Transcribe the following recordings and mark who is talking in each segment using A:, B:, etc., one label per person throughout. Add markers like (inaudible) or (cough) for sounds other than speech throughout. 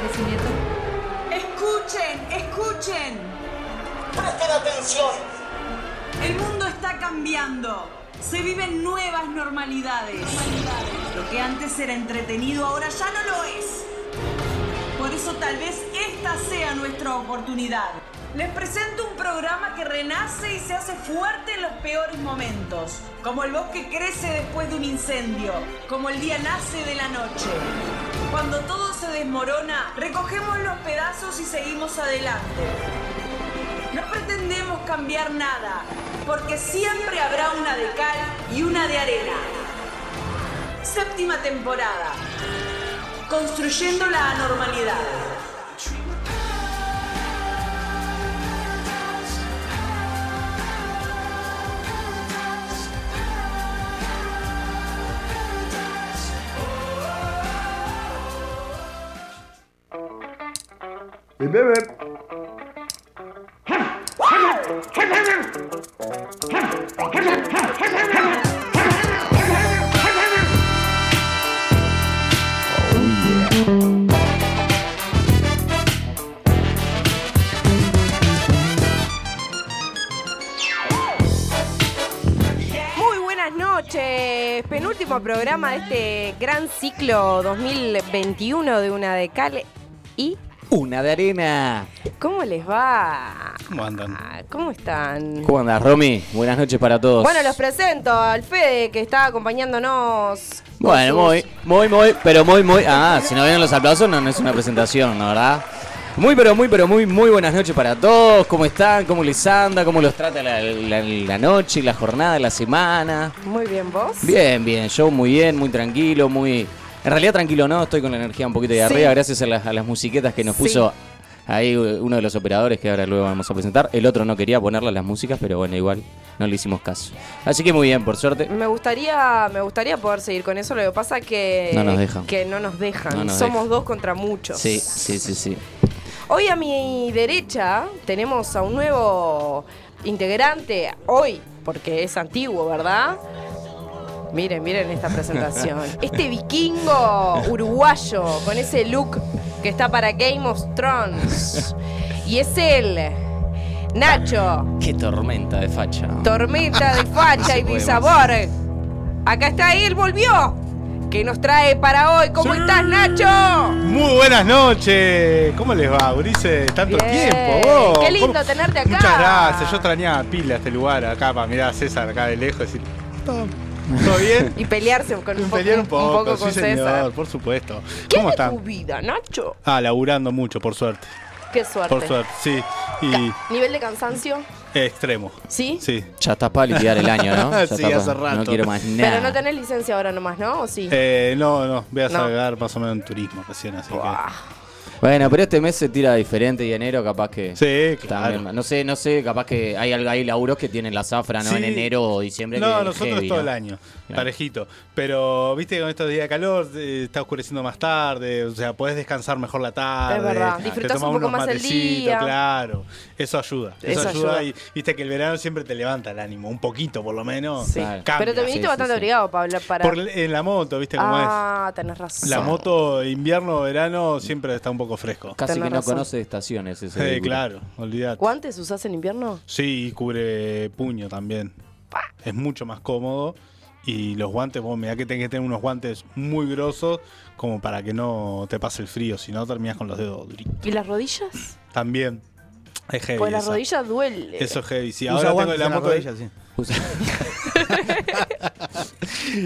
A: crecimiento.
B: Escuchen, escuchen.
C: Presten atención.
B: El mundo está cambiando. Se viven nuevas normalidades. Lo que antes era entretenido ahora ya no lo es. Por eso tal vez esta sea nuestra oportunidad. Les presento un programa que renace y se hace fuerte en los peores momentos. Como el bosque crece después de un incendio. Como el día nace de la noche. Cuando todo se desmorona, recogemos los pedazos y seguimos adelante. No pretendemos cambiar nada, porque siempre habrá una de cal y una de arena. Séptima temporada. Construyendo la anormalidad.
D: El bebé.
E: Muy buenas noches. Penúltimo programa de este gran ciclo 2021 de una de cal y
F: Una de arena.
E: ¿cómo les va?
G: ¿Cómo andan?
E: Ah, ¿Cómo están?
F: ¿Cómo andas, Romy? Buenas noches para todos.
E: Bueno, los presento al Fede que está acompañándonos. con
F: Bueno,
E: sus-
F: muy, muy, muy, pero muy, muy. Ah, si no vienen los aplausos, no, no es una presentación, ¿no, verdad? Muy, pero muy, pero muy, muy buenas noches para todos. ¿Cómo están? ¿Cómo les anda? ¿Cómo los trata la, la- la noche, la jornada, la semana?
E: Muy bien, vos.
F: Bien, bien. Yo muy bien, muy tranquilo, muy. En realidad, tranquilo no, estoy con la energía un poquito de
E: Sí.
F: arriba, gracias a las, a las musiquetas que nos
E: Sí.
F: puso. Ahí u- uno de los operadores que ahora luego vamos a presentar. El otro no quería ponerle las músicas, pero bueno, igual no le hicimos caso. Así que muy bien, por suerte.
E: Me gustaría, me gustaría poder seguir con eso. Lo que pasa que
F: No nos dejan.
E: que no nos dejan.
F: No nos
E: Somos
F: dejan.
E: dos contra muchos.
F: Sí, sí, sí, sí.
E: Hoy a mi derecha tenemos a un nuevo integrante, hoy, porque es antiguo, ¿verdad? Miren, miren esta
G: (laughs)
E: presentación. Este vikingo uruguayo con ese look que está para Game of Thrones. Y es él, Nacho,
F: Qué tormenta de facha.
E: tormenta de
G: (laughs)
E: facha y
F: puede
E: bisabor. Acá está él, volvió. Que nos trae para hoy. ¿Cómo
G: Sí.
E: estás, Nacho?
G: Muy buenas noches. ¿Cómo les va, Ulises? Tanto
E: Bien.
G: tiempo, vos.
E: Qué lindo
G: ¿Cómo?
E: tenerte acá.
G: Muchas gracias. Yo extrañaba pila este lugar acá para mirar a César acá de lejos y decir, ¿todo, todo
E: (laughs)
G: bien?
E: Y pelearse con un poco,
G: Pelear un
E: un
G: poco,
E: poco
G: sí,
E: con
G: señor,
E: César.
G: por supuesto.
E: ¿Qué
G: ¿Cómo
E: es de tu
G: están?
E: vida, Nacho?
G: Ah, laburando mucho, por suerte.
E: Qué suerte.
G: Por suerte, sí. Y
E: ¿Nivel de cansancio?
G: extremo.
E: ¿Sí?
G: Sí.
F: Ya estás para liquidar el
G: (laughs)
F: año, ¿no? Ya
G: Sí,
F: estás
G: hace
F: pa- No
G: rato.
F: quiero más nada.
E: Pero no tenés licencia ahora nomás, ¿no? ¿O sí?
G: Eh, no, no, voy a
E: No.
G: sacar más o menos en turismo recién, así
E: Buah.
F: Bueno, pero este mes se tira diferente y enero capaz que...
G: que. Sí, claro.
F: También, no sé, no sé, capaz que hay algo hay laburos que tienen la zafra, ¿no?
G: Sí.
F: En enero o diciembre.
G: No,
F: que es
G: nosotros
F: heavy,
G: todo
F: ¿no?
G: el año,
F: Claro.
G: parejito. Pero viste que con estos días de calor eh, está oscureciendo más tarde, o sea, podés descansar mejor la tarde.
E: Es verdad,
G: te
E: disfrutás un
G: tomás
E: poco
G: unos
E: más el
G: matecitos,
E: día.
G: Claro, eso ayuda. Eso,
E: Eso
G: ayuda.
E: ayuda.
G: Y viste que el verano siempre te levanta el ánimo, un poquito por lo menos.
E: Sí.
F: Claro.
G: Cambia.
E: Pero te viniste
F: Sí, sí,
E: bastante
F: sí.
E: obligado, Pablo, para...
G: Por, en la moto, viste cómo
E: ah, tenés razón.
G: es. La moto, invierno, verano, siempre está un poco fresco.
F: Casi
E: Tenés
F: que no
E: razón.
F: conoce estaciones ese.
G: Eh,
F: vehículo.
G: claro, olvidate.
E: ¿Guantes usás en invierno?
G: Sí, y cubre puño también. Es mucho más cómodo. Y los guantes, vos mirá que tenés que tener unos guantes muy grosos como para que no te pase el frío, si no terminas con los dedos duritos.
E: ¿Y las rodillas?
G: También es heavy.
E: Pues las
G: Eh, esa.
E: rodillas duele.
G: Eso es heavy. Sí,
C: Usa
G: ahora tengo
C: guantes
G: la
C: en las
G: moto. de-
C: rodillas, sí.
F: Usa-
G: (laughs)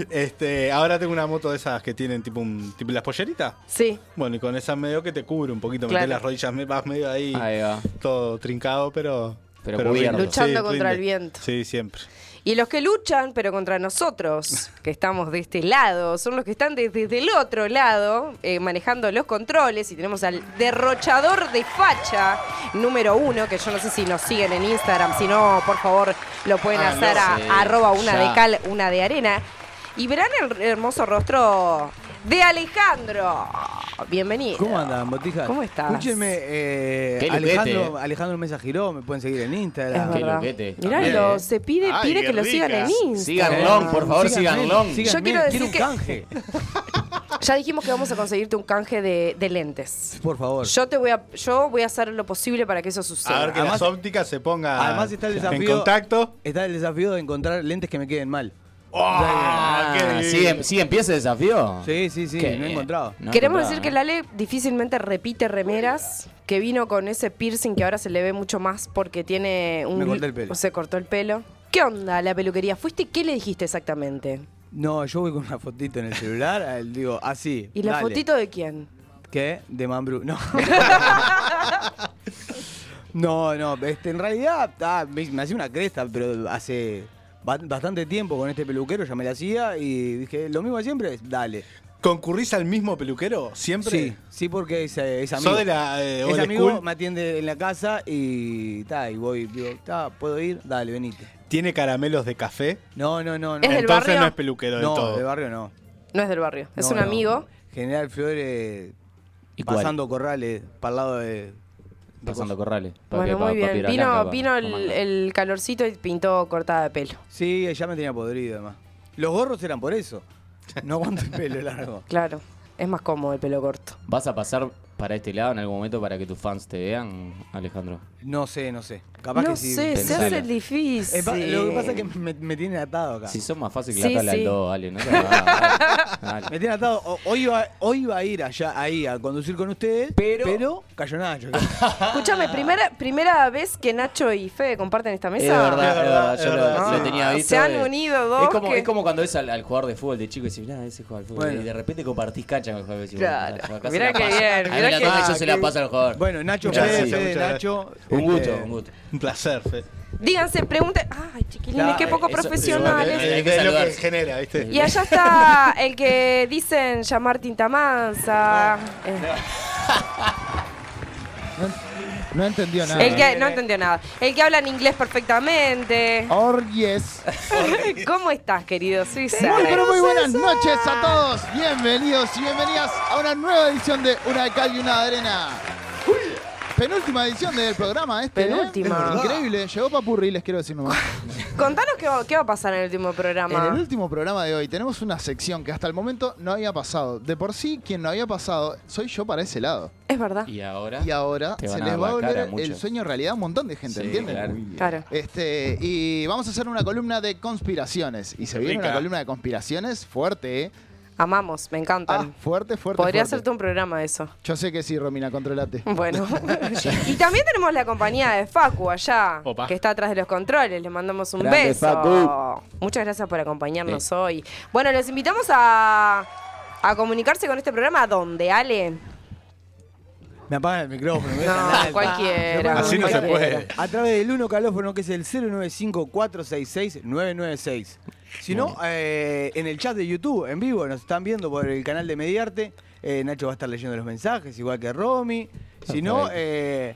G: este, ahora tengo una moto de esas que tienen tipo un. tipo las polleritas.
E: Sí.
G: Bueno, y con esa medio que te cubre un poquito,
E: Claro.
G: metés las rodillas me- vas medio ahí,
F: Ahí va.
G: todo trincado, pero.
F: Pero cubierto.
G: rinde.
E: Luchando contra el viento.
G: Sí, siempre.
E: Y los que luchan, pero contra nosotros, que estamos de este lado, son los que están de- desde el otro lado, eh, manejando los controles. Y tenemos al derrochador de facha número uno, que yo no sé si nos siguen en Instagram, si no, por favor, lo pueden
F: Ah,
E: hacer
F: no
E: a,
F: sé,
E: arroba una
F: ya.
E: de cal, una de arena. Y verán el hermoso rostro de Alejandro. Bienvenido.
C: (laughs) ¿Cómo andan, botijas?
E: ¿Cómo estás?
C: Escúchenme, eh,
F: Qué luquete,
C: Alejandro,
F: eh.
C: Alejandro Mesa Giró, me pueden seguir en
E: Es
C: Instagram.
F: Qué
E: verdad.
F: loquete.
E: Miralo,
G: También, Ah, ¿eh?
E: se pide,
G: Ay,
E: pide
G: qué
E: que lo sigan
G: rica.
E: en Instagram.
F: Síganlo, por favor,
C: Síganme,
F: síganlo.
C: síganme,
E: Yo quiero decir
C: un
E: que-
C: canje.
E: Ya dijimos que vamos a conseguirte un canje de, de lentes.
C: Por favor.
E: Yo te voy a, yo voy a hacer lo posible para que eso
G: A ver
E: suceda.
G: que
C: Además-
G: las ópticas se pongan
C: Además está el
G: en
C: desafío.
G: contacto.
C: Está el desafío de encontrar lentes que me queden mal.
G: ¡Ah, qué
F: Ah,
G: divino!
F: ¿sí, sí empieza el desafío?
C: Sí, sí, sí,
F: Qué
C: no ¿eh?
F: Eh,
C: he
F: bien.
C: encontrado.
F: No he
E: Queremos
F: encontrado,
E: decir que
F: ¿no?
E: Lale difícilmente repite remeras, que vino con ese piercing que ahora se le ve mucho más porque tiene un...
C: Me corté el pelo.
E: Se cortó el pelo. ¿Qué onda la peluquería? ¿Fuiste y qué le dijiste exactamente?
C: No, yo voy con una fotito en el celular, (laughs) a él digo, así.
E: ¿Y la
C: dale.
E: fotito de quién?
C: ¿Qué? De
G: (laughs)
C: Mambrú. No. no, no. Este, en realidad, ah, me, me hacía una cresta, pero hace ba- bastante tiempo con este peluquero ya me la hacía y dije, lo mismo de siempre, dale.
G: ¿Concurrís al mismo peluquero siempre?
C: Sí, sí, porque es, eh, es
G: ¿Sos
C: amigo.
G: de la, eh,
C: es
G: old
C: amigo,
G: school?
C: me atiende en la casa y ta, y voy, digo, ta, ¿puedo ir? Dale, venite.
G: ¿Tiene caramelos de café?
C: No, no, no, no.
E: ¿Es del
G: Entonces
E: barrio?
G: no es peluquero del
C: no,
G: todo.
C: de barrio no.
E: No es del barrio, es
C: No,
E: un
C: no.
E: amigo.
C: General Flores
F: ¿Y cuál?
C: pasando corrales para el lado de.
F: Pasando corrales. Pa-
E: Bueno,
F: pa-
E: muy
F: pa-
E: bien.
F: papiracá,
E: vino
F: pa-
E: vino el,
F: pa- manga.
E: el calorcito y pintó cortada de pelo.
C: Sí, ella me tenía podrido además. Los gorros eran por eso. No aguanto el pelo largo.
E: Claro, es más cómodo el pelo corto.
F: ¿Vas a pasar para este lado en algún momento para que tus fans te vean, Alejandro?
C: No sé, no sé. Capaz
E: no
C: que sí.
E: sé, se
F: pensalo.
E: hace el difícil.
C: Eh, pa- Lo que pasa es que me, me tienen atado acá.
F: Si son más fácil que
E: Sí,
F: la tala
E: sí.
F: al dos,
E: (laughs)
F: Ale. No te hagas, dale,
C: Me
F: dale.
C: tienen atado. O- Hoy iba, hoy iba a ir allá, ahí, a conducir con ustedes. Pero. cayó
F: (laughs)
C: Nacho.
E: Escúchame, primera, primera vez que Nacho y Fede comparten esta mesa.
F: Ah. Es verdad, es verdad,
G: Es
F: yo lo-
G: verdad,
F: lo,
E: sí.
F: tenía
E: Ah,
F: visto.
E: se han
F: de-
E: unido dos
F: Es como,
E: que-
F: es como cuando ves al, al jugador de fútbol de chico y decís, mirá, ese juega al fútbol.
C: Bueno.
F: Y de repente compartís cancha con el jugador de fútbol.
E: Claro.
F: Acá se la
E: Mirá qué
F: pasa.
E: bien,
F: A mí
E: mirá
F: la
E: qué-
F: cancha
E: ah,
F: se
E: qué-
F: la pasa al jugador.
C: Bueno, Nacho,
G: Muchas
C: Fede,
G: gracias,
C: Fede,
G: muchas
C: Nacho.
F: un gusto,
C: este,
F: un gusto.
G: Un placer, Fe.
E: Díganse, pregunten. Ay, chiquilines,
C: Claro,
E: qué poco
F: eso-
E: profesionales.
F: eso-
G: Eh,
F: hay que
G: es lo que
F: saludarse.
G: genera, ¿viste?
E: Y allá está el que dicen llamar Tintamanza.
F: Ah.
A: No entendió nada.
E: El que no entendió nada. El que habla en inglés perfectamente.
A: Or yes.
E: (laughs) ¿Cómo estás, querido Suiza?
A: Muy, pero muy buenas noches a todos. Bienvenidos y bienvenidas a una nueva edición de Una de Cal y una de Arena. Penúltima edición del programa este. ¿eh?
E: Penúltima.
A: Es Increíble. Llegó Papurri, les quiero decir nomás.
E: Contanos qué va, qué va a pasar en el
A: En
E: último
A: el
E: programa.
A: último programa de hoy tenemos una sección que hasta el momento no había pasado. De por sí, quien no había pasado soy yo para ese lado.
E: Es verdad.
F: Y ahora.
A: Ah. Y ahora
F: Te
A: se
F: van a
A: les va a
F: vacar a
A: volver el
F: muchos.
A: sueño realidad a un montón de gente,
F: Sí,
A: ¿entienden?
F: claro.
E: Claro.
A: Este, y vamos a hacer una columna de conspiraciones. Y se viene
G: Rica.
A: una columna de conspiraciones fuerte, ¿eh?
E: Amamos, me
A: Ah,
E: encantan.
A: fuerte, fuerte.
E: Podría
A: fuerte.
E: hacerte un programa de eso.
A: Yo sé que sí, Romina, controlate.
E: (laughs)
A: (laughs)
E: Bueno. y también tenemos la compañía de Facu allá,
G: Opa.
E: que está atrás de los controles. Les mandamos un
F: Grande,
E: beso.
F: Facu.
E: Muchas gracias por acompañarnos hoy. Bueno, los invitamos a, a comunicarse con este programa. ¿A dónde, Ale?
C: Me apagan el micrófono. me dejan
E: No,
C: alta.
E: cualquiera.
G: Así no se
E: cualquiera.
G: puede.
C: A través del uno calófono que es el 095-466-996. Si no, eh, en el chat de YouTube, en vivo, nos están viendo por el canal de Mediarte. Eh, Nacho va a estar leyendo los mensajes, igual que Romy. Si no,
F: Perfecto.
C: eh,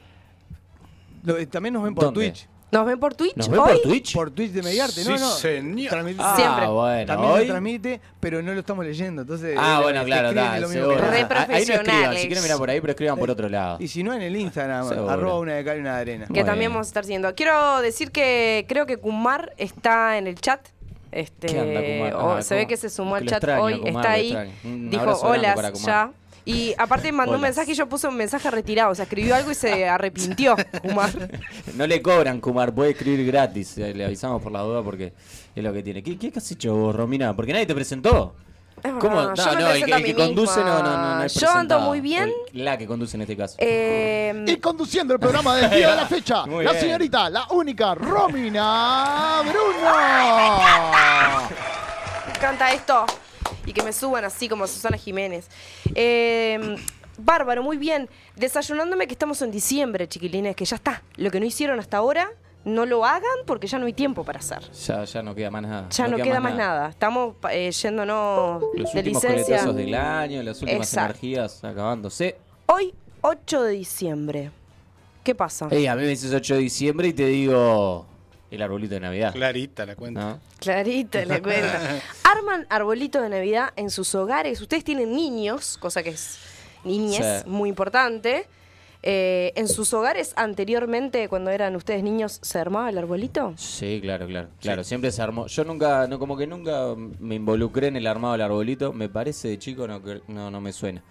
C: lo- eh, también nos ven por
F: ¿Dónde?
C: Twitch.
E: ¿Nos ven por Twitch
F: ¿Nos
E: hoy?
F: ven por Twitch?
C: Por Twitch de Mediarte,
G: Sí,
C: no, no.
G: señor.
C: Transmit-
F: Ah,
E: Siempre.
F: bueno,
C: También lo
F: hoy-
C: transmite, pero no lo estamos leyendo. Entonces,
F: Ah,
C: eh,
F: bueno,
C: se
F: claro,
C: escriben
F: está,
C: lo mismo
F: seguro.
C: que
E: Re
C: nosotros. Eh,
F: Ah, Ahí no escriban,
E: profesionales.
F: si quieren mirar por ahí, pero escriban por otro lado.
C: Y si no, en el Instagram,
F: Seguro.
C: arroba una de cal y una de arena.
E: Que
F: Muy
E: también
F: bien.
E: vamos a estar siguiendo. Quiero decir que creo que Kumar está en el chat. Este,
F: ¿Qué onda, Kumar?
E: o-
F: Ah,
E: se ve
F: ¿cómo?
E: que se sumó
F: Que
E: al
F: lo
E: chat
F: extraño,
E: hoy,
F: Kumar,
E: está
F: lo
E: ahí.
F: extraño. Un
E: dijo,
F: abrazo grande
E: hola,
F: para Kumar".
E: ya. Y aparte mandó un
F: Holas.
E: mensaje y yo puse un mensaje retirado. O sea, escribió algo y se
F: (laughs)
E: arrepintió, Kumar.
F: No le cobran, Kumar, puede escribir gratis. Eh, Le avisamos por la duda porque es lo que tiene. ¿Qué, qué has hecho vos, Romina? Porque nadie te presentó.
E: Es verdad,
F: ¿Cómo?
E: yo me
F: no, el, que-
E: presento a
F: el
E: mí
F: que conduce no,
E: misma.
F: no, no, no es
E: Yo ando
F: presentado.
E: muy bien.
F: El- la que conduce en este caso.
E: Eh,
A: Y conduciendo el programa del día de la fecha,
F: Muy
A: la
F: bien.
A: señorita, la única, Romina Bruno.
E: Me encanta esto. Y que me suban así como Susana Jiménez. Eh, bárbaro, muy bien. Desayunándome que estamos en diciembre, chiquilines, que ya está. Lo que no hicieron hasta ahora, no lo hagan porque ya no hay tiempo para hacer.
F: Ya, ya no queda más nada.
E: Ya no, queda más nada. Estamos eh, yéndonos
F: Los
E: de
F: últimos
E: licencia.
F: coletazos del año, las últimas
E: Exacto.
F: energías acabándose.
E: Hoy, 8 de diciembre. ¿Qué pasa?
F: Ey, a mí me dices 8 de diciembre y te digo el arbolito de Navidad.
G: Clarita la cuenta.
F: ¿no?
E: Clarita (laughs) le cuento. Arman arbolito de Navidad en sus hogares. Ustedes tienen niños, cosa que es niñez,
F: Sí.
E: muy importante. Eh, ¿En sus hogares anteriormente, cuando eran ustedes niños, se armaba el arbolito?
F: Sí, claro, claro. Claro, siempre se armó. Yo nunca, no, como que nunca me involucré en el armado del arbolito. Me parece de chico, no, cre- no, no me suena.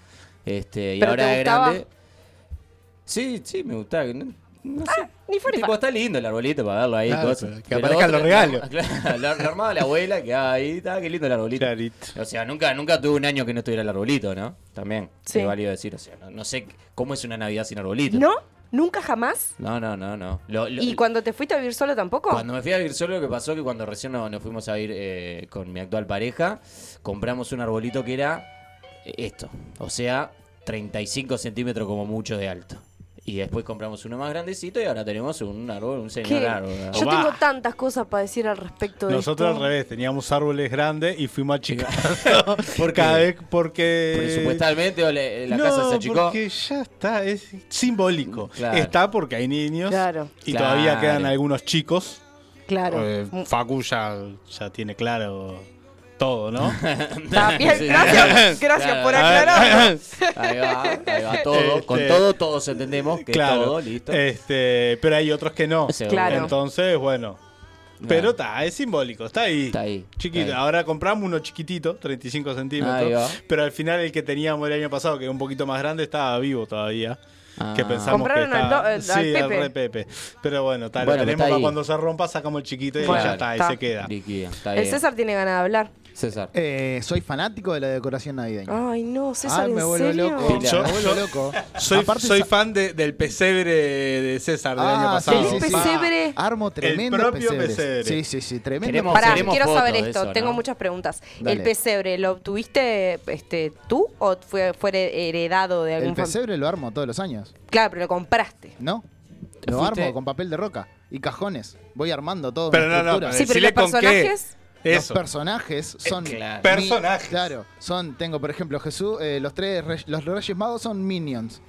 F: Este, y
E: ¿Pero
F: ahora
E: te
F: de
E: gustaba?
F: grande. Sí, sí, me gustaba. No, no sé.
E: Ah, Ni fuera.
F: Tipo, está lindo el arbolito para verlo ahí.
G: Claro,
F: cosas.
G: pero que
F: Pero
G: aparezcan
F: otro-
G: los regalos.
F: (laughs) Claro, lo lo armaba la abuela que ahí está, qué lindo el arbolito.
G: Clarito.
F: O sea, nunca, nunca tuve un año que no estuviera el arbolito, ¿no? También.
E: Sí.
F: Es válido decir, o sea, no, no sé cómo es una Navidad sin arbolito.
E: ¿No? ¿Nunca jamás?
F: No, no, no, no. Lo- lo-
E: ¿Y cuando te fuiste a vivir solo tampoco?
F: cuando me fui a vivir solo, lo que pasó que cuando recién no- nos, fuimos a ir eh, con mi actual pareja, compramos un arbolito que era eh, esto. O sea, 35 centímetros como mucho de alto. Y después compramos uno más grandecito y ahora tenemos un árbol, un
E: ¿Qué?
F: señor árbol. ¿no?
E: Yo
G: Va.
E: tengo tantas cosas para decir al respecto de
G: Nosotros al
E: esto.
G: revés, teníamos árboles grandes y fuimos
F: (laughs)
G: achicando. por cada vez,
C: Eh,
G: porque.
F: Porque supuestamente o le- la
G: no,
F: casa se achicó.
G: Porque ya está, es simbólico.
F: Claro.
G: Está porque hay niños
E: Claro.
G: y
F: Claro.
G: todavía quedan algunos chicos.
E: Claro. Mm.
G: Eh, Facu ya, ya tiene claro todo, ¿no?
F: (laughs)
E: Está bien,
F: Sí.
E: gracias, gracias
F: Claro.
E: por
F: A
G: ver. (laughs)
E: aclarar.
F: Ahí va, ahí va todo.
G: Este-
F: Con todo, todos entendemos que
G: claro.
F: todo, listo.
G: Este, pero hay otros que no.
F: Seguro.
E: Claro.
G: Entonces, bueno. Pero está, es simbólico, está ahí.
F: Está ahí,
G: Chiquito.
F: está ahí.
G: Ahora compramos uno chiquitito, 35
F: Ahí va.
G: centímetros. Pero al final el que teníamos el año pasado, que era un poquito más grande, estaba vivo todavía.
F: Ah.
G: Que pensamos
E: Compraron
G: que
E: al
G: estaba-
E: do- al- al
G: sí, al
E: Pepe.
G: re Pepe. Pero bueno, tal,
F: Bueno,
G: lo
F: pero
G: tenemos
F: está
G: para
F: ahí.
G: cuando se rompa, sacamos el chiquito y
E: Bueno,
G: ya está,
E: está.
G: ahí se queda.
F: Liquida, está
E: El
F: bien.
E: César tiene ganas de hablar.
F: César.
A: Eh, soy fanático de la decoración navideña.
E: Ay, no, César,
A: Ay, me
E: ¿en
A: vuelvo
E: serio?
A: loco.
F: Yo-
A: me vuelvo loco.
G: Soy,
A: Aparte
G: soy
A: sa-
G: fan de- del pesebre de César del
A: Ah,
G: año pasado.
E: sí, sí, sí. Pesebre.
A: Armo tremendo
G: propio
A: pesebres.
G: pesebre.
A: Sí, sí, sí, tremendo.
F: Queremos-
E: Pará,
F: Queremos
E: quiero saber
F: fotos de
E: esto,
F: eso,
E: tengo
F: ¿no?
E: muchas preguntas.
A: Dale.
E: ¿El pesebre lo obtuviste este, tú o fue, fue heredado de
A: El
E: algún fam-
A: pesebre lo armo todos los años,
E: Claro, pero lo compraste.
A: ¿no? Lo
F: Fuiste-
A: armo con papel de roca y cajones. Voy armando todo.
G: Pero
A: mi
G: no, no,
A: estructura.
G: pero
E: Sí, pero
G: decile
E: los
G: con qué.
E: personajes-
G: Eso.
A: Los personajes son.
F: claro.
A: mi-
G: Personajes.
A: claro, son. Tengo, por ejemplo, Jesús. eh, los tres rey- los Reyes Magos son minions.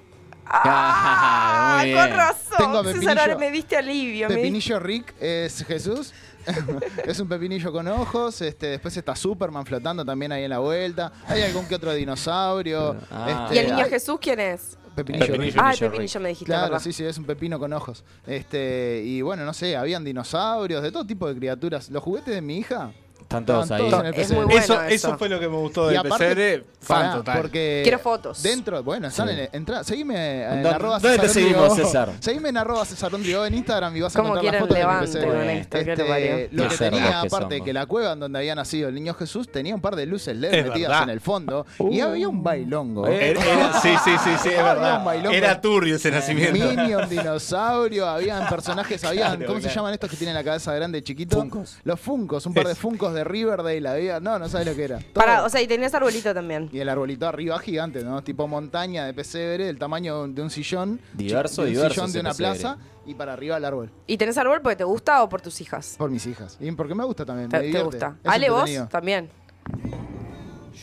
F: Ah, (laughs) muy bien.
E: con razón.
A: Tengo a
E: César,
A: Pepinillo.
E: ahora me diste alivio. me diste-
A: Pepinillo Rick es Jesús. (laughs) es un pepinillo con ojos. Este, después está Superman flotando también ahí en la vuelta. Hay algún que otro dinosaurio.
F: Ah.
E: ¿Y
A: este,
E: el niño
A: hay-
E: Jesús quién es?
A: Pepinillo
F: Pepinillo.
A: Rick.
E: ah, el
F: Rick.
E: Pepinillo me dijiste,
A: Claro,
E: ¿verdad?
A: sí, sí, es un pepino con ojos. Este, y bueno, no sé, habían dinosaurios, de todo tipo de criaturas. Los juguetes de mi hija.
F: Están todos
A: estaban
F: ahí.
A: en el
E: Es
A: pesebre.
E: muy bueno
G: eso,
E: eso.
G: eso fue lo que me gustó
A: Y
G: del
A: aparte-
G: pesebre. Fan
A: Pará,
G: total.
A: Porque
E: Quiero fotos.
A: Dentro, bueno, están en, entra, seguime en
F: ¿Dó-
A: arroba
F: dónde te
A: Cesarón Diego?
F: seguimos, César?
A: Seguime en arroba Cesarondio en Instagram y vas a
E: ¿Cómo
A: encontrar las
E: quieren
A: fotos de mi
E: levante
A: pesebre.
E: con esto? ¿Qué te
A: Este,
E: parió?
A: lo
F: Qué
A: que
F: cerdos
A: tenía,
F: que
A: aparte,
F: somos.
A: que la cueva en donde había nacido el niño Jesús tenía un par de luces LED
G: Es
A: metidas
G: verdad. Uh.
A: en el fondo y había un bailongo.
G: Era- era- sí, sí, sí, sí, es
A: Había un
G: verdad.
A: bailongo. Eh,
G: Era turbio ese nacimiento.
A: Minion, dinosaurio, habían personajes, habían,
G: Claro,
A: ¿cómo se
G: claro.
A: llaman estos que tienen la cabeza grande chiquito?
F: Funkos.
A: Los Funcos, un par de
G: Es.
A: Funcos de Riverdale, había, no, no sabes lo que era. Todo.
E: Pará, o sea, y tenías arbolito también.
A: Y el arbolito arriba gigante, ¿no? Tipo montaña de pesebre, del tamaño de un- de un sillón.
F: Diverso,
A: chi- de un
F: diverso
A: sillón
F: ese
A: de una
F: pesebre.
A: plaza y para arriba el árbol.
E: ¿Y tenés árbol porque te gusta o por tus hijas?
A: Por mis hijas. Y porque me gusta también.
E: Te,
A: me
E: te
A: divierte.
E: gusta.
A: Es
E: Ale, vos
A: entretenido.
E: también.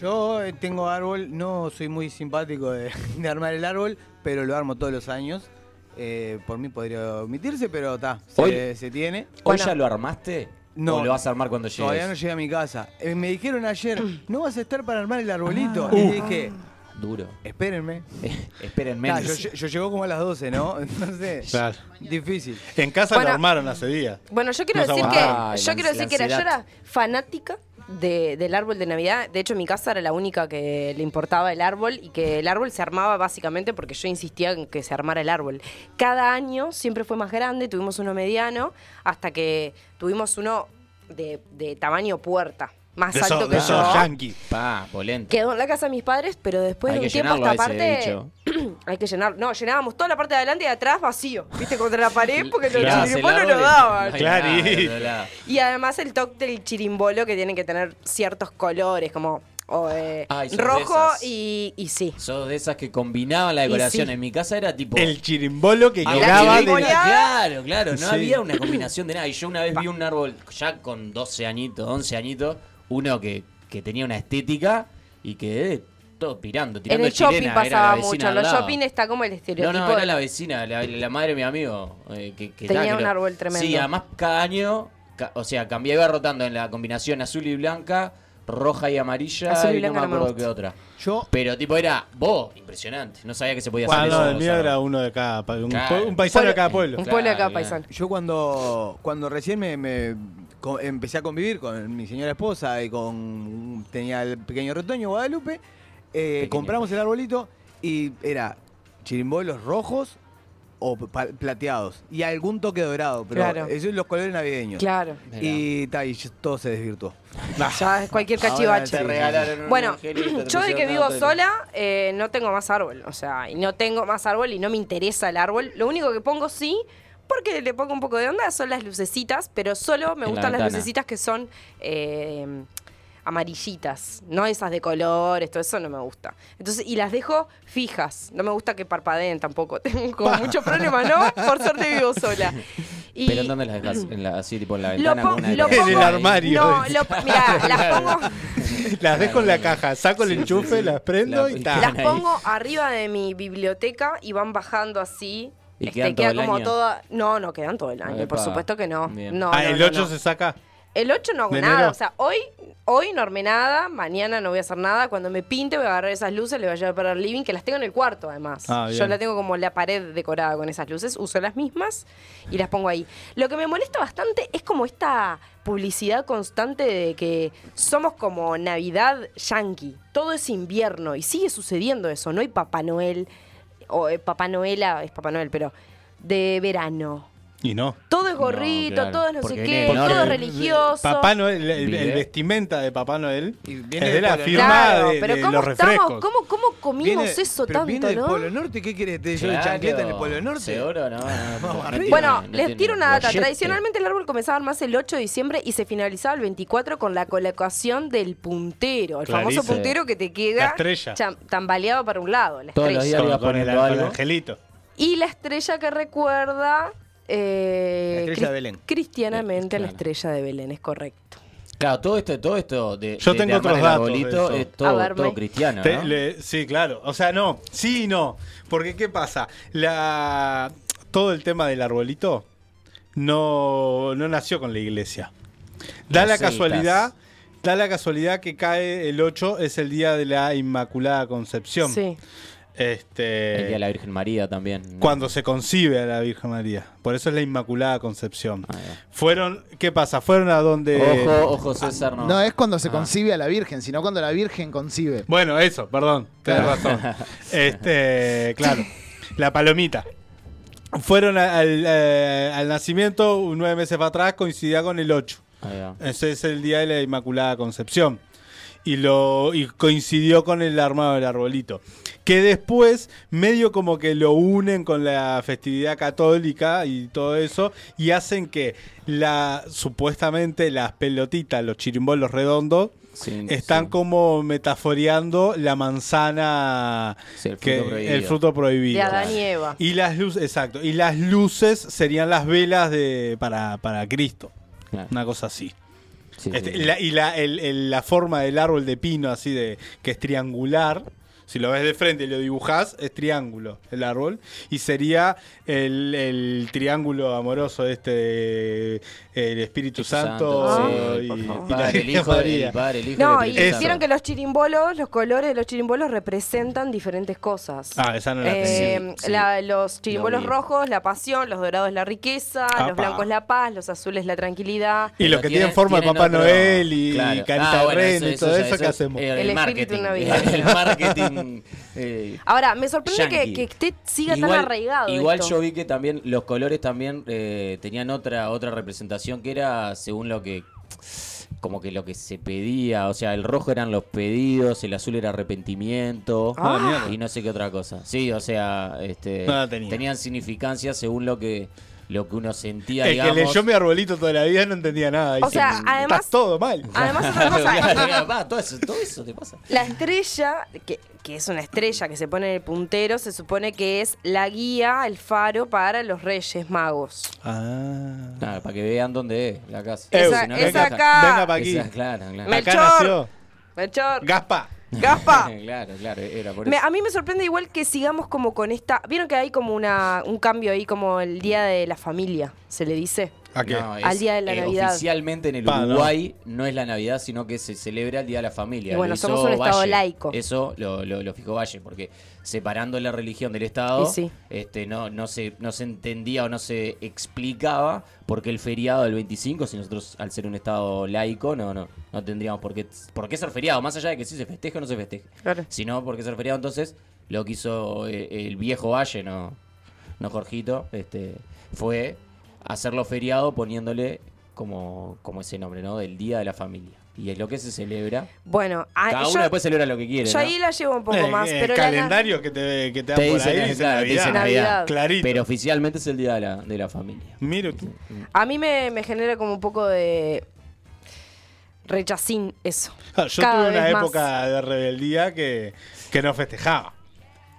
C: Yo eh, tengo árbol, no soy muy simpático de, (laughs) de armar el árbol, pero lo armo todos los años. Eh, por mí podría omitirse, pero está,
F: Hoy-
C: se, se tiene.
F: ¿Hoy
E: Bueno.
F: ya lo armaste?
C: No.
F: ¿O lo vas a armar cuando llegues?
C: Todavía no llegué a mi casa. Eh, me dijeron ayer, no vas a estar para armar el arbolito.
E: Ah.
C: y dije,
F: Duro. (laughs)
C: espérenme.
F: Esperen
C: Nah,
F: menos.
C: Eh, yo, yo- yo llego como a las 12, ¿no? (laughs) Entonces,
G: Claro.
C: difícil.
G: En casa
E: Bueno.
G: lo armaron hace días.
E: Bueno, yo quiero
G: No se
E: decir que
F: aguantaba. Ay,
E: yo
F: la
E: quiero
F: ansi- la
E: decir que era, yo
F: ansiedad.
E: era fanática de- del árbol de Navidad. De hecho, en mi casa era la única que le importaba el árbol y que el árbol se armaba básicamente porque yo insistía en que se armara el árbol. Cada año siempre fue más grande, tuvimos uno mediano hasta que tuvimos uno de, de tamaño puerta, más
G: De
E: alto
G: esos,
E: que
G: de
E: yo.
G: esos yankees.
F: Pa, polenta.
E: Quedó en la casa de mis padres, pero después de
F: Hay que
E: un tiempo
F: llenarlo
E: esta
F: a ese
E: parte (clears throat) hay que llenar. No, llenábamos toda la parte de adelante y de atrás vacío. ¿Viste? Contra la pared porque los
F: Tirás el
E: chiripanos no
F: árbol y-
E: daban.
F: Ay,
G: Claro.
F: nada, del otro lado.
E: Y además el toque del chirimbolo que tienen que tener ciertos colores, como o, eh,
F: Ay, son
E: rojo
F: de esas.
E: y, y sí.
F: Sos de esas que combinaban la
E: Y
F: decoración.
E: sí.
F: En mi casa era tipo...
G: El chirimbolo que
F: Ah,
G: llegaba
F: la
G: de
F: que
E: chirimbolo.
G: la...
F: venía- Claro, claro, no
G: Sí.
F: había una combinación de nada. Y yo una vez vi un árbol ya con 12 añitos, 11 añitos, uno que, que tenía una estética y quedé todo pirando,
E: En
F: tirando
E: el
F: chilena,
E: shopping
F: era la
E: pasaba
F: vecina
E: mucho.
F: al
E: En los
F: lado.
E: shopping está como el
F: No,
E: estereotipo.
F: no, era
E: de-
F: la vecina, la, la madre de mi amigo. eh, que, que
E: Tenía
F: nada,
E: un
F: que lo-
E: árbol tremendo.
F: Sí, además cada año, ca- o sea, cambiaba, iba rotando en la combinación azul y blanca, roja y amarilla
E: Azul y
F: y no me
E: blanca no me
F: acuerdo
E: gusta.
F: qué otra.
C: Yo-
F: Pero tipo era, vos, impresionante. No sabía que se podía hacer
G: Ah,
F: eso.
G: no,
F: o
G: el mío
F: sea,
G: era uno de cada pa- un,
F: Claro.
G: pue- un paisano de cada pueblo.
E: Un pueblo de cada
F: Claro,
E: paisano.
C: Yo cuando, cuando recién me, me co- empecé a convivir con mi señora esposa y con tenía el pequeño retoño Guadalupe, eh,
F: Pequeño.
C: compramos el arbolito y era chirimbolos rojos o pa- plateados y algún toque dorado, pero
E: Claro.
C: esos son los colores navedeños.
E: Claro.
C: Y, ta, y yo- todo se desvirtuó.
E: Ya es cualquier
C: Ahora
E: cachivache.
C: te
F: regalaron un
E: Bueno,
F: angelito, te
E: yo de que
F: pusieron
E: vivo
F: una tele.
E: sola, eh, no tengo más árbol. O sea, y no tengo más árbol y no me interesa el árbol. Lo único que pongo sí, porque le pongo un poco de onda, son las lucecitas, pero solo me
F: En la
E: gustan las
F: ventana.
E: lucecitas que son eh, amarillitas, no esas de colores, todo eso no me gusta. Entonces, y las dejo fijas. No me gusta que parpadeen tampoco. (laughs)
F: (laughs)
E: Tengo muchos problemas, ¿no? Por suerte vivo sola. Y
F: Pero ¿en dónde las dejas? En la- así, tipo en la
E: lo,
F: ventana.
E: pon-
F: con una de
E: lo
F: colores.
E: pongo
G: En el armario.
E: No, lo, mirá,
F: (laughs)
E: las pongo.
G: Las dejo en la caja, saco el enchufe, las prendo
F: La-
G: y tal.
E: Las
F: ahí.
E: pongo arriba de mi biblioteca y van bajando así.
F: ¿Y
E: Este,
F: quedan todo
E: queda
F: el
E: como
F: año? Ah,
E: toda. No, no quedan todo el año, por
F: Epa.
E: supuesto que no.
F: Bien.
E: no
G: ah,
E: no,
G: el
E: no,
G: 8
E: no.
G: se saca.
E: El 8 no hago
G: de
E: nada.
G: enero.
E: O sea, hoy, hoy no armé nada, mañana no voy a hacer nada. Cuando me pinte voy a agarrar esas luces, le voy a llevar para el living, que las tengo en el cuarto además.
G: Ah, bien.
E: Yo la tengo como la pared decorada con esas luces, uso las mismas y las pongo ahí. Lo que me molesta bastante es como esta publicidad constante de que somos como Navidad yankee. Todo es invierno y sigue sucediendo eso. No hay Papá Noel, o eh, Papá Noela, es Papá Noel, pero de verano.
G: Y no.
E: Todo es
F: No,
E: gorrito,
F: claro.
E: todo es no sé
F: Porque
E: qué,
F: viene el
E: todo es
F: norte.
E: religioso.
G: Papá Noel, el- el,
F: Vive.
G: vestimenta de Papá Noel
C: Y
G: es
C: viene
G: de la
C: por el-
G: firma
E: Claro,
G: de,
E: pero
G: de
E: ¿cómo
G: los
E: estamos?
G: refrescos.
E: ¿Cómo, cómo comimos
C: Viene-
E: eso
C: pero viene
E: tanto,
C: del
E: no?
C: Polo Norte, ¿qué quieres? ¿Te lleve
F: Claro.
C: chancleta en el Polo Norte?
F: Seguro, no. no,
G: (laughs)
F: no, no tiene-
E: Bueno,
F: no tiene
E: les tiro una data.
F: guayete.
E: Tradicionalmente el árbol comenzaba a armarse el 8 de diciembre y se finalizaba el 24 con la colocación del puntero, el
G: Clarice.
E: famoso puntero que te queda
G: La estrella.
E: cham- tambaleado para un lado, la
F: Todos los
E: estrella.
F: días.
G: Con,
F: Arriba
G: con el,
F: poniendo
G: con el
F: algo.
G: angelito.
E: Y la estrella que recuerda eh,
C: La estrella de
E: cris-
C: Belén.
E: cristianamente a la
F: Claro.
E: estrella de Belén, es correcto.
F: Claro, todo esto, todo esto de,
G: Yo
F: de-
G: tengo
F: de armar
G: otros datos
F: el
G: de
F: arbolito
G: eso.
F: es
E: A
F: todo,
E: ver,
F: todo
E: May.
F: cristiano,
G: Te-
F: ¿no?
G: le- sí, claro. O sea, no. Sí y no. Porque, ¿qué pasa? La, todo el tema del arbolito no, no nació con la iglesia. Da
F: Los
G: la
F: celtas.
G: casualidad. Da la casualidad que cae el 8, es el día de la Inmaculada Concepción.
E: Sí.
G: Este,
F: El día de la Virgen María también. ¿no?
G: cuando se concibe a la Virgen María. Por eso es la Inmaculada Concepción.
F: Ah, ya.
G: Fueron, ¿qué pasa? Fueron a donde...
F: Ojo, ojo, César, no.
A: No es cuando se
F: Ah.
A: concibe a la Virgen, sino cuando la Virgen concibe.
G: Bueno, eso, perdón, tenés razón.
F: (laughs)
G: Este, claro, la palomita. Fueron a- al, eh, al nacimiento un nueve meses para atrás, coincidía con el 8.
F: Ahí va.
G: Ese es el día de la Inmaculada Concepción. Y, lo, y coincidió con el armado del arbolito. Que después, medio como que lo unen con la festividad católica y todo eso, y hacen que la supuestamente las pelotitas, los chirimbolos redondos,
F: Sí,
G: están
F: sí.
G: como metaforeando la manzana,
F: Sí, el fruto
G: que-
F: prohibido.
G: el fruto prohibido.
E: De Adán y Eva.
G: Y las luces, exacto, y las luces serían las velas de para, para Cristo,
F: Claro.
G: una cosa así.
F: Sí,
G: Este,
F: sí.
G: la- y la, el- el- la forma del árbol de pino, así de que es triangular. Si lo ves de frente y lo dibujás, es triángulo el árbol. Y sería el, el triángulo amoroso este de el Espíritu Santo,
F: sí,
G: y,
F: por favor.
G: y la
F: Padre, el
G: Virgen
F: Hijo,
G: María.
F: el Padre, el Hijo
E: No,
F: y el
E: y
F: Espíritu Santo.
E: hicieron que los chirimbolos, los colores de los chirimbolos representan diferentes cosas. Eh,
G: Ah, esa no la
F: tenía. Sí, sí.
E: la- Los chirimbolos
F: vi.
E: rojos, la pasión, los dorados, la riqueza,
G: Apa.
E: los blancos, la paz, los azules, la tranquilidad.
G: Y
F: Pero
G: los que
F: tienen-
G: tienen forma de
F: tienen
G: Papá
F: otro-
G: Noel y,
F: Claro.
G: y Carita
F: Ah, bueno,
G: de Ren y todo
F: ya,
G: eso, ¿qué
F: es
G: hacemos?
F: El,
E: El espíritu
F: marketing.
E: navideño.
F: (laughs) El marketing. eh,
E: Ahora, me sorprende que,
F: yankee.
E: que usted siga tan arraigado.
F: Igual
E: esto.
F: yo vi que también los colores también eh, tenían otra otra representación que era según lo que como que lo que se pedía, o sea, el rojo eran los pedidos, el azul era arrepentimiento
E: Ah.
F: y no sé qué otra cosa. Sí, o sea, este
G: No la tenía.
F: tenían significancia según lo que lo que uno sentía,
G: El que
F: digamos.
G: leyó mi arbolito toda la vida no entendía nada.
E: O sea,
G: Dice,
E: además-
G: Estás todo mal.
E: Además, otra
G: (laughs)
E: cosa.
F: Claro, va, todo eso, todo eso te pasa.
E: La estrella, que, que es una estrella que se pone en el puntero, se supone que es la guía, el faro para los reyes magos.
G: Ah.
F: Claro, para que vean dónde es la casa.
E: Esa-
F: Si no,
E: esa
F: no-
E: acá.
G: Venga para aquí.
F: Esa- claro, claro.
E: Me-
G: Acá
E: Melchor.
G: nació.
E: Melchor,
G: Gaspa.
E: Gaspa.
F: (laughs) claro, claro, era por
E: Me-
F: eso.
E: a mí me sorprende igual que sigamos como con esta. Vieron que hay como una, un cambio ahí, como el día de la familia, se le dice.
G: ¿A qué?
F: No, es, eh,
E: Al día de la Navidad.
F: Oficialmente en el
G: Pa, ¿no?
F: Uruguay no es la Navidad, sino que se celebra el Día de la Familia.
E: Y bueno,
F: Lo hizo
E: somos un Estado
F: Valle.
E: laico.
F: Eso lo, lo- lo fijó Valle, porque separando la religión del Estado,
E: Y sí.
F: este, no, no, se, no se entendía o no se explicaba por qué el feriado del 25, si nosotros al ser un Estado laico, no, no, no tendríamos por qué, por qué ser feriado, más allá de que si se festeje o no se festeje.
E: Claro.
F: Si no, por qué ser feriado, entonces lo que hizo eh, el viejo Valle, no, no Jorgito, este, fue hacerlo feriado poniéndole como, como ese nombre, ¿no? Del Día de la Familia. Y es lo que se celebra.
E: Bueno, ah,
F: Cada
E: yo,
F: uno después celebra lo que quiere.
E: yo
F: ¿no?
E: ahí la llevo un poco
G: Eh,
E: más.
G: eh,
E: pero la-
G: calendario que te, que te dan
F: Te
G: por
F: dicen,
G: ahí dice
F: claro, te
G: Navidad.
F: dicen
E: Navidad.
G: Clarito.
F: Pero oficialmente es el Día de la, de la Familia.
G: Mire tú.
E: A mí me, me genera como un poco de rechacín eso.
G: Ah, Yo
E: Cada
G: tuve una
E: vez más.
G: época de rebeldía que, que no festejaba.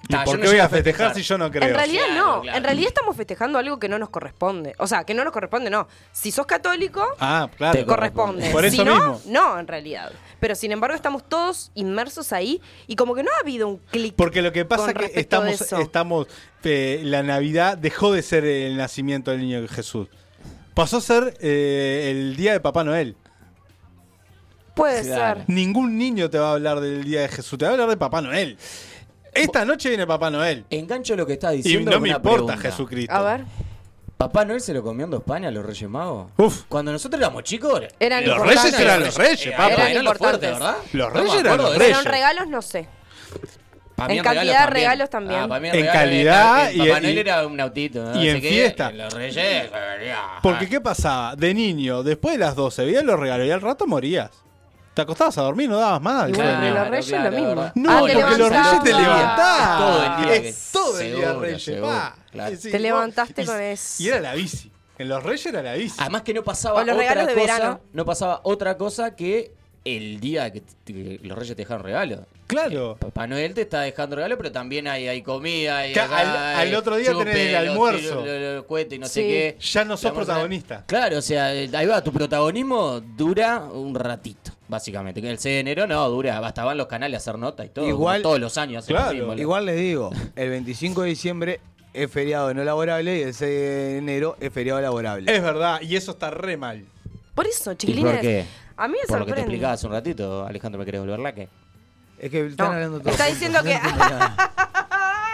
G: ¿Y
F: Ta, yo
G: por
F: no
G: qué voy
F: llego a
G: a festejar
F: festejar.
G: si yo no creo?
E: En realidad
F: Claro,
E: no,
F: claro.
E: en realidad estamos festejando algo que no nos corresponde. O sea, que no nos corresponde, no. Si sos católico,
G: Ah, claro.
F: Te
E: corresponde.
G: Por
E: si
G: eso
E: no,
G: mismo.
E: no, en realidad. Pero sin embargo, estamos todos inmersos ahí y como que no ha habido un clic.
G: Porque lo que pasa
E: con
G: es que
E: respecto de
G: estamos,
E: eso.
G: estamos eh, la Navidad dejó de ser el nacimiento del niño Jesús. Pasó a ser eh, el día de Papá Noel.
E: Puede
F: Claro.
E: ser.
G: Ningún niño te va a hablar del día de Jesús, te va a hablar de Papá Noel. Esta noche viene Papá Noel.
F: Engancho lo que está
G: Y
F: Ah, diciendo.
G: no
F: con
G: me
F: una
G: importa
F: pregunta.
G: Jesucristo.
E: A ver.
F: ¿Papá Noel se lo comió en España a los Reyes Magos?
G: Uf.
F: Cuando nosotros éramos chicos.
E: Eran
G: Los
E: importantes.
G: reyes eran los reyes,
F: Era-
G: papá.
F: era
E: Eran
F: lo fuerte,
E: importantes.
F: ¿verdad?
G: Los
F: No me
G: reyes eran
F: acuerdo
G: los
F: de eso.
E: Pero en
G: Reyes.
E: regalos no sé.
F: Pa' mí
E: En cantidad de regalos también.
F: Ah, pa' mí
G: En
F: regalos
G: calidad
F: era-
G: y-
F: Papá Noel
G: y-
F: era un autito. ¿no?
G: y en
F: Así que
G: fiesta.
F: en Los reyes. ah,
G: Porque ¿qué pasaba? De niño, después de las 12, veías los regalos y al rato morías. Te acostabas a dormir, no dabas más.
E: Y bueno, de los reyes lo mismo.
F: ¿verdad?
G: No,
E: Ah,
G: porque
E: te
G: los reyes
E: levantás.
G: te levantás.
F: Es todo el día que-
G: Es todo el día de
F: seguro,
G: reyes,
F: seguro,
G: pa.
F: claro.
G: Ah, Sí,
E: Te
G: vos-
E: levantaste
G: y-
E: con eso.
G: Y era la bici. En los reyes era la bici.
F: Además que no pasaba
E: O los
F: otra
E: regalos de
F: cosa.
E: verano.
F: No pasaba otra cosa que el día que, te- que los reyes te dejaron regalos.
G: Claro.
F: Papá Noel te está dejando regalos, pero también hay, hay comida, hay, eh,
G: Que al- al otro día tenés el almuerzo.
F: Los, tiros, los- los cohetes y no sé
E: Sí.
F: qué.
G: Ya no sos
F: Digamos,
G: protagonista.
F: Claro, o sea, eh, ahí va, tu protagonismo dura un ratito, básicamente. Que el 6 de enero no, dura, hasta van los canales a hacer nota y todo.
C: Igual-
F: todos los años. hacen lo
G: Claro.
F: mismo.
C: Igual les digo, el 25 de diciembre es feriado no laborable y el 6 de enero es feriado laborable.
G: Es verdad, y eso está re mal.
E: Por eso,
F: ¿Y
E: chiquilines.
F: por qué?
E: A mí me
F: Por lo que te
E: sorprende.
F: explicaba hace un ratito, Alejandro, ¿me querés volver la que?
C: Es que están
E: No,
C: hablando todos
E: está
C: juntos,
E: diciendo
C: no
F: (laughs)
E: que-
C: entiendo nada.
E: (laughs)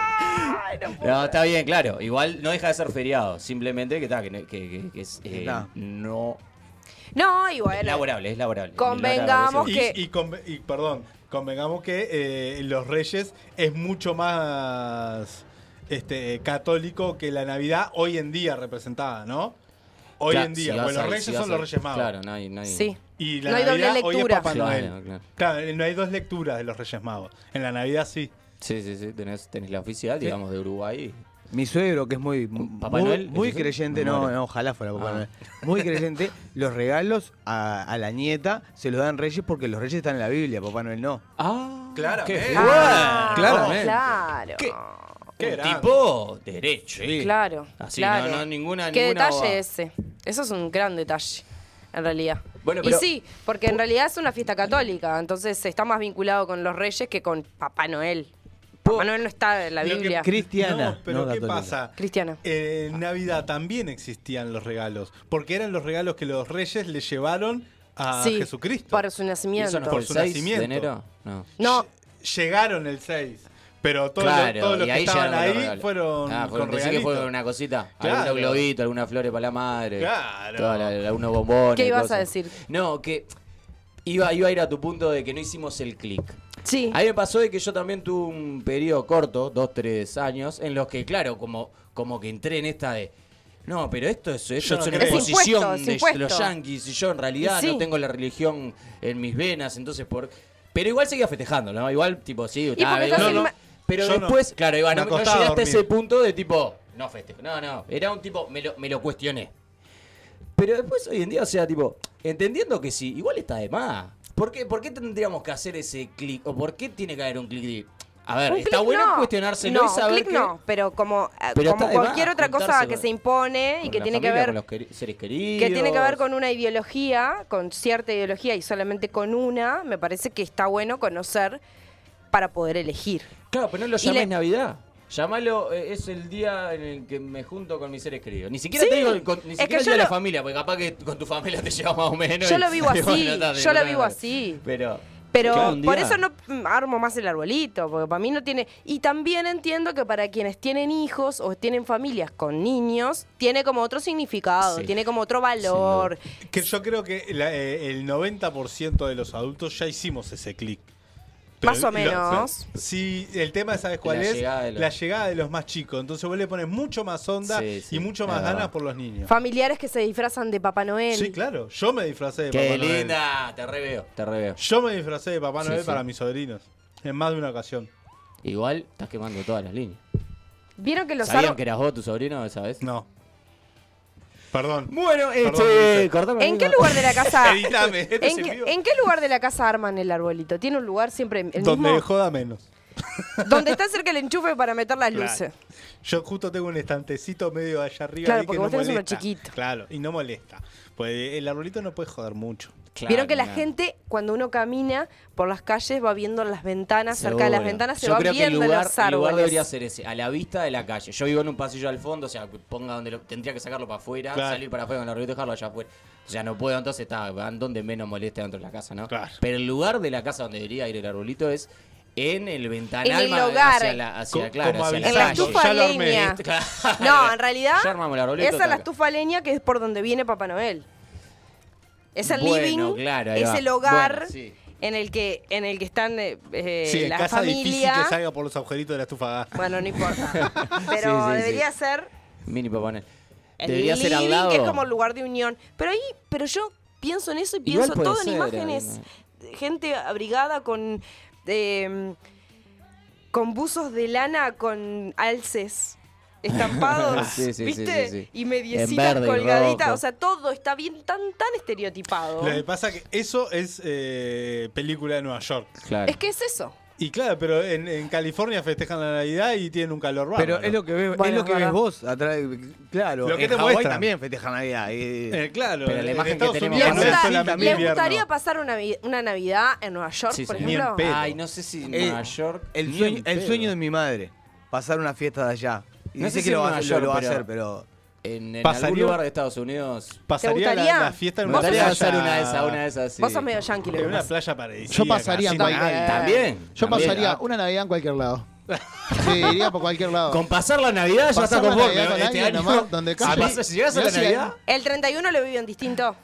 F: No, está bien, claro. Igual no deja de ser feriado. Simplemente que, ta, que, que- que- que es eh,
C: Está.
F: no
E: No, y bueno.
F: es laborable, es laborable.
E: Convengamos
F: Es
G: Y,
E: que-
G: y conve- y, perdón, convengamos que eh, los reyes es mucho más este, católico que la Navidad hoy en día representada, ¿no? Hoy
F: Claro,
G: en
F: si
G: día,
F: vas
G: pues los
F: a-
G: reyes
F: si vas
G: son
F: a-
G: los reyes magos.
F: Claro, no hay. No hay
E: Sí.
G: Y la
E: No hay doble
G: Navidad hoy es
E: lectura.
G: Papá
F: Claro,
G: Noel.
F: claro.
G: Claro. eh, no hay dos lecturas de los Reyes Magos. En la Navidad sí.
F: Sí, sí, sí. Tenés, tenés la oficial, digamos, de Uruguay.
C: Mi suegro, que es muy,
F: Papá
C: muy,
F: Noel?
C: muy
F: ¿Es eso?
C: creyente,
F: Me
C: no,
F: muero.
C: no, ojalá fuera Papá
F: Ah.
C: Noel. Muy creyente, los regalos a, a la nieta se los dan reyes porque los reyes están en la Biblia, Papá Noel no.
F: Ah,
G: Claramente.
F: qué
G: Bueno,
E: Ah,
C: claramente.
E: Claro.
F: ¿Qué?
G: Qué
F: Un
G: grande.
F: tipo derecho, ¿eh?
E: Claro.
F: Así,
E: claro.
F: no, no, ninguna.
E: Qué
F: ninguna
E: detalle
F: boba.
E: ese. Eso es un gran detalle, en realidad.
F: Bueno,
E: y
F: pero-
E: sí, porque en realidad es una fiesta católica, entonces está más vinculado con los reyes que con Papá Noel. Papá Noel no está en la
G: Lo que
E: Biblia
C: cre- Cristiana,
G: No, pero
C: no
G: ¿qué
C: católica.
G: pasa?
E: cristiana.
G: Eh, en Navidad también existían los regalos. Porque eran los regalos que los reyes le llevaron a
E: sí,
G: Jesucristo.
E: Para su
F: ¿Y
E: nacimiento.
F: eso no fue
G: Por
F: el
G: su
F: 6 de
G: nacimiento.
F: enero? No.
E: No,
G: Llegaron el 6. Pero todos
F: claro,
G: los, todos los
F: y
G: que
F: ahí
G: estaban
F: llegaron con los
G: ahí
F: regalos.
G: fueron
F: ah,
G: con
F: fueron, decí que
G: regalitos.
F: fue una cosita,
G: Claro.
F: algún globito, alguna flores para la madre,
G: Claro.
F: toda la- la- unos bombones.
E: ¿Qué ibas
F: cosas.
E: a decir?
F: No, que iba, iba a ir a tu punto de que no hicimos el clic.
E: sí.
F: A mí me pasó de que yo también tuve un periodo corto, dos, tres años, en los que, claro, como, como que entré en esta de. No, pero esto es, esto
G: Yo no
F: es una
G: creo". Es
F: imposición
E: impuesto, es
F: de
E: impuesto.
F: los yanquis y yo en realidad
E: Y sí.
F: no tengo la religión en mis venas, entonces por. Pero igual seguía festejando, ¿no? Igual, tipo, sí,
E: porque
F: ah,
E: estás
F: igual-
E: en ma-
F: Pero
G: Yo no.
F: después, claro, Iván,
G: Me
F: no, no
G: acostaba a
F: llegaste a
G: dormir.
F: ese punto de tipo, no festejo, no, no. Era un tipo, me lo, me lo cuestioné. Pero después hoy en día, o sea, tipo, entendiendo que sí, igual está de más. ¿Por qué, por qué tendríamos que hacer ese clic? ¿O por qué tiene que haber un clic de... A ver,
E: Un
F: está
E: clic
F: bueno
E: no.
F: cuestionárselo
E: no,
F: y
E: un
F: saber
E: clic
F: que...
E: no, pero como, eh,
F: Pero
E: como
F: está de más
E: cualquier otra cosa
F: juntarse
E: que
F: con-
E: se impone y
F: con
E: que
F: la
E: tiene que ver
F: familia, Con los queri- seres queridos.
E: que tiene que ver con una ideología, con cierta ideología y solamente con una, me parece que está bueno conocer para poder elegir.
F: Claro, pero no lo
E: Y le-
F: (laughs) llames Navidad. Llamalo, eh, es el día en el que me junto con mis seres queridos. Ni siquiera
E: Sí.
F: te digo el- con- ni
E: Es
F: siquiera
E: que
F: el
E: yo
F: día de la
E: lo-
F: familia, porque capaz que con tu familia te llevas más o menos.
E: Yo
F: y- (laughs)
E: lo vivo
F: y bueno,
E: así,
F: está,
E: yo lo
F: claro.
E: vivo así.
F: Pero.
E: Pero
F: Claro, un
E: por
F: día.
E: eso no mm, armo más el arbolito, porque para mí no tiene... Y también entiendo que para quienes tienen hijos o tienen familias con niños, tiene como otro significado,
F: Sí.
E: tiene como otro valor.
G: Que yo creo que la- eh, el 90% de los adultos ya hicimos ese clic. Pero
E: Más o
G: lo-
E: menos.
G: sí, el tema, ¿sabes cuál
F: La
G: es?
F: llegada de los-
G: La llegada de los más chicos. Entonces vos le pones mucho más onda
F: Sí, sí,
G: y mucho
F: es
G: más
F: verdad.
G: ganas por los niños.
E: Familiares que se disfrazan de Papá Noel.
G: Sí, claro. Yo me disfracé de
F: Qué
G: Papá Noel.
F: linda, te reveo, te reveo.
G: Yo me disfracé de Papá
F: Sí,
G: Noel
F: sí.
G: para mis sobrinos. En más de una ocasión.
F: Igual estás quemando todas las líneas.
E: ¿Vieron que los
F: ¿Sabían
E: árboles-
F: que eras vos tu sobrino esa vez?
G: No. este, Perdón.
F: Bueno, este,
G: Luisa.
F: cortame.
E: ¿En qué lugar de la casa?
G: (laughs) Editame, esto es
E: ¿En,
G: en
E: qué,
G: vivo.
E: en qué lugar de la casa arman el arbolito? ¿Tiene un lugar siempre el
G: Donde
E: mismo?
G: joda menos.
E: (laughs) Donde está cerca el enchufe para meter las
G: Claro.
E: luces.
G: Yo justo tengo un estantecito medio allá arriba.
E: Claro,
G: ahí
E: porque
G: que
E: vos
G: no
E: tenés uno
G: molesta.
E: chiquito.
G: Claro, y no molesta. Pues el arbolito no puede joder mucho.
E: Vieron que la gente, cuando uno camina por las calles, va viendo las ventanas, cerca de las ventanas, se
F: Yo
E: va
F: creo que el
E: viendo
F: lugar,
E: los
F: el lugar debería
E: árboles.
F: ser ese, a la vista de la calle. Yo vivo en un pasillo al fondo, o sea, que ponga donde lo- tendría que sacarlo para afuera,
G: Claro.
F: salir para afuera con el arbolito y dejarlo allá afuera. O sea, no puedo, entonces está, van donde menos moleste dentro de la casa, ¿no?
G: Claro.
F: Pero el lugar de la casa donde debería ir el arbolito es en el ventanal
E: En el
F: más
E: hogar.
F: hacia la, hacia,
G: Co-
F: claro,
G: como
F: hacia la
E: En la
G: avisando.
F: calle.
E: estufa
G: Ya lo
E: de
G: armé.
E: leña.
F: Claro.
E: (laughs) No, en realidad,
F: Ya armamos el arbolito,
E: esa es la
F: taca.
E: estufa de leña que es por donde viene Papá Noel. Es el
F: Bueno,
E: living,
F: claro, ahí
E: es
F: va.
E: el hogar
F: Bueno, sí.
E: en el que en el que están eh, eh,
G: sí, en
E: la
G: casa difícil
E: familia.
G: que salga por los agujeritos de la estufa de gas.
E: Bueno, no importa.
F: Sí,
E: (laughs) Pero
F: sí, sí.
E: debería ser
F: Mini Papá Noel.
E: el
F: Debería ser al
E: living,
F: lado.
E: que es como el lugar de unión. Pero ahí, pero yo pienso en eso y
F: Igual
E: pienso
F: puede
E: todo en
F: ser, eh.
E: imágenes. de Gente abrigada con. eh, con buzos de lana con
F: (laughs)
E: alces estampados,
F: Sí, sí, sí,
E: ¿viste?
F: sí, sí.
E: Y
F: En
E: mediecitas
F: verde y
E: colgaditas.
F: rojo.
E: O sea, todo está bien tan, tan estereotipado.
G: Lo que pasa que eso es eh, película de Nueva York.
F: Claro.
E: Es que es eso.
G: Y claro, pero en, en California festejan la Navidad y tienen un calor bárbaro.
C: Pero es lo que ves,
E: Bueno,
C: es lo
E: es
C: que ves
E: verdad.
C: vos. atrás- claro,
G: Lo que
C: en
G: te
C: Hawái
G: muestran.
C: también festejan Navidad. eh.
G: Eh, claro,
F: Pero la
G: en- en
F: imagen que
G: Estados
F: tenemos
G: Unidos
E: ¿Les,
G: no es
E: gusta-
G: solamente
E: les
G: invierno.
E: gustaría pasar una, vi- una Navidad en Nueva York,
F: Sí,
E: por
F: sí.
G: Ni en
E: ejemplo?
G: pedo.
F: Ay, no sé si en
C: Eh,
F: Nueva York.
C: El
F: ni
C: sueño,
F: en
C: el
F: pedo.
C: sueño de mi madre, pasar una fiesta de allá. Y
F: No
C: dice
F: sé si
C: que lo,
F: en
C: va, a
F: Nueva
C: hacer-
F: York,
C: lo va
F: pero-
C: a hacer, pero
F: En, en
G: Pasaría-
F: algún lugar de Estados Unidos.
G: Pasaría la,
E: gustaría?
G: la fiesta en
F: Me
G: una
F: gustaría
G: playa.
F: hacer una de esas, una de esas. sí.
E: Vos sos medio yankee, lo que
G: En una
E: pasa.
G: playa parecida.
A: Yo pasaría en Bahía.
F: También.
A: Yo
F: también.
A: pasaría
F: Ah,
A: una Navidad en cualquier lado. Sí, iría por cualquier lado.
F: Con pasar la Navidad ya está
A: Pasar la
F: conforme.
A: Navidad con
F: ¿no? Este
A: alguien nomás, donde
F: si
A: caiga.
F: pasas- si llegas a la
A: Mirá si hay-
F: Navidad.
E: El 31 lo viven distinto.
F: Ah.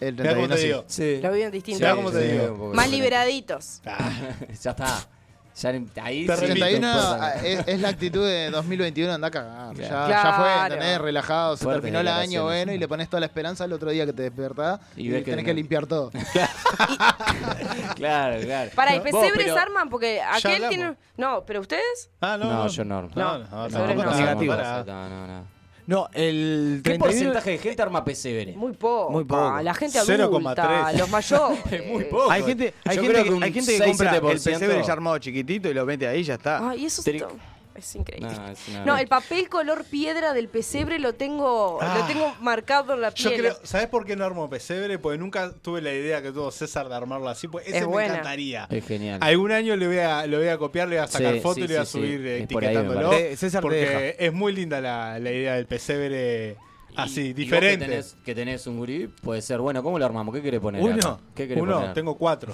A: El
G: Mirá cómo
A: 31
G: te
A: sí.
G: digo.
F: Sí.
E: Lo viven
F: Sí,
E: distinto.
G: Mirá cómo te
F: sí,
G: digo.
F: un poco
E: Más
F: diferente.
E: liberaditos.
F: Ya está. Ya en- ahí
G: Te
F: sí.
G: repito.
A: 31
F: Pasa.
A: es, es la actitud de 2021, anda a cagar. Ya,
F: Claro.
A: ya fue,
E: Claro.
A: ¿entendés? Relajado, se
F: Fuertes
A: terminó el año,
F: declaraciones.
A: bueno, y le pones toda la esperanza al otro día que te despertás
F: Y
A: y,
F: ves que
A: tenés
F: no.
A: que limpiar todo.
F: (laughs) Claro, claro.
E: Para, el
F: Vos,
E: pesebres
F: pero-
E: arman porque aquel
G: hablamos.
E: tiene. No, pero ustedes.
G: Ah, no,
F: No, yo no.
G: No,
E: No,
G: no, no,
E: sobre
G: tampoco
E: no.
G: estamos
C: Negativo.
G: para-
F: No, no, no.
C: no, el
F: ¿Qué
C: 31
F: porcentaje de gente arma pesebre?
E: Muy poco.
C: Muy poco.
E: La gente
G: 0,3.
E: adulta, los
F: (laughs)
E: mayores.
F: Muy poco.
C: Hay gente, hay
F: Yo
C: gente
F: creo
C: que,
F: un
C: hay gente que
F: 6,
C: compra el
F: 7%.
C: pesebre ya armado chiquitito y lo mete ahí y ya está.
E: Ay, eso
F: Tric.
E: es, to- es increíble.
F: No, es una-
E: No, el papel color piedra del pesebre lo tengo,
G: Ah.
E: lo tengo marcado en la
G: Yo
E: piel.
G: creo, ¿sabes por qué no armo pesebre? Porque nunca tuve la idea que tuvo César de armarlo así, porque ese
E: Es
G: me
E: buena.
G: encantaría.
F: Es genial.
G: Algún año le voy a, lo voy a copiar, le voy a sacar
F: Sí,
G: foto
F: sí,
G: y le voy a
F: sí,
G: subir
F: sí.
G: eh,
F: Es por ahí, me
G: etiquetándolo.
C: parece. Eh, César te
G: porque
C: deja.
G: es muy linda la, la idea del pesebre
F: Y-
G: así,
F: y vos
G: diferente.
F: que, tenés, que tenés un gurí, puede ser. Bueno, ¿cómo lo armamos? ¿Qué querés poner?
C: Uno.
F: acá? ¿Qué querés
G: Uno,
F: poner?
G: tengo cuatro.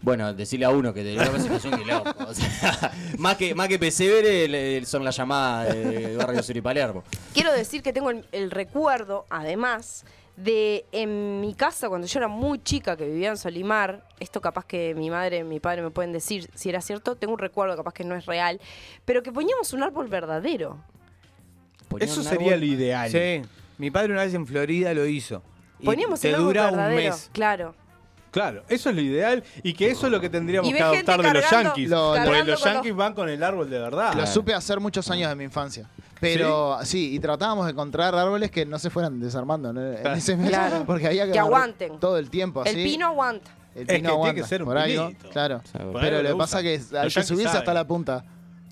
F: Bueno, decirle a uno que te lo que se pasó un quilombo. (laughs) O sea, más que, más que pesebre le- son las llamadas de Barrio Sur y Palermo.
E: Quiero decir que tengo el, el recuerdo, además, de en mi casa, cuando yo era muy chica, que vivía en Solimar, esto capaz que mi madre, mi padre me pueden decir si era cierto, tengo un recuerdo capaz que no es real, pero que poníamos un árbol verdadero.
F: Ponían
G: Eso
F: un
G: sería
F: árbol-
G: lo ideal.
C: Sí, mi padre una vez en Florida lo hizo. Y
E: Poníamos
C: te
E: el árbol
C: dura
E: verdadero.
C: un mes.
E: Claro.
G: Claro, eso es lo ideal y que eso es lo que tendríamos
E: Y
G: que
E: ves gente
G: adoptar de los
E: cargando-
G: yankees.
A: Lo-
G: porque
E: cargando
G: los
E: con los-
G: yankees van con el árbol de verdad.
A: Lo supe hacer muchos años de mi infancia. Pero ¿Sí? y tratábamos de encontrar árboles que no se fueran desarmando ¿no? en ese mes.
E: Claro.
A: Porque había que,
E: Que
A: agarrar
E: aguanten.
A: Todo el tiempo así.
E: El pino aguanta.
A: El
G: Es que
A: pino
G: tiene
A: aguanta,
G: que ser un
A: por algo,
G: pinito.
A: Claro.
F: sea, por
A: Pero
G: algo
A: lo
G: lo
A: que pasa
G: usan.
A: que
G: Los
A: hay que
G: yankees
A: subirse
G: saben.
A: hasta la punta.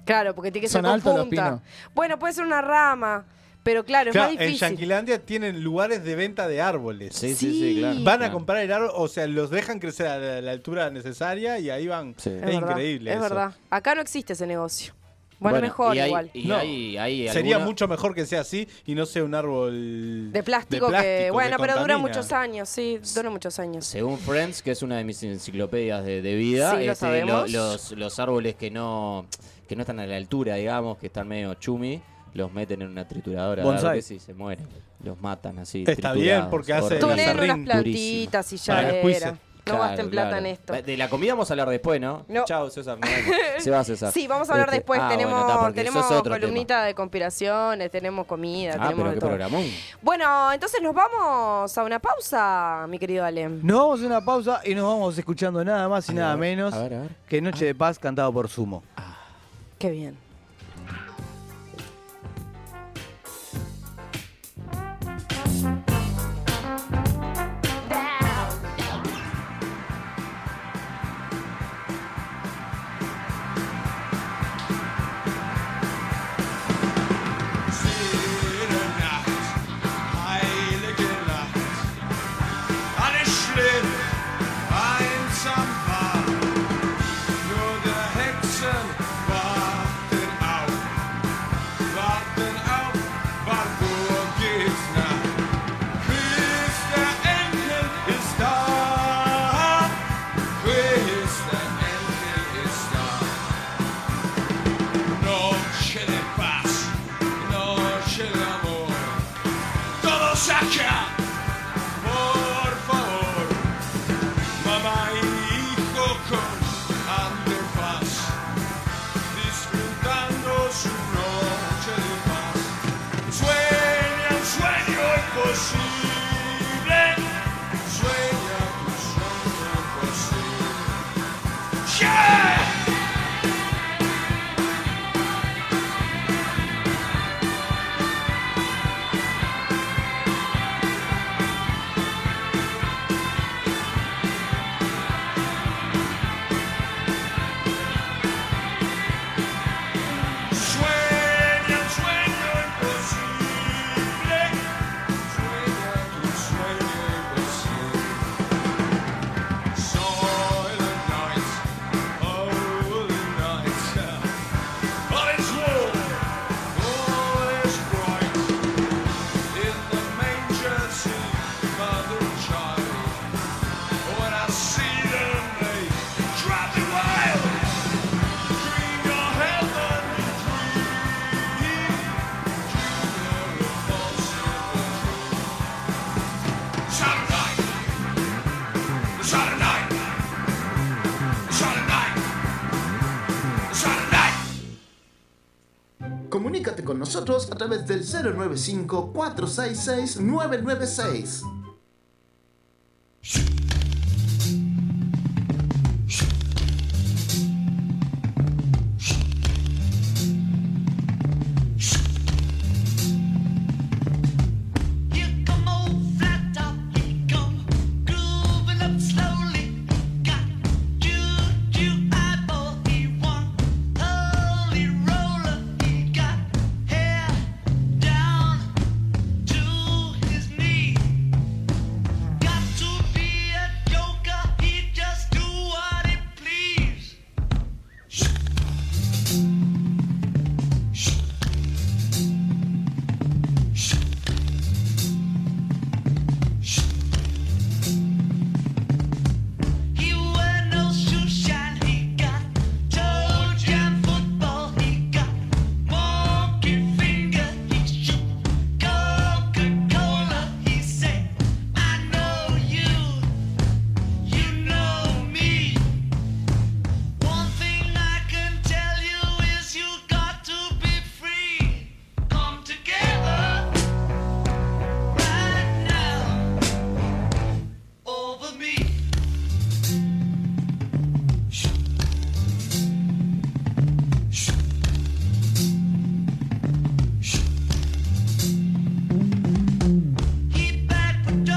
E: Claro, porque tiene que ser
A: Son
E: con
A: altos los
E: punta.
A: pinos.
E: Bueno, puede ser una rama, pero claro,
G: Claro,
E: es más
G: en
E: difícil.
G: Yanquilandia tienen lugares de venta de árboles.
F: Sí, sí, sí,
E: Sí.
F: claro.
G: Van a
F: Claro.
G: comprar el árbol, o sea, los dejan crecer a la, la altura necesaria y ahí van.
F: Sí.
G: Es,
E: verdad,
G: increíble.
E: Es
G: eso.
E: verdad. Acá no existe ese negocio. Bueno, mejor
F: y hay-
E: igual.
F: y
G: No.
F: hay- hay
G: Sería
F: alguna-
G: mucho mejor que sea así y no sea un árbol
E: De plástico, que.
G: plástico
E: Bueno, pero dura
G: contamina.
E: muchos años, sí, dura muchos años.
F: Según Friends, que es una de mis enciclopedias de, de vida, este,
E: Sí, lo sabemos.
F: los, los árboles que no, que no están a la altura, digamos, que están medio chumi, los meten en una trituradora. de
C: Bonsai.
F: árboles y se mueren. Los matan así.
G: Está
F: triturados,
G: bien, porque hace
F: horrible.
E: Tú
G: el
E: en unas
G: azarrín.
E: plantitas y ya
G: Para los quizzes.
E: era. No
F: Claro,
E: gasten plata
F: claro.
E: en esto.
F: De la comida vamos a hablar después, ¿no?
E: No.
F: Chao, César. nos
E: (laughs)
F: vemos. Se va César.
E: Sí, vamos a hablar
F: Este,
E: después.
F: ah, bueno,
E: tenemos
F: está, porque eso es
E: tenemos
F: otro
E: columnita de conspiraciones, tenemos comida,
F: tema. Ah,
E: tenemos
F: pero
E: de
F: qué
E: todo.
F: programón.
E: Bueno, entonces nos vamos a una pausa, mi querido Alem.
C: Nos vamos a una pausa y nos vamos escuchando nada más y nada
F: ver,
C: menos
F: a ver, a ver.
C: que Noche de Paz cantado por Sumo.
E: Qué bien.
D: Noche de paz, noche de amor. Todos acá, por favor. Mamá y hijo con antepas, disfrutando su noche de paz. Sueña un sueño imposible, sueña tu sueño imposible. Yeah! Sueña un sueño imposible, sueña tu sueño imposible. Silent night, holy night, all is warm, all is bright. In the manger, see mother and child. When I see them, they drive me wild. Dream your heavenly dream, dream your impossible dream. Saturday night, Saturday night, Saturday night, Saturday night.
H: Comunícate con nosotros a través del 095-466-996.
I: Down to his knee.
D: oh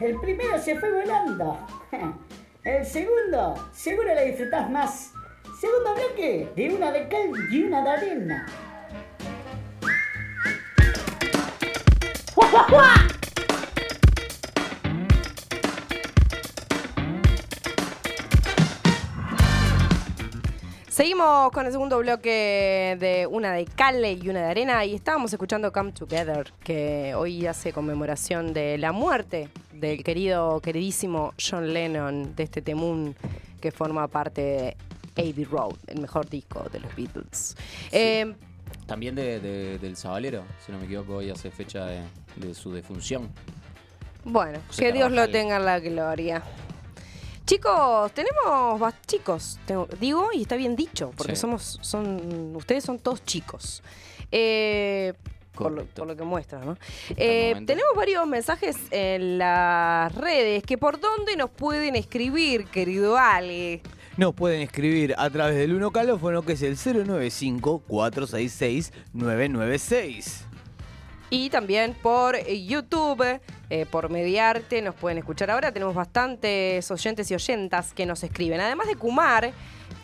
I: El primero se fue volando. (laughs) El segundo, seguro la disfrutás más. Segundo bloque, de una de cal y una de arena.
E: Seguimos con el segundo bloque de una de Cale y una de Arena y estábamos escuchando Come Together, que hoy hace conmemoración de la muerte del querido, queridísimo John Lennon de este temún que forma parte de Abbey Road, el mejor disco de los Beatles. Eh,
F: También de- de- del Sabalero, si no me equivoco, hoy hace fecha de, de su defunción.
E: Bueno,
F: José
E: que Dios lo
F: Carvajal.
E: tenga en la gloria. Chicos, tenemos bas- chicos, tengo- digo, y está bien dicho, porque
F: Sí.
E: somos, son, ustedes son todos chicos. Eh, por, lo,
F: Correcto.
E: por lo que muestra, ¿no?
F: el
E: Eh,
F: momento.
E: tenemos varios mensajes en las redes, que por dónde nos pueden escribir, querido Ale.
C: Nos pueden escribir a través del uno calófono que es el 095-466-996.
E: Y también por YouTube, eh, por Mediarte, nos pueden escuchar ahora. Tenemos bastantes oyentes y oyentas que nos escriben. Además de Kumar,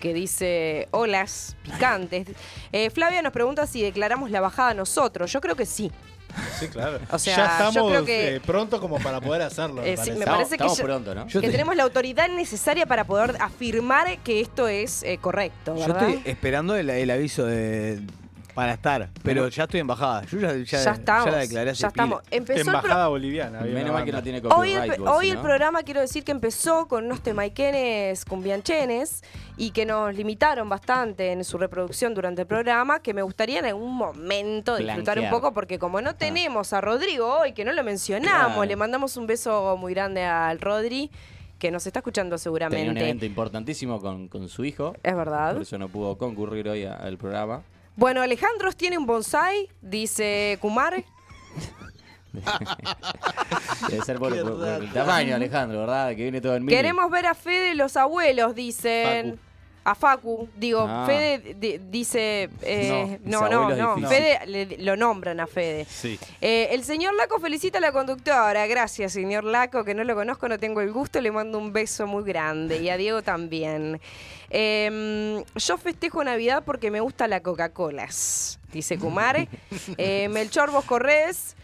E: que dice olas picantes. eh, Flavia nos pregunta si declaramos la bajada nosotros. Yo creo que sí.
G: Sí, claro.
E: O sea,
G: ya
E: yo
G: estamos
E: creo que-
G: eh, pronto como para poder hacerlo.
E: Eh, sí, me
F: Estamos-
E: parece que
F: estamos
E: yo-
F: pronto, ¿no?
C: Yo
E: que
C: te-
E: tenemos la autoridad necesaria para poder afirmar que esto es eh, correcto,
C: Yo
E: ¿verdad?
C: estoy esperando el, el aviso de para estar, pero ya estoy en bajada. Yo ya, ya,
E: ya estamos.
C: ya
E: Ya,
C: la declaré hace pila.
E: estamos. Empezó el pro-
G: Embajada boliviana. había
F: Menos
G: una
F: mal que
G: banda.
F: no tiene
E: Hoy,
F: copyright.
E: el,
F: porque
E: hoy
F: si
E: el
F: no-
E: programa quiero decir que empezó con unos temaiquenes cumbianchenes y que nos limitaron bastante en su reproducción durante el programa, que me gustaría en algún momento disfrutar un
F: Blanquear.
E: poco, porque como no tenemos a Rodrigo hoy, que no lo mencionamos,
F: Claro.
E: le mandamos un beso muy grande al Rodri, que nos está escuchando seguramente.
F: Tenía un evento importantísimo con, con su hijo.
E: Es verdad.
F: Por eso no pudo concurrir hoy a-
G: (laughs)
F: al programa.
E: Bueno, Alejandros tiene un bonsai, dice Kumar.
F: Debe ser por, por- por el tamaño, Alejandro, ¿verdad? Que viene todo en mini.
E: Queremos ver a Fede los abuelos, dicen. A Facu, digo,
F: Ah.
E: Fede di- dice. eh,
F: No,
E: no,
F: mis
E: no,
F: abuelos
E: no.
F: difícil.
E: Fede le- lo nombran a Fede.
G: Sí.
E: Eh, el señor Laco felicita a la conductora. Gracias, señor Laco, que no lo conozco, no tengo el gusto. Le mando un beso muy grande. Y a Diego también. Eh, yo festejo Navidad porque me gusta la Coca-Cola. Dice
F: (laughs)
E: Kumar. Eh, Melchor Boscorrés.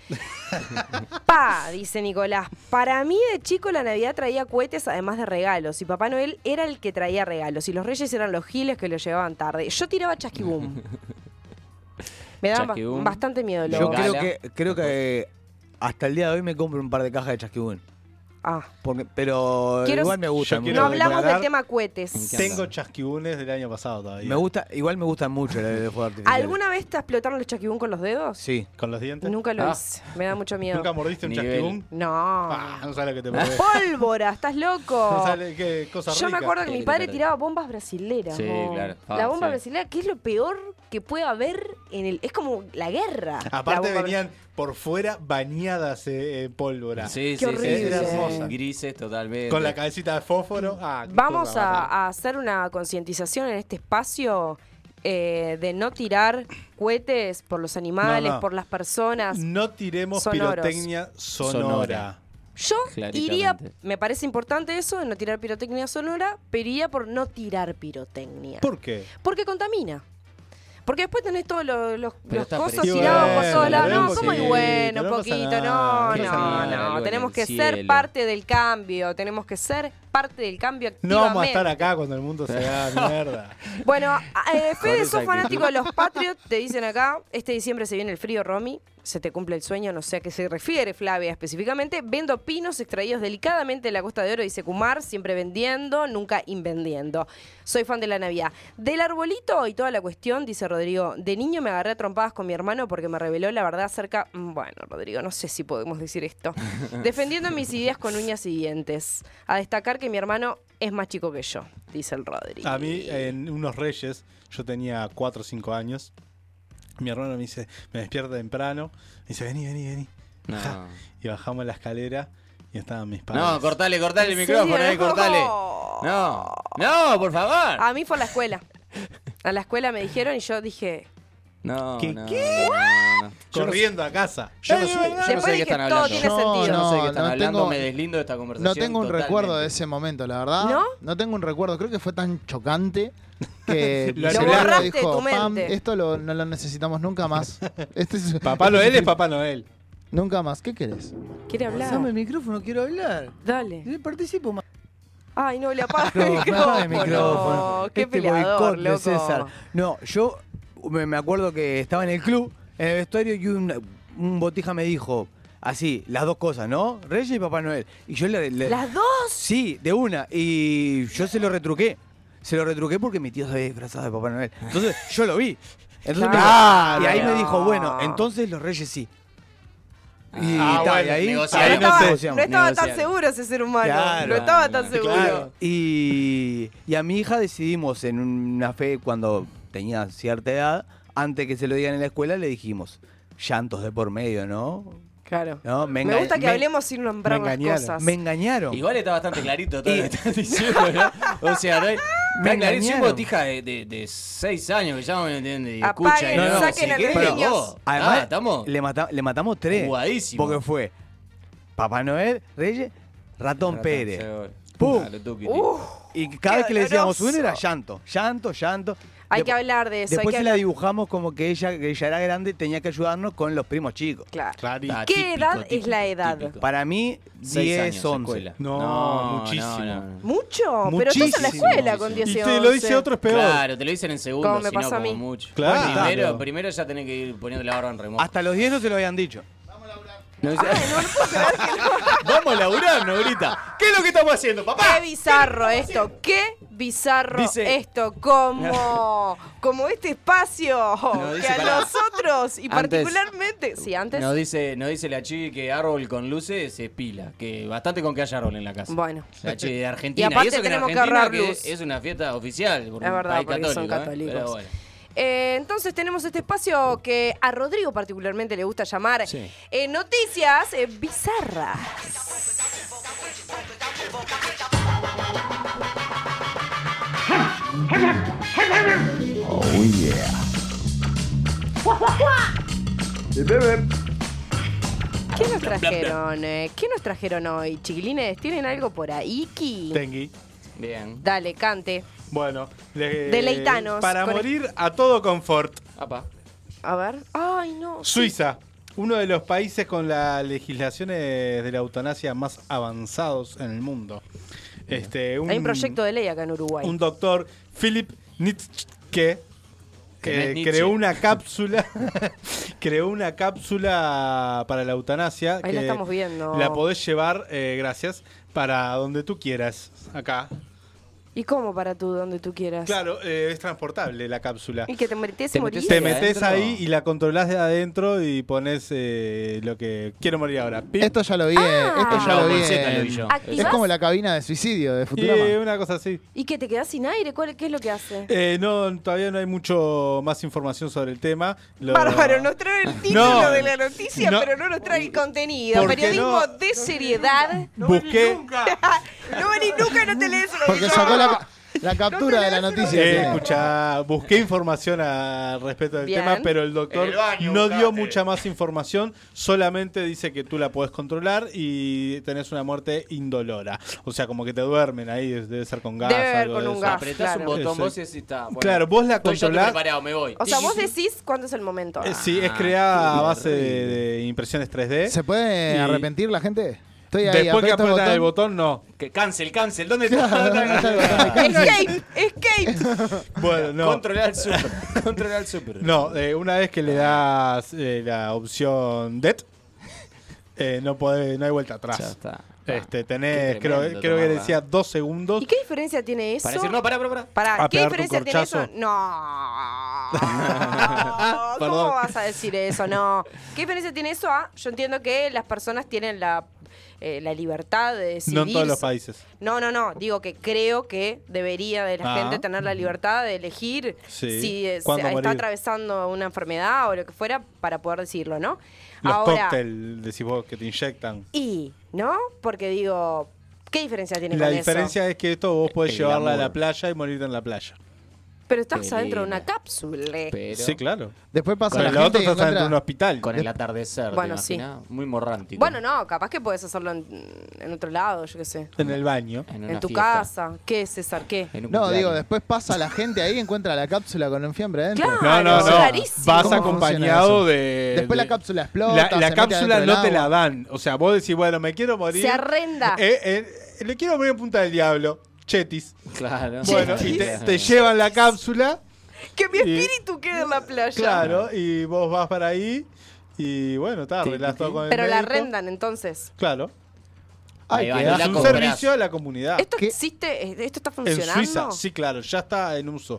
E: Pa, dice Nicolás. Para mí de chico la Navidad traía cohetes además de regalos. Y Papá Noel era el que traía regalos. Y los reyes eran los giles que lo llevaban tarde. Yo tiraba chasquibum. Me daban ba-
F: Chasquibum.
E: bastante miedo los
C: Yo
F: Gala.
C: creo que creo que hasta el día de hoy me compro un par de cajas de chasquibún.
E: Ah.
C: Porque, pero
E: Quiero-
C: igual me
G: Yo
C: gustan.
G: quiero
E: No
C: me-
E: hablamos del
G: declarar-
E: tema
F: ¿En
E: cohetes.
F: qué
G: Tengo
F: anda?
G: chasquibunes del año pasado todavía.
C: me gusta, igual me gustan mucho los de fuego artificial.
E: ¿Alguna vez te explotaron los chasquibún con los dedos?
C: Sí.
G: ¿Con los dientes?
E: Nunca lo
F: Ah.
E: hice. Me da mucho miedo.
G: ¿Nunca mordiste un
F: Nivel.
G: chasquibún?
E: No.
G: Ah, no sabes lo que te perdés.
E: Pólvora, estás
G: (laughs) No
E: loco.
G: sabes qué cosa
E: Yo me
G: rica.
E: acuerdo que
F: Sí,
E: mi
F: te
E: padre
F: perdí.
E: tiraba bombas brasileras.
F: Sí,
E: ¿no?
F: claro. Ah,
E: la bomba
F: sí.
E: brasilera, que es lo peor que puede haber en el. Es como la guerra. la
G: Aparte
E: bomba
G: venían por fuera bañadas eh, eh, pólvora.
F: Sí,
E: Qué
F: sí, sí, sí,
E: horrible.
F: sí,
G: Hermosa.
F: Grises totalmente.
G: Con la cabecita de fósforo. Ah, qué
E: Vamos
G: cosa
E: a,
G: bárbara.
E: a hacer una concientización en este espacio eh, de no tirar cohetes por los animales,
G: No, no.
E: por las personas.
G: No tiremos
E: Sonoros.
G: pirotecnia sonora.
F: Sonora.
E: Yo
F: Claritamente.
E: iría, me parece importante eso, de no tirar pirotecnia sonora, pero iría por no tirar pirotecnia.
G: ¿Por qué?
E: Porque contamina. Porque después tenés todos los, los,
F: Pero
E: los
F: está
E: cosos
F: precioso.
E: tirados por
F: Bueno,
E: todos lados.
F: pero
E: No,
F: un
E: como y
F: poquito,
E: bueno, un
G: no pasa
E: poquito, no,
G: nada,
F: no pasa
E: no,
F: nada, la
E: no.
F: luz
E: Tenemos
F: en
E: que
F: el
E: ser
F: cielo.
E: parte del cambio, tenemos que ser parte del cambio activamente.
G: No vamos a estar acá cuando el mundo se
E: (laughs)
G: haga mierda.
E: Bueno, eh, Fede,
F: Con
E: sos
F: esa
E: fanático de
F: actitud.
E: los Patriots, te dicen acá, este diciembre se viene el frío, Romy, se te cumple el sueño, no sé a qué se refiere Flavia específicamente, vendo pinos extraídos delicadamente de la Costa de Oro, dice Kumar, siempre vendiendo, nunca invendiendo. Soy fan de la Navidad. Del arbolito y toda la cuestión, dice Rodrigo, de niño me agarré a trompadas con mi hermano porque me reveló la verdad acerca... Mm, Bueno, Rodrigo, no sé si podemos decir
F: (laughs)
E: esto. Defendiendo mis ideas con uñas y dientes. A destacar que mi hermano es más chico que yo, dice el Rodrigo.
G: A mí, en unos reyes, yo tenía 4 o 5 años. Mi hermano me dice, me despierta temprano. Me dice, vení, vení, vení.
F: No.
G: Y bajamos la escalera y estaban mis padres.
F: No, cortale, cortale el
E: ¿En
F: micrófono,
E: serio?
F: ahí, cortale.
E: No.
F: No, no, por
E: (laughs)
F: favor.
E: A mí fue a la escuela. A la escuela me dijeron y yo dije,
F: No,
G: ¿Qué-
F: no,
G: qué?
F: no, no, no.
G: corriendo a casa.
F: Yo no
G: Es
F: sé,
G: verdad.
F: yo no sé
E: Después
F: de qué
E: dije,
F: están
E: todo
F: hablando.
E: tiene
F: Yo
A: No,
E: sentido.
F: no, sé de qué están
A: no
F: hablando,
A: tengo-
F: me deslindo de esta
A: No
F: conversación.
A: tengo un
F: totalmente.
A: recuerdo de ese momento, la verdad.
E: ¿No?
A: No tengo un recuerdo. Creo que fue tan chocante
G: (laughs)
A: que
G: Lo
A: mi
G: Lo
A: cerebro
E: borraste de tu
A: "Pam,
E: mente".
A: esto lo- no lo necesitamos nunca
G: (laughs)
A: más. Este es,
G: Papá Noel es Papá Noel.
A: Nunca más. ¿Qué querés?
E: Quiere hablar.
C: Dame el micrófono, quiero hablar. Eh,
E: Dale.
C: Participo más.
E: Ay, no, le apaga el
C: No, apaga
E: micrófono.
C: el micrófono.
E: Qué
C: Este
E: peleador,
C: boicot de
E: loco. Ah,
C: César. No, yo me me acuerdo que estaba en el club, en el vestuario, y un, un botija me dijo, así, las dos cosas, ¿no? Reyes y Papá Noel. Y yo le, le-
E: ¿Las dos?
C: Sí, de una. Y yo se lo retruqué. Se lo retruqué porque mi tío se había disfrazado de Papá Noel. Entonces, yo lo vi. Entonces, me-
E: Claro.
C: Y ahí me dijo, bueno, entonces los Reyes sí. Y,
F: Ah,
C: ta, y
F: bueno,
C: ahí,
F: negociar.
C: ahí
E: no,
F: no
E: estaba,
C: negociamos.
E: no estaba tan
F: Negociar.
E: seguro ese ser humano.
C: Claro.
E: no estaba tan
F: Claro.
E: seguro.
C: Claro. Y, y a mi hija decidimos en una fe cuando tenía cierta edad, antes que se lo digan en la escuela, le dijimos llantos de por medio, ¿no?
E: Claro.
C: No, me
E: me,
C: enga-
E: gusta que
C: me-
E: hablemos sin nombrar
G: me
E: las
G: engañaron.
E: cosas.
C: Me
F: (laughs)
C: engañaron.
F: Igual está bastante clarito todo lo que (laughs) estás diciendo, ¿no? O sea, no hay-
C: Me
F: Está clarito, soy
C: engañaron.
F: botija de, de, de seis años que ya no me entiende y
E: Apaguen,
F: escucha. y no, no,
E: saquen
F: sé
E: a
F: qué,
E: los
F: pero
E: niños.
F: vos,
C: Además,
F: ah, estamos
C: le, mata- le matamos tres.
F: Jugadísimo.
C: Porque fue Papá Noel, Reyes, Ratón
F: Ratón,
C: Pérez.
F: seguro.
C: ¡Pum!
F: A lo tuki,
E: Uf,
C: Y cada vez que le decíamos
E: doloroso.
C: uno era llanto, llanto, llanto.
E: hay
C: Dep-
E: que hablar de eso.
C: Después
E: hay
C: se
E: que
C: la
E: hablar-
C: dibujamos como que ella, que ella era grande, tenía que ayudarnos con los primos chicos.
E: Claro.
G: Clarísimo.
F: Ah,
E: ¿Qué
F: típico,
E: edad es
F: típico,
E: la edad?
F: típico.
C: Para mí,
F: Seis
C: 10,
F: años,
C: 11.
F: escuela.
G: No, muchísimo.
E: ¿Mucho? Pero estás en la
G: Muchísimo.
E: escuela con 10
G: Y
E: y
G: te lo dice
E: 11.
G: otro es peor.
F: Claro, te lo dicen en segundo,
E: eh. Como me
F: si no
E: pasó a
F: como
E: mí.
F: mucho.
G: Claro.
F: Primero, primero ya tenés que ir poniendo la barra en remojo.
C: Hasta los 10 no se lo habían dicho.
F: No, (laughs) Vamos a laburar, no grita. ¿Qué es lo que estamos haciendo,
E: Qué
F: papá?
E: bizarro esto, qué bizarro
F: Dice-
E: esto, como,
F: (laughs)
E: como este espacio
F: dice,
E: que a
F: pará.
E: nosotros y
F: (laughs) Antes-
E: particularmente, sí, antes,
F: Nos dice, nos dice la chi que árbol con luces es pila, que bastante con que haya árbol en la casa.
E: Bueno.
F: La chi de Argentina.
E: (laughs) Y aparte
F: eso que en
E: tenemos que
F: Argentina
E: ahorrar luz.
F: Es una fiesta oficial. por
E: es
F: un
E: verdad,
F: país
E: porque son
F: católico, ¿eh?
E: católicos.
F: Pero bueno.
E: Eh, entonces tenemos este espacio que a Rodrigo particularmente le gusta llamar
F: Sí.
E: eh, Noticias eh, Bizarras. ¿Qué nos trajeron? eh? ¿Qué nos trajeron hoy, chiquilines? ¿Tienen algo por ahí? Ki?
G: Tengui.
F: Bien.
E: Dale, cante.
G: Bueno, le-
E: Deleitanos
G: Para
E: con-
G: morir a todo confort.
F: Apa.
E: A ver. Ay, no.
G: Suiza, uno de los países con las legislaciones de la eutanasia más avanzados en el mundo. Este, un,
E: Hay un proyecto de ley acá en Uruguay.
G: Un doctor, Philip Nietzsche,
F: Que no es
G: que
F: Nietzsche.
G: creó una cápsula, (laughs) creó una cápsula para la eutanasia.
E: Ahí la estamos viendo.
G: La podés llevar, eh, gracias, para donde tú quieras, acá.
E: ¿Y cómo para tú, donde tú quieras?
G: Claro, eh, es transportable la cápsula.
E: Y que te mereces
F: Te
E: morir.
F: metes-
G: Te
F: ¿Y
G: metes
F: adentro?
G: ahí y la controlás de adentro y pones eh, lo que quiero morir ahora. Pip.
A: Esto ya lo vi. eh, esto ya
F: No,
A: lo vi.
F: Buceta lo
A: en-
F: vi yo.
E: Ah.
A: Es
E: Activás
A: como la cabina de suicidio de
G: y
A: Futurama.
G: eh, una cosa así.
E: y que te quedas sin aire. ¿Cuál, ¿Qué es lo que hace?
G: Eh, no, todavía no hay mucho más información sobre el tema. Lo-
E: Bárbaro, nos trae el título
G: No.
E: de la noticia,
G: No.
E: pero no nos trae el contenido.
G: ¿Por qué
E: Periodismo
G: no?
E: de seriedad.
G: Busqué.
E: (laughs) no venís nunca, no te lees lo que
A: Porque
E: yo-
A: sacó la,
E: (laughs)
A: la captura de la noticia.
G: Eh, escuchá, busqué información al respecto del
E: Bien.
G: tema, pero el doctor
F: En el baño, eh.
G: no dio
F: buscate.
G: mucha más información, solamente dice que tú la podés controlar y tenés una muerte indolora. O sea, como que te duermen ahí, es- debe ser con gas.
E: Debe ver
G: algo
E: con
G: de
E: un
G: eso.
E: gas.
F: Apretás
E: claro.
F: un botón,
G: Eso.
F: vos y así está. bueno.
G: Claro, vos la
F: Estoy- yo estoy
G: controlás.
F: preparado, me voy.
E: O sea, vos decís cuándo es el momento.
G: Eh, Sí, es
F: Ah,
G: creada a base de, de impresiones 3D.
A: ¿Se puede
G: Y-
A: arrepentir la gente? Estoy ahí.
G: Después que
A: aprieto el
G: apretas el
A: botón.
G: botón, no.
F: Que cancel, cancel. ¿Dónde está? ¿Dónde está? ¿Dónde está?
E: Escape, escape.
A: (laughs)
G: Bueno, no.
F: Controlar el super. (laughs) Controlar el super.
G: No, eh, una vez que le
A: Ah.
G: das eh, la opción DET, (laughs) eh, no, podés- no hay vuelta atrás.
F: Ya está.
A: Ah,
G: Este,
F: Qué
G: tenés, creo,
F: tremendo
G: creo que
F: tomarla.
G: decía dos segundos.
E: ¿Y qué diferencia tiene eso?
F: Para decir, no, pará, pará, pará.
E: Pará,
G: A
E: ¿qué
G: pegarte un
E: diferencia tiene eso?
G: corchazo.
E: No. ¿Cómo
G: Ah, Perdón.
E: vas a decir eso? No. ¿Qué diferencia tiene eso? Ah, yo entiendo que las personas tienen la, eh, la libertad de decidir.
G: (laughs) No en todos los países.
E: No, no, no. Digo que creo que debería de la
G: Ah.
E: gente tener la libertad de elegir
G: Sí.
E: si eh, se-
G: ¿Cuándo
E: está
G: morir?
E: atravesando una enfermedad o lo que fuera para poder decirlo, ¿no?
G: Los
E: Ahora,
G: cócteles, decís vos, que te inyectan.
E: y, ¿no? Porque digo, ¿qué diferencia tiene
G: La
E: con eso?
G: diferencia es que esto vos podés
F: El
G: llevarla a la
F: glamour.
G: playa y morirte en la playa.
E: Pero estás
F: Qué
E: adentro de
F: lindo.
E: una cápsula.
F: Pero
G: Sí, claro.
A: Después pasa
G: Con
A: la
G: el otro
A: gente y
G: estás dentro de un
A: encuentra-
G: hospital.
F: con el atardecer,
E: Bueno,
F: ¿te
E: sí.
F: imaginas? Muy morrántico.
E: Bueno, no, capaz que podés hacerlo en, en otro lado, yo qué sé.
G: En el baño.
E: En
F: una
E: tu
F: fiesta,
E: casa. ¿Qué, César? ¿Qué?
F: en un
A: No, digo,
F: cumpleaños.
A: después pasa la gente ahí y encuentra la cápsula con un fiambre adentro.
E: Claro.
G: No, no,
E: es
G: no.
E: rarísimo.
G: Vas
A: ¿Cómo
G: acompañado
A: funciona
G: de,
A: Después la
G: de-
A: cápsula explota,
G: La,
A: se
G: la
A: mete
G: cápsula
A: dentro
G: no
A: del
G: te la
A: agua.
G: dan. O sea, vos decís, bueno, me quiero morir.
E: Se arrenda.
G: Eh, eh, le quiero morir en punta del diablo. Chetis.
F: Claro.
G: Bueno,
F: Sí.
G: y te, te llevan la cápsula.
E: Que mi
G: Y-
E: espíritu quede en la playa.
G: Claro, y vos vas para ahí. Y bueno, está,
F: Ti,
G: arreglás
F: ti,
G: todo
F: ti.
G: con el
E: Pero la
G: médico.
E: arrendan entonces.
G: Claro.
A: Ay,
F: Ahí va,
A: qué
F: y la
G: Es un
F: compras.
G: servicio a la comunidad.
E: ¿Esto
A: ¿Qué?
E: existe? ¿E-, ¿Esto está
G: En
E: funcionando?
G: Suiza, sí, claro, ya está en uso.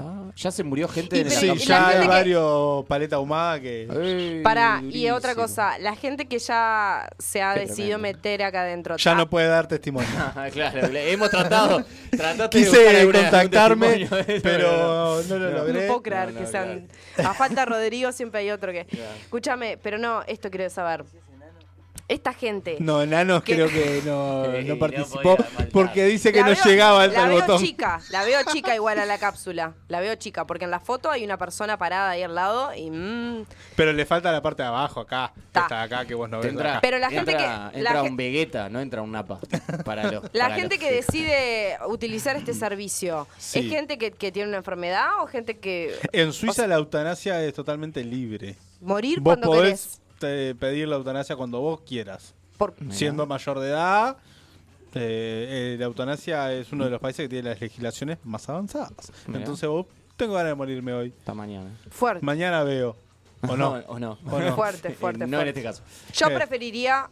F: Ah, ya se murió gente
E: Y
F: de
E: pero-
G: Sí,
E: la
G: ya
E: gente
G: hay
E: que-
G: varios paleta ahumada que
E: Pará, y otra cosa, la gente que ya se ha
F: Qué
E: decidido
F: tremendo.
E: meter acá adentro.
G: ya
E: ¿ta-
G: no puede dar testimonio.
F: claro, le- hemos
G: (laughs)
F: tratado. trataste de buscar
G: Quise
F: alguna- algún
G: contactarme,
F: testimonio,
G: pero no lo
F: No.
E: No
G: logré.
E: puedo creer
F: No,
E: que
F: no,
E: sean. A falta de Rodrigo siempre hay
F: (laughs)
E: otro que. Escúchame, pero no, esto quiero saber. Esta gente.
G: No, Enanos
E: ¿Qué?
G: creo que
E: (laughs)
G: no,
F: Sí,
G: no
F: no
G: participó
F: podía faltar.
G: porque dice que
E: La
G: no
E: veo-
G: llegaba
E: La
G: al
E: veo
G: botón.
E: chica, la veo chica igual a la cápsula. La veo chica, porque en la foto hay una persona parada ahí al lado y. mm,
G: Pero le falta la parte de abajo acá.
E: Ta.
G: Está acá que vos no
F: Te
G: ves.
F: entra-
G: acá.
E: Pero la gente
F: entra-
E: que-
F: Entra
E: la
F: un
E: gen-
F: Vegeta, no entra un Napa.
E: (laughs)
F: Para los-
E: La
F: para
E: gente
F: los-
E: que decide utilizar este servicio,
G: Sí.
E: ¿es gente que, que tiene una enfermedad o gente que.
G: En Suiza la eutanasia es totalmente libre.
E: Morir
G: Vos
E: cuando querés?
G: podés eh, pedir la eutanasia cuando vos quieras.
E: Por-
G: Siendo mayor de edad, eh, eh, la eutanasia es uno de los países que tiene las legislaciones más avanzadas.
F: Mirá.
G: Entonces vos, tengo ganas de morirme hoy.
F: Hasta mañana.
E: fuerte.
G: Mañana veo. ¿O no?
F: (laughs) o no.
G: ¿O no?
E: Fuerte, fuerte,
F: Eh, no en
E: fuerte.
F: este caso.
E: Yo
G: Eh.
E: preferiría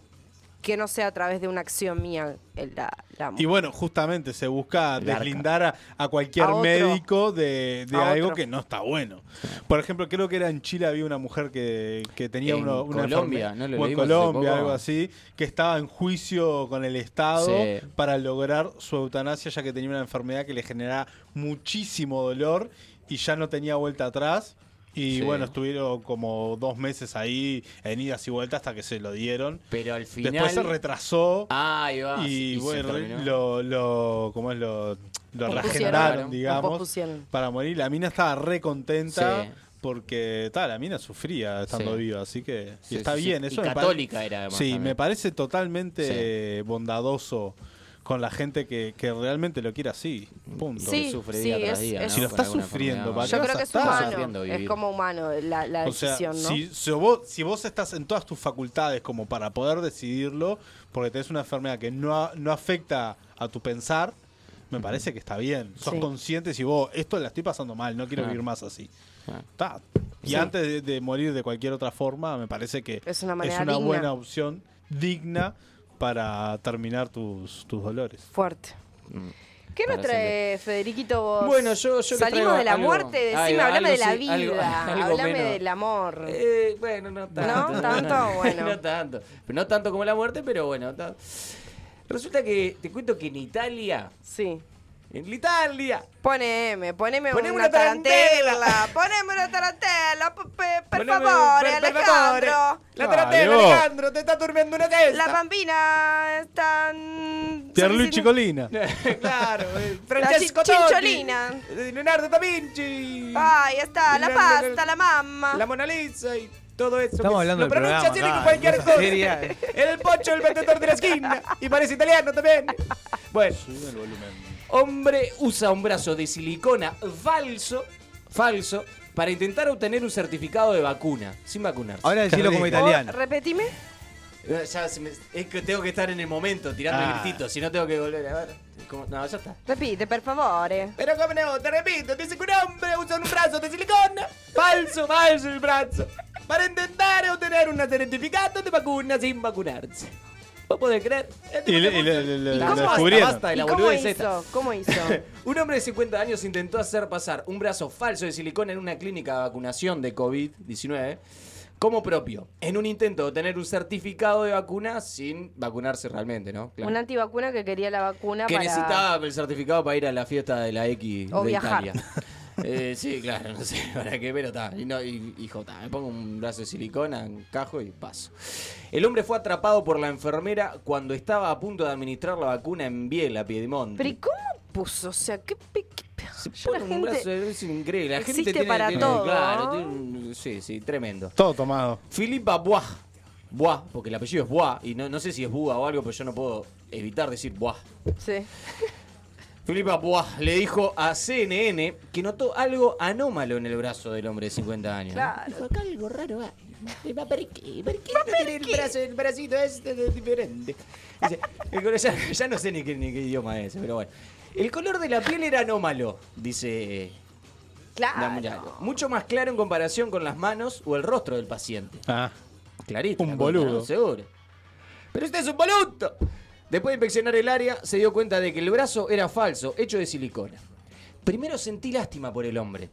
E: que no sea a través de una acción mía el- la, la-
G: Y bueno, justamente se busca
F: El arca.
G: deslindar a, a cualquier
E: A otro.
G: médico de, de
E: A
G: algo
E: otro.
G: que no está bueno. Por ejemplo, creo que era en Chile había una mujer que, que tenía
F: En
G: uno- una
F: Colombia,
G: enferme-
F: ¿no? Lo
G: o en
F: leímos hace
G: Colombia,
F: poco.
G: algo así, que estaba en juicio con el Estado
F: Sí.
G: para lograr su eutanasia ya que tenía una enfermedad que le generaba muchísimo dolor y ya no tenía vuelta atrás. Y
F: Sí.
G: bueno, estuvieron como dos meses ahí en idas y vueltas hasta que se lo dieron.
F: Pero al final.
G: Después se retrasó
F: Ah, Ahí va.
G: y,
F: se
G: bueno,
F: terminó. (laughs)
G: lo, lo, ¿cómo es? Lo, lo
E: Pospusieron.
G: regeneraron,
E: Lo
G: digamos,
E: pospusieron.
G: para morir. La mina estaba re contenta
F: Sí.
G: porque ta, la mina sufría estando
F: Sí.
G: viva, así que y
F: Sí,
G: está
F: sí, sí.
G: bien.
F: Y
G: Eso me pare-
F: católica era además.
G: Sí,
F: también.
G: me parece totalmente bondadoso con la gente que, que realmente lo quiere así. Punto.
E: Sí,
F: sufre
E: sí,
F: día tras
E: es-
F: día,
E: es-
F: ¿no?
E: Si lo
F: Con
G: estás
F: alguna
G: sufriendo,
F: enfermedad.
G: vaya
E: Yo creo que es
G: estás
E: humano,
F: sufriendo vivir.
E: es como humano la, la
G: O sea,
E: decisión, ¿no?
G: si, si vos, si vos estás en todas tus facultades como para poder decidirlo, porque tenés una enfermedad que no, a- no afecta a tu pensar, me parece que está bien. Sos
E: Sí.
G: consciente si vos, esto la estoy pasando mal, no quiero
F: Claro.
G: vivir más así.
F: Claro.
G: Ta. Y antes de, de morir de cualquier otra forma, me parece que
E: Es una manera digna.
G: buena opción digna para terminar tus, tus dolores.
E: Fuerte. ¿Qué nos
F: Mm. Para
E: trae Federiquito vos?
F: Bueno, yo- yo les
E: Salimos
F: traigo
E: de la
F: algo-
E: muerte, decime,
F: algo-
E: hablame de
F: algo
E: la
F: sí,
E: vida,
F: algo- (laughs) algo
E: hablame
F: menos.
E: del amor.
F: Eh, bueno, no tanto.
E: ¿No? ¿Tanto?
F: (laughs)
E: Bueno.
F: no tanto. Pero no tanto como la muerte, pero bueno. ta- Resulta que te cuento que en Italia.
E: Sí.
F: En Italia.
E: Poneme, poneme,
F: Poneme
E: una
F: una tarantela.
E: tarantela. Poneme una tarantela, pe- pe- per
F: Poneme-
E: favor,
F: per- per
E: Alejandro.
F: favore. La
G: Dale,
F: tarantela,
G: vos.
F: Alejandro, te está durmiendo una testa.
E: La bambina está... mm,
G: Pierluigi
E: solicitando- (laughs)
G: Colina.
F: claro, eh,
E: La
F: Francesco
E: cin-
F: Totti.
E: cinciolina.
F: eh, Leonardo da Vinci.
E: Ay, está, la
F: La-
E: pasta, la mamma.
F: La Mona Lisa y todo eso.
C: Estamos
F: que
C: hablando del
F: lo
C: programa,
F: pronuncia así
C: dale,
F: que cualquier
C: cosa
F: cosa.
C: seria.
F: (laughs) El pocho, el vendedor de la esquina. Y parece italiano también. Bueno. Hombre usa un brazo de silicona falso, falso, para intentar obtener un certificado de vacuna, sin vacunarse.
C: Ahora decirlo como
E: Oh,
C: italiano.
E: repetime.
F: Eh, ya se me- es que tengo que estar en el momento tirando
G: Ah.
F: el gritito, si no tengo que volver a ver. ¿Cómo? No, ya está.
E: Repite, per favore.
F: Pero como no, te repito, dice que un hombre usa un brazo de silicona. Falso, falso el brazo. Para intentar obtener un certificado de vacuna sin vacunarse. ¿Vos podés creer?
G: Y le- y le- le- le-
E: ¿Y
G: lo
E: cómo?
G: descubrieron.
F: Basta,
E: ¿Y
F: la
E: cómo
F: boludez esta.
E: hizo? ¿Cómo hizo?
F: (laughs) Un hombre de 50 años intentó hacer pasar un brazo falso de silicona en una clínica de vacunación de COVID-19 como propio, en un intento de obtener un certificado de vacuna sin vacunarse realmente, ¿no? Claro.
E: Una antivacuna que quería la vacuna
F: que
E: para...
F: necesitaba el certificado para ir a la fiesta de la X
E: O
F: de
E: viajar. (laughs)
F: Italia. Eh, sí, claro, no sé (laughs) para qué, pero está. Y no, y- hijo, está, me pongo un brazo de silicona, un cajo y paso. El hombre fue atrapado por la enfermera cuando estaba a punto de administrar la vacuna en Biela, Piedimonte.
E: Pero ¿y cómo puso? O sea, ¿qué... pe- qué-
F: Se
E: Yo la
F: pone un
E: gente-
F: brazo, es increíble. La gente
E: existe
F: tiene,
E: para
F: tiene-
E: todo,
F: Claro,
E: ¿no?
F: tiene un- sí, sí, tremendo.
G: Todo tomado.
F: Filipa Bois. Bois, porque el apellido es Bois, y no, no sé si es Búa o algo, pero yo no puedo evitar decir Bois.
E: Sí.
F: Filipa Bois le dijo a CNN que notó algo anómalo en el brazo del hombre de 50 años.
E: Claro.
J: Dijo acá algo raro. ah. ¿Por qué? ¿Por qué no tiene el, brazo, el bracito este de- diferente?
F: Dice, el color- ya, ya no sé ni qué, ni qué idioma es, pero bueno. El color de la piel era anómalo, dice eh, la muchacha.
E: Claro.
F: Mucho más claro en comparación con las manos o el rostro del paciente.
G: Ah.
F: Clarito.
G: Un
F: la
G: boludo.
F: contra, ¿no? Seguro. Pero este es un boludo. Después de inspeccionar el área, se dio cuenta de que el brazo era falso, hecho de silicona. Primero sentí lástima por el hombre.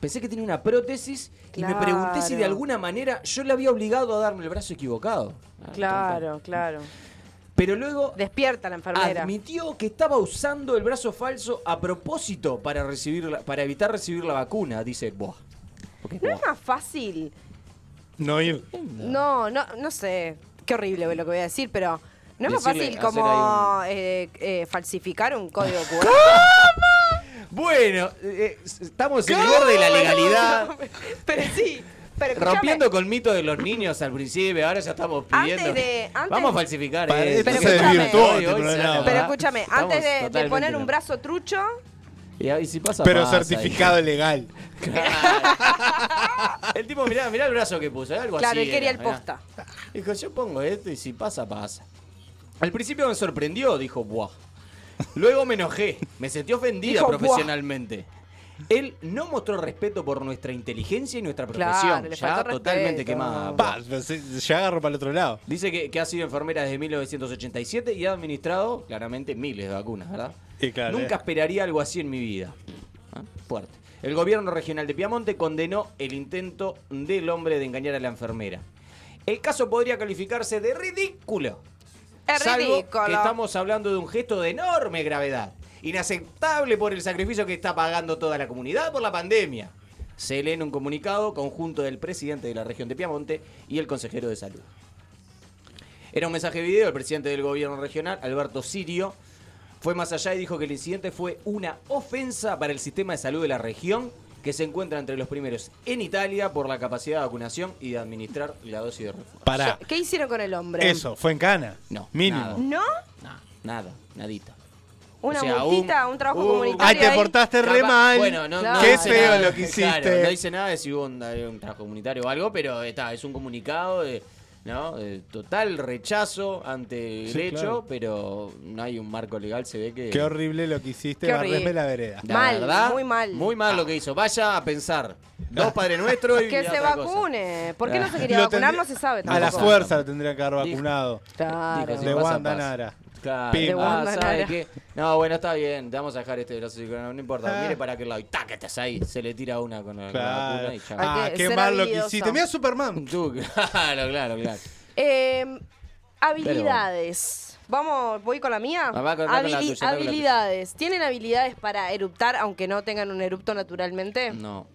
F: Pensé que tenía una prótesis y me pregunté si de
E: Claro.
F: alguna manera yo le había obligado a darme el brazo equivocado. Ah,
E: Claro, claro.
F: Pero luego
E: Despierta la enfermera.
F: admitió que estaba usando el brazo falso a propósito para, recibir la- para evitar recibir la vacuna, dice Boa. Porque es
E: No es
F: Boa.
E: más fácil.
G: No ir.
E: No, no, no sé. Qué horrible lo que voy a decir, pero no es más
F: Decirle,
E: fácil como
F: hacer
E: eh, eh, falsificar un código QR.
F: Bueno, eh, eh, estamos en el borde de la legalidad. eh,
E: pero sí. Pero escúchame,
F: Rompiendo con mito de los niños al principio, ahora ya estamos
E: Antes
F: pidiendo.
E: de- antes-
F: Vamos a falsificar
G: Para-
F: esto.
E: Pero
F: que se
E: escúchame.
F: desvirtuó
G: Hoy,
F: este
G: hoy se
F: programa.
G: la-
E: Pero escúchame,
F: Estamos
E: antes de- de,
F: totalmente
E: poner un
F: locos.
E: brazo trucho,
F: Y ahí sí pasa
G: Pero
F: pasa ahí.
G: certificado legal.
F: El tipo, mirá, mirá el brazo que puso, algo así.
E: claro, él quería
F: era,
E: el posta.
F: mirá. Dijo, yo pongo esto y si pasa, pasa. Al principio me sorprendió, dijo Buah. Luego me enojé, me sentí ofendida
E: Dijo, "Buah".
F: profesionalmente. Él no mostró respeto por nuestra inteligencia y nuestra
E: Claro,
F: profesión.
E: le
F: ya
E: faltó
F: totalmente
E: respeto.
F: quemada. Buah.
G: Pa, se- ya agarro para el otro lado.
F: Dice que, que ha sido enfermera desde 1987 y ha administrado claramente miles de vacunas, ¿verdad?
G: Y claro,
F: Nunca
G: eh.
F: esperaría algo así en mi vida. ¿Ah? Fuerte. El gobierno regional de Piamonte condenó el intento del hombre de engañar a la enfermera. El caso podría calificarse de ridículo.
E: Es
F: salvo
E: ridículo.
F: que estamos hablando de un gesto de enorme gravedad. Inaceptable por el sacrificio que está pagando toda la comunidad por la pandemia. Se lee en un comunicado conjunto del presidente de la región de Piamonte y el consejero de salud. Era un mensaje de video del presidente del gobierno regional, Alberto Sirio. Fue más allá y dijo que el incidente fue una ofensa para el sistema de salud de la región, que se encuentra entre los primeros en Italia por la capacidad de vacunación y de administrar la dosis de refuerzo.
G: Pará.
E: ¿Qué hicieron con el hombre?
G: Eso, fue en cana.
F: No, nada.
G: Mínimo.
E: ¿No?
F: Nada, nada, nadita.
E: Una
F: O sea,
E: multita, un, trabajo
F: un-
E: comunitario.
G: Ay, te
E: ahí.
G: portaste re
F: Ah, Capaz-
G: mal.
F: Bueno, no, no
G: Qué
F: dice
G: feo
F: nada.
G: lo que hiciste.
F: Claro, no dice nada de si hubo un, un trabajo comunitario o algo, pero está, es un comunicado de, ¿no? de total rechazo ante el
G: Sí,
F: hecho,
G: claro.
F: pero no hay un marco legal, se ve que...
G: Qué horrible lo que hiciste,
E: Qué horrible.
G: barrerme la vereda.
F: la
E: Mal, muy mal.
F: Muy mal lo que hizo. Vaya
G: (laughs)
F: a pensar. Dos Padre Nuestro y
E: Que
F: otra
E: se
F: cosa.
E: vacune. ¿Por qué no se quería
G: Ah. Lo
E: vacunar?
G: tendría-
E: No se sabe
G: A la
E: tampoco.
G: fuerza lo tendría que haber vacunado.
E: Claro.
F: Dijo,
G: De
F: pasa,
G: Wanda
F: pasa.
G: Nara.
F: Claro.
G: Pim. De
F: Ah,
E: Wanda
F: ¿sabe
E: Nara.
F: qué? No, bueno, está bien. te Vamos a dejar este brazo. así que No, no importa.
G: Ah.
F: Mire para aquel lado. Y tac, estás ahí. Se le tira una con la, con la
G: Claro.
F: vacuna y chao.
G: Ah,
E: Hay que
G: qué
E: ser
G: mal lo que
E: habilidoso.
G: hiciste. Mira Superman.
F: (laughs) Tú, claro, claro, claro.
E: Eh, habilidades. Vamos, voy con la mía.
F: Ah, va con- va con la
E: Habili-
F: tuya, va con la tuya.
E: habilidades. ¿Tienen habilidades para eruptar aunque no tengan un erupto naturalmente?
F: No,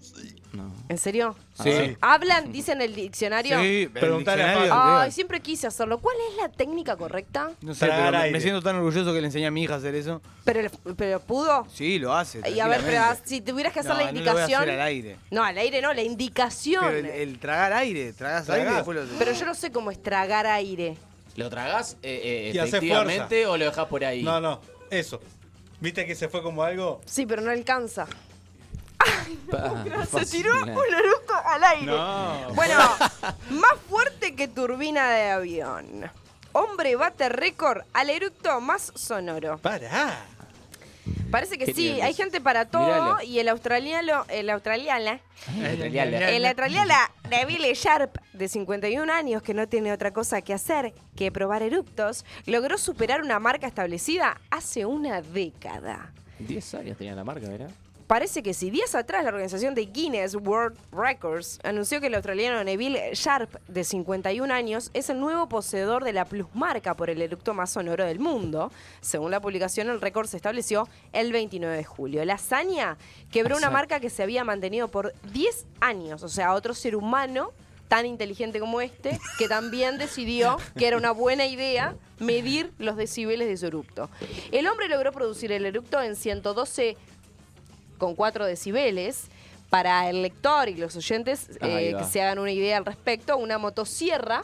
F: no.
E: ¿En serio?
G: Sí.
E: ¿Hablan? ¿Dicen el diccionario?
G: Preguntale a
C: diccionario,
G: Pablo.
E: Ay, siempre quise hacerlo. ¿Cuál es la técnica correcta?
C: No sé,
G: Tragar
C: pero me-
G: aire.
C: me siento tan orgulloso que le enseñé a mi hija a hacer eso.
E: ¿Pero, pero pudo?
C: Sí, lo hace.
E: Y a ver, pero ah,
C: tranquilamente.
E: si tuvieras que hacer
C: No,
E: la
C: no lo voy a hacer
E: indicación.
C: al aire.
E: No, al aire no, la indicación.
C: Pero el, el tragar aire, tragas aire y
G: Tragás.
C: después lo
E: Pero yo no sé cómo es tragar aire.
F: ¿Lo tragás eh, eh,
G: Y hace
F: efectivamente o lo dejás por ahí?
G: No, no, eso. ¿Viste que se fue como algo?
E: Sí, pero no alcanza. (laughs)
F: Pa-
E: Se
F: fácil, eh.
E: tiró un
F: claro.
E: eructo al aire.
G: No.
E: (laughs) Bueno, más fuerte que turbina de avión. Hombre bate récord al eructo más sonoro.
G: Pará.
E: Parece que
F: Qué
E: sí,
F: nivel
E: hay
F: es.
E: gente para todo
F: Miralo.
E: y el australiano, el australiana,
F: Italiana.
E: el australiana Davile Sharp, de 51 años, que no tiene otra cosa que hacer que probar eructos, logró superar una marca establecida hace una década.
F: 10 años tenía la marca, ¿verdad?
E: Parece que si días atrás la organización de Guinness World Records anunció que el australiano Neville Sharp, de 51 años, es el nuevo poseedor de la plusmarca por el eructo más sonoro del mundo. Según la publicación, el récord se estableció el 29 de julio. La hazaña quebró una
F: Exacto.
E: marca que se había mantenido por 10 años, o sea, otro ser humano tan inteligente como este, que también decidió que era una buena idea medir los decibeles de su eructo. El hombre logró producir el eructo en 112 con 4 decibeles. Para el lector y los oyentes
F: Ahí
E: eh,
F: va.
E: que se hagan una idea al respecto, una motosierra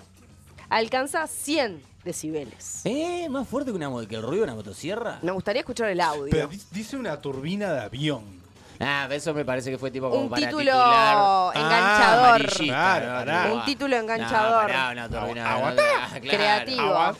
E: alcanza 100 decibeles.
F: ¿Eh? ¿Más fuerte que, una, mo- que el ruido de una motosierra?
E: Nos gustaría escuchar el
G: Pero
E: audio.
G: di- dice una turbina de avión.
F: Ah, eso me parece que fue tipo como
E: Un
F: para
E: título
F: titular. Ah,
E: enganchador.
F: amarillista,
G: Claro,
F: ¿no?
G: pará.
F: Tipo,
E: Un título
F: ah,
E: enganchador.
F: No, pará, no, turbina, no,
G: Aguantá.
F: no, ah, claro.
E: Creativo.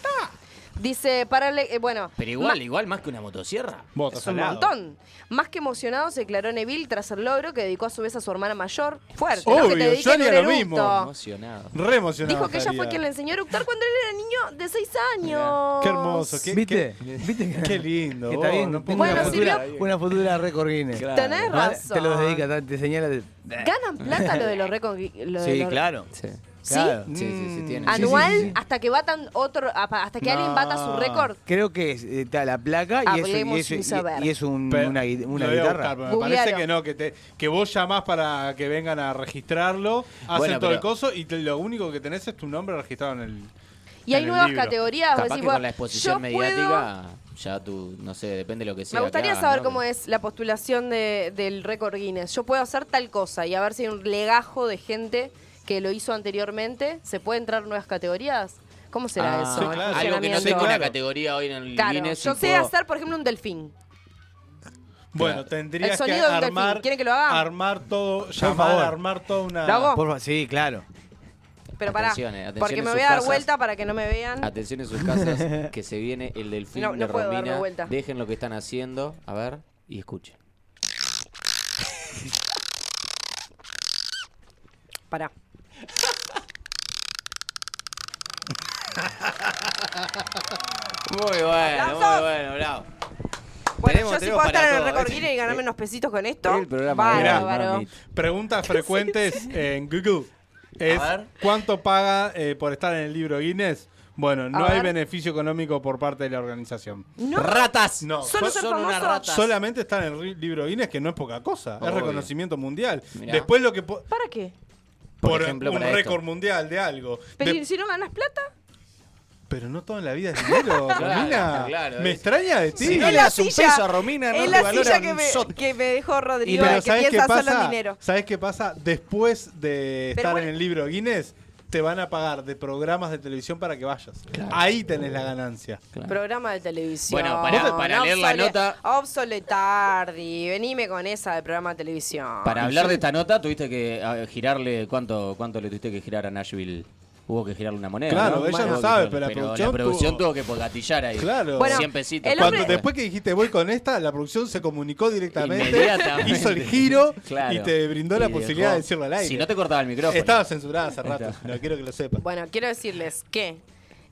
E: Dice, para le- eh, bueno,
F: Pero igual, igual más que una motosierra.
G: Vos,
E: Es
G: estás
E: un
G: al lado.
E: montón. Más que emocionado se declaró Neville tras el logro que dedicó a su vez a su hermana mayor. Fuerte, ¿no? Que
G: Obvio,
E: te dedique
G: yo haría
E: un
G: lo
E: eructo.
G: mismo.
F: Emocionado.
G: Re emocionado.
E: Dijo que ella fue
G: estaría.
E: quien le enseñó a eructar cuando él era niño de 6 años.
G: Qué hermoso. Qué,
C: ¿Viste?
G: Qué,
C: ¿Viste que-
G: qué lindo.
C: que está
G: vos,
C: bien,
G: no puedo
C: tengo
E: Bueno,
C: una,
G: creer.
C: futura,
E: sirvió-
C: una futura récord Guinness.
F: Claro.
E: Tenés
C: Ah,
E: razón.
C: Te los dedica, te señala. de-
E: Ganan plata lo de los récords. gui- lo de
C: Sí,
E: los-
C: claro.
F: Sí.
E: ¿Sí?
C: Claro.
F: Sí, sí, sí, tiene.
E: Anual
C: Sí, sí, sí, sí.
E: hasta que batan otro, apa- hasta que
G: No.
E: alguien bata su récord.
C: Creo que es, eh, está la placa y es, y
E: Hablemos
C: es-
E: sin
C: y-
E: saber.
C: y es un-
G: Pero-
C: una, gui- una
G: lo voy a buscar, pero
C: guitarra.
G: me parece
E: Googlealo.
G: que no, que, te, que vos llamás para que vengan a registrarlo, hacen
F: Bueno,
G: todo el
F: pero-
G: coso y te- lo único que tenés es tu nombre registrado en el.
E: Y hay
G: en el
E: nuevas
G: libro.
E: categorías. vos
F: Capaz
E: decís,
F: que
E: bueno,
F: con la exposición
E: yo puedo-
F: mediática, ya tú, no sé, depende de lo que sea.
E: Me
F: que
E: gustaría
F: hagas,
E: saber
F: ¿no?
E: cómo es la postulación de- del récord Guinness. Yo puedo hacer tal cosa y a ver si hay un legajo de gente que lo hizo anteriormente. ¿Se puede entrar nuevas categorías? ¿Cómo será
F: Ah,
E: eso?
G: sí, claro.
E: El
F: Algo que no
E: funcionamiento.
F: tengo
G: Sí,
F: una
G: claro.
F: categoría hoy en el
E: Claro,
F: Guinness.
E: yo
F: y
E: sé
F: puedo-
E: hacer, por ejemplo, un delfín.
G: Bueno,
E: El
G: tendrías que
E: sonido de un delfín.
G: armar.
E: ¿Quieren que lo haga?
G: Armar todo, llamar,
C: favor.
G: armar toda una.
E: ¿Lo hago?
C: Por fa- sí, claro.
E: Pero pará,
F: Atención, eh, atención
E: porque
F: en
E: me
F: sus
E: voy a dar
F: casas.
E: vuelta para que no me vean.
F: Atención en sus
E: (laughs)
F: casas, que se viene el delfín
E: No, no
F: de
E: puedo darme
F: Romina.
E: vuelta.
F: Dejen lo que están haciendo, a ver, y escuchen.
E: Pará.
F: Muy bueno,
E: ¡Aplausos!
F: bueno, bravo.
E: Bueno,
F: Tenemos-
E: yo sí
F: tenemos
E: puedo estar
F: para
E: en el
F: todo,
E: récord
F: ¿eh?
E: Guinness y ganarme unos pesitos con esto.
F: el programa ¿eh? de
G: la
E: Bárbaro.
F: mami.
E: (laughs)
G: Preguntas frecuentes en Google. Es,
F: A ver.
G: ¿Cuánto paga eh, por estar en el libro Guinness? Bueno, no
E: A
G: hay
E: ver.
G: beneficio económico por parte de la organización.
E: No.
F: ¡Ratas!
G: No.
E: Solo
F: son
E: ser
F: unas
E: famoso.
F: ratas.
G: Solamente estar en el ri- libro Guinness, que no es poca cosa, es
F: Obvio.
G: reconocimiento mundial.
F: Mirá.
G: Después lo que... po-
E: ¿Para qué?
F: Por
G: Por,
F: ejemplo,
G: un
F: para esto.
G: récord mundial de algo.
E: Pero
G: De-
E: ¿y si no ganas plata?
G: pero no todo en la vida
E: (laughs)
G: es dinero, Romina.
F: claro,
G: me
F: es-
G: extraña de ti.
F: Si no
E: Es
F: le
E: la
F: das un
E: silla-
F: peso a Romina, no
E: es
F: te
E: la
F: valora
E: silla
F: un
E: que me,
F: sot.
E: que me dejó Rodrigo,
G: pero
E: el que
G: ¿sabes qué
E: piensa solo en
G: pasa?
E: dinero.
G: ¿Sabes qué pasa? Después de
E: Pero
G: estar
E: bueno.
G: en el libro Guinness, te van a pagar de programas de televisión para que vayas. Ahí tenés la ganancia.
E: Programa de televisión.
F: Bueno, para- para leer la nota-
E: Obsoletardi, venime con esa del programa de televisión.
F: Para hablar de esta nota, tuviste que ah, girarle. ¿Cuánto, ¿Cuánto le tuviste que girar a Nashville? Hubo que girarle una moneda.
G: Claro,
F: ¿no?
G: ella no
F: Hubo que
G: sabe,
F: girarle,
G: pero la producción
F: producción
G: tuvo-
F: tuvo que gatillar ahí.
G: Claro.
E: Bueno,
F: 100 pesitos.
E: el
G: Cuando,
E: hombre-
G: después que dijiste voy con esta, la producción se comunicó directamente,
F: Inmediatamente.
G: hizo el
F: (laughs)
G: giro
F: Claro.
G: y te brindó
F: Y
G: la
F: dejó-
G: posibilidad de decirlo al aire.
F: Si no te cortaba el micrófono.
G: Estaba censurada hace rato, no quiero que lo sepas.
E: Bueno, quiero decirles que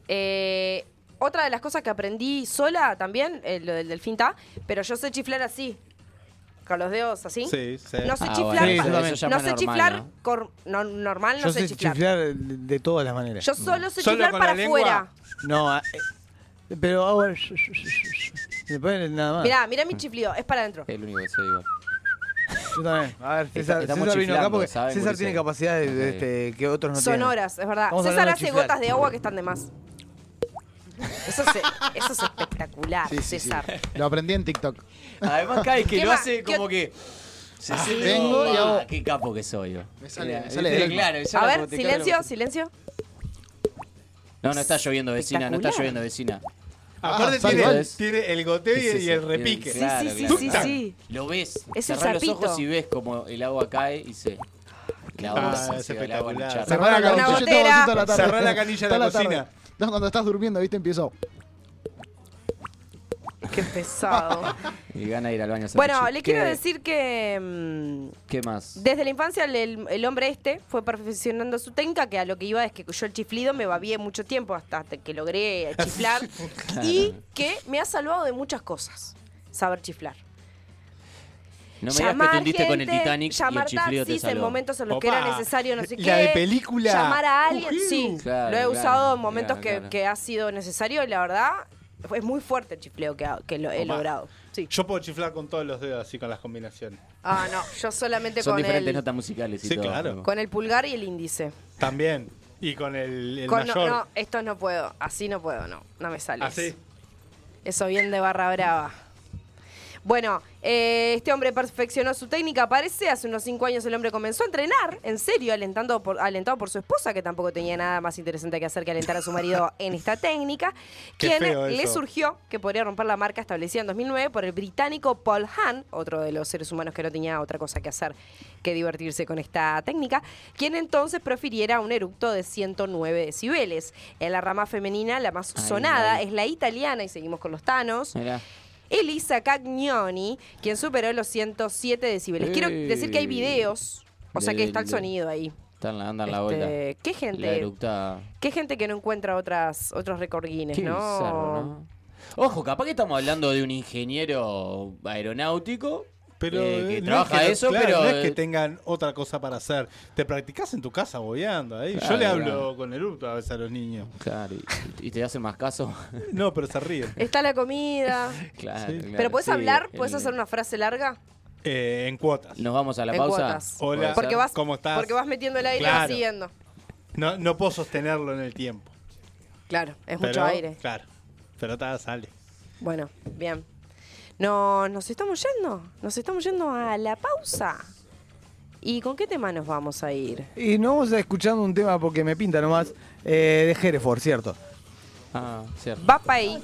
E: eh, otra de las cosas que aprendí sola también, eh, lo del delfín está, pero yo sé chiflar así. Con los dedos así.
G: Sí, sí.
E: No sé
F: Ah,
E: chiflar.
F: bueno,
C: eso-
E: pa-
C: eso
E: no sé
F: llama normal,
E: chiflar.
F: ¿no?
E: cor- no, normal, no
C: Yo
E: sé, chiflar.
C: de, de todas las maneras.
E: Yo solo sé
G: Solo
E: chiflar
G: con la
E: para
G: lengua.
E: afuera.
C: No, ah, eh, pero ahora. Después nada más.
E: Mirá, mirá mi chiflido, es para adentro.
F: Es el único que sé, digo.
C: Yo también. A ver, César,
F: Está- estamos
C: César vino acá
F: chiflando,
C: porque
F: ¿saben,
C: César
F: gurises?
C: tiene capacidades de-
F: Ok.
C: este, que otros no tienen.
E: Sonoras, es verdad.
C: Vamos a
E: César
C: hablar de
E: hace
C: chiflar.
E: gotas de agua que están de más. Eso es, eso es
A: (laughs)
E: espectacular,
A: Sí, sí, sí.
E: César.
A: Lo aprendí en TikTok.
F: Además, cada vez que
E: ¿Qué
F: lo
E: más? ¿Qué
F: hace, como
E: ot-
F: que. Se
G: ah,
A: vengo y hago-
F: Ah, Qué capo que soy yo.
A: Me sale-
F: Mira,
A: me sale
F: ¿viste?
A: del-
F: Claro, ya
E: A
F: la
E: ver,
F: botica-
E: silencio, silencio.
F: No, no está lloviendo, vecina. No está
E: Espectacular.
F: lloviendo, vecina.
G: Aparte
A: Ah,
G: tiene,
A: igual.
G: tiene el goteo y,
F: Sí, sí,
G: y el
F: sí,
G: repique.
F: sí,
E: sí,
F: claro,
E: sí,
F: claro.
E: sí,
F: Tum,
E: sí.
F: tac. Lo ves.
E: Es el
F: Cerrás los
E: sapito.
F: ojos y ves como el agua cae y se.
G: Ah,
F: La agua
G: es
F: se va, el agua
G: espectacular.
F: luchar.
G: Cerrá
A: Cerrá
E: Una
A: canilla, yo tengo
E: gotera.
A: así toda la tarde.
G: Cerrá la canilla de
A: Toda
G: la
A: tarde.
G: cocina.
A: No, cuando estás durmiendo, viste, empiezo.
E: Qué pesado.
F: Y gana ir al baño a hacer
E: bueno,
F: chichi.
E: le quiero
F: ¿Qué-
E: decir que mm,
F: ¿Qué más?
E: desde la infancia el, el- el hombre este fue perfeccionando su técnica, que a lo que iba es que yo el chiflido me babié mucho tiempo hasta que logré chiflar (laughs) y que me ha salvado de muchas cosas saber chiflar.
F: No me digas que te hundiste con el
E: gente,
F: Titanic y el
E: llamar
F: chiflido te
E: taxis en
F: salvó.
E: momentos en los que
G: Opa,
E: era necesario, no sé
G: la
E: qué.
G: de película.
E: Llamar a alguien, sí.
F: Claro,
E: lo he
F: claro,
E: usado en momentos
F: claro,
E: que,
F: claro.
E: que ha sido necesario y la verdad es muy fuerte el chifleo que, ha- que lo he
G: Opa.
E: logrado. Sí.
G: Yo puedo chiflar con todos los dedos, así con las combinaciones.
E: Ah, no, yo solamente
F: Son
E: con
F: diferentes
E: el,
F: notas musicales y
G: Sí,
F: todo.
G: claro.
F: ¿no?
E: con el pulgar y el índice.
G: También. Y con el, el
E: Con- no,
G: mayor. ¿Ah,
E: no, estos no puedo. Así no puedo, no. No me sale.
G: así.
E: Eso bien de barra brava. Bueno, eh, este hombre perfeccionó su técnica, parece. Hace unos cinco años el hombre comenzó a entrenar, en serio, alentando por, alentado por su esposa, que tampoco tenía nada más interesante que hacer que alentar a su marido en esta técnica,
G: Qué
E: quien
G: feo
E: le
G: eso.
E: surgió que podría romper la marca establecida en 2009 por el británico Paul Hahn, otro de los seres humanos que no tenía otra cosa que hacer que divertirse con esta técnica, quien entonces prefiriera un eructo de 109 decibeles. En la rama femenina, la más
F: Ay,
E: sonada
F: ay. Eh.
E: es la italiana, y seguimos con los tanos.
F: Mirá.
E: Elisa Cagnoni, quien superó los 107 decibeles. Quiero
F: Ey.
E: decir que hay videos, o sea que
F: Eh. Del-
E: está el
F: del-
E: sonido ahí.
F: Están la, andan la
E: Este,
F: vuelta.
E: ¿Qué
F: La
E: gente?
F: eructada.
E: ¿Qué gente que no encuentra otras, otros récord Guinness,
F: Qué
E: no?
F: bizarro, ¿no? Ojo, capaz que estamos hablando de un ingeniero aeronáutico
G: Pero
F: eh, que
G: eh, no
F: trabaja
G: es que-
F: eso,
G: claro,
F: pero
G: no es que
F: eh,
G: tengan otra cosa para hacer. Te practicás en tu casa bobeando ahí.
F: Claro,
G: Yo le hablo
F: claro.
G: con eructo a veces a los niños.
F: claro, y, y te hacen más caso.
G: No, pero se
F: (laughs)
G: ríen.
E: Está la comida.
F: claro,
G: Sí.
F: claro.
E: Pero puedes
F: Sí,
E: hablar,
F: el-
E: puedes hacer una frase larga.
G: Eh, en cuotas.
F: Nos vamos a la
E: En
F: pausa.
E: cuotas.
F: ¿Puede
G: Hola.
F: ser?
E: Porque vas,
G: ¿Cómo estás?
E: porque vas metiendo el aire y vas
G: Claro.
E: siguiendo.
G: No, no puedo sostenerlo en el tiempo.
E: Claro, es mucho
G: Pero,
E: aire.
G: Claro. Pero está, sale.
E: Bueno, bien. No, nos estamos yendo. Nos estamos yendo a la pausa. ¿Y con qué tema nos vamos a ir?
C: Y nos vamos a escuchando un tema porque me pinta nomás eh, de Hereford, ¿cierto?
F: Ah, cierto.
E: Va para ahí.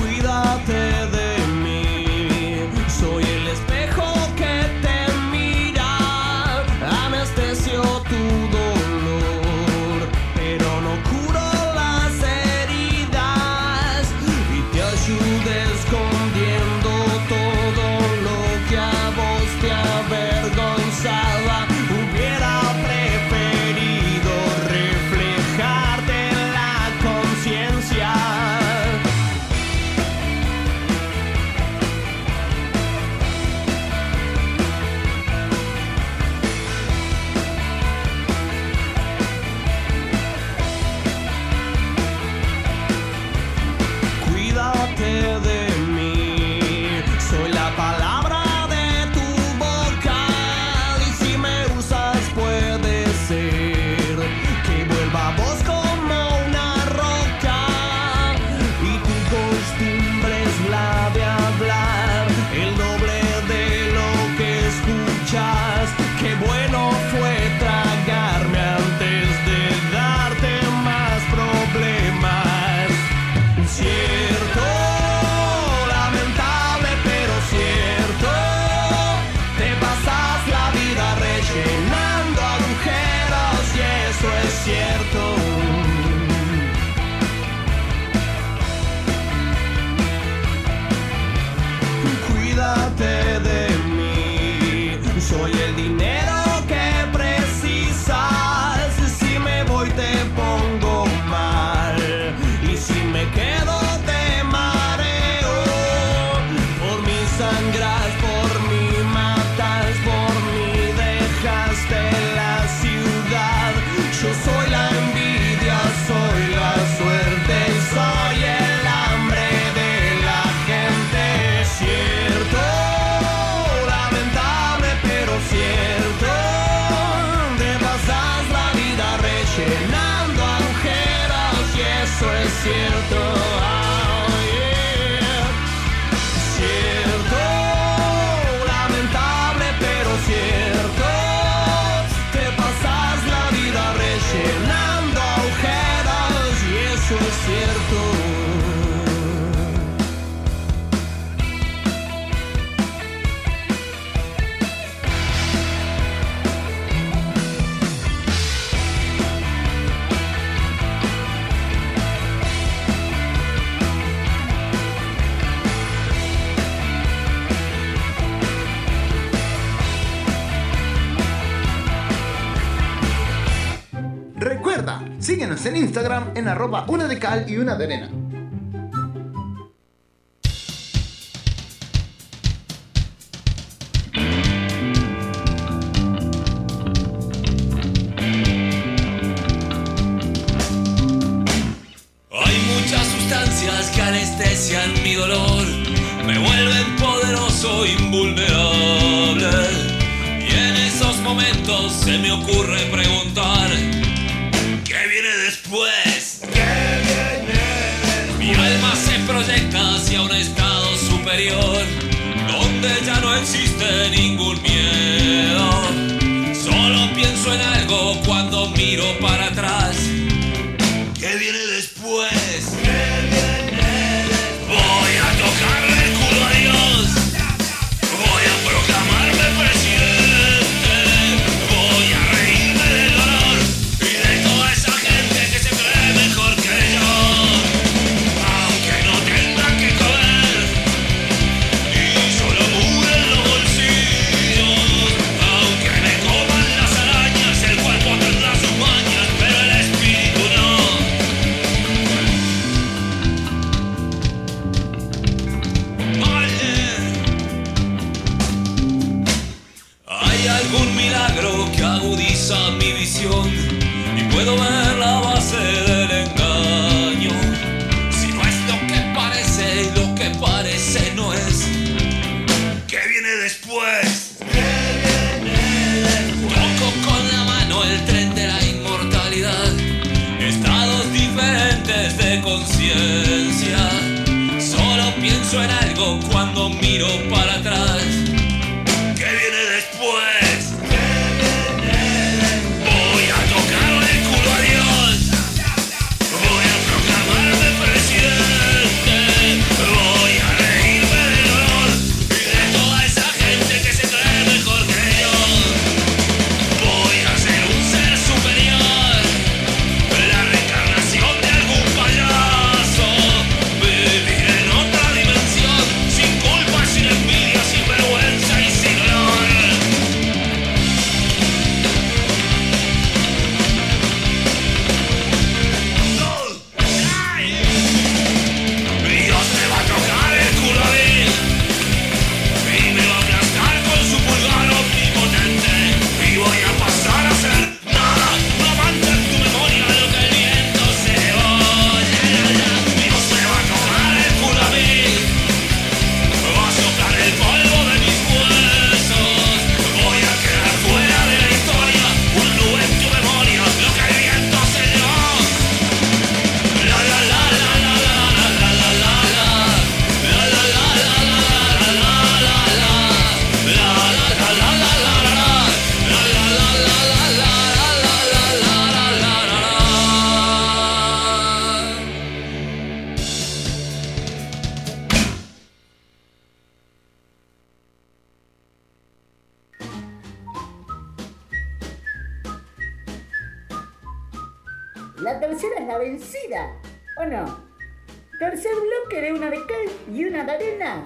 D: Cuídate de mí, soy el espejo que te mira, anestesio tu dolor, pero no curo las heridas y te ayude escondiendo todo lo que a vos te avergonzaba. Hubiera preferido reflejarte en la conciencia. Cuídate de mí, soy la palabra de tu boca y si me usas puede ser que vuelva a vos como una roca y tu costumbre es la de hablar el doble de lo que escuchas. Qué bueno fue tragarme antes de darte más problemas. Cierto, lamentable pero cierto, te pasas la vida rellenando agujeros y eso es cierto. Cuídate de mí, soy el dinero que precisas. Si me voy te pongo mal y si me quedo te mareo. Por mi sangras, por mi matas, por mi dejaste la ciudad. Yo soy la envidia, soy la suerte, soy el hambre de la gente. Cierto, lamentable pero cierto. Te pasas la vida rellenando agujeros y eso es cierto. Ah, yeah. Cierto, lamentable pero cierto. Te
H: Síguenos en Instagram en arroba una de cal y una de arena.
K: Hay muchas sustancias que anestesian mi dolor, me vuelven poderoso, invulnerable. Y en esos momentos se me ocurre preguntar, ¿qué viene después? Mi alma se proyecta hacia un estado superior, donde ya no existe ningún miedo. Solo pienso en algo cuando miro para atrás. ¿Qué viene después? Voy a tocarle el culo a Dios. Voy a proclamarme presidente. Voy a reírme del dolor y de toda esa gente que se cree mejor que yo. Aunque no tengan que comer y solo muren los bolsillos. Aunque me coman las arañas, el cuerpo tendrá sus mañas, pero el espíritu no. Hay algún milagro que agudiza mi visión y puedo ver la base del engaño. Si no es lo que parece y lo que parece no es, ¿qué viene después? Toco con la mano el tren de la inmortalidad, estados diferentes de conciencia. Solo pienso en algo cuando miro para atrás. ¿Qué viene después? Voy a tocarle el culo a Dios. Voy a proclamarme presidente. Voy a reírme del dolor y de toda esa gente que se cree mejor que yo. Voy a ser un ser superior. La reencarnación de algún payaso. Vivir en otra dimensión. Sin culpa, sin envidia, sin vergüenza y sin honor. Dios me va a tocar el culo a mí y me va a aplastar con su pulgar omnipotente y voy a pasar a ser nada. No avanza en tu memoria lo que el viento se oye. Dios me va a tocar el culo a mí, va a soplar el polvo de mis huesos. Voy a quedar fuera de la historia, una nube en tu memoria, lo que el viento se oye. La la la la la la la la la la la la la
I: La tercera es la vencida, ¿o no? Tercer bloque de una de cal y una de arena.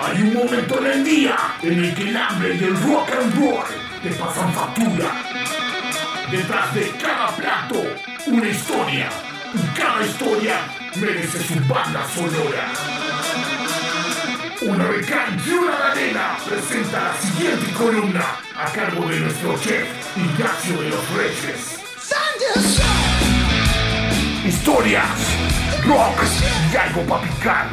L: Hay un momento en el día en el que el hambre y el rock and roll te pasan factura. Detrás de cada plato, una historia. Y cada historia merece su banda sonora. Una de cal y una de arena presenta la siguiente columna a cargo de nuestro chef Ignacio de los Reyes. Historias, rock y algo para picar.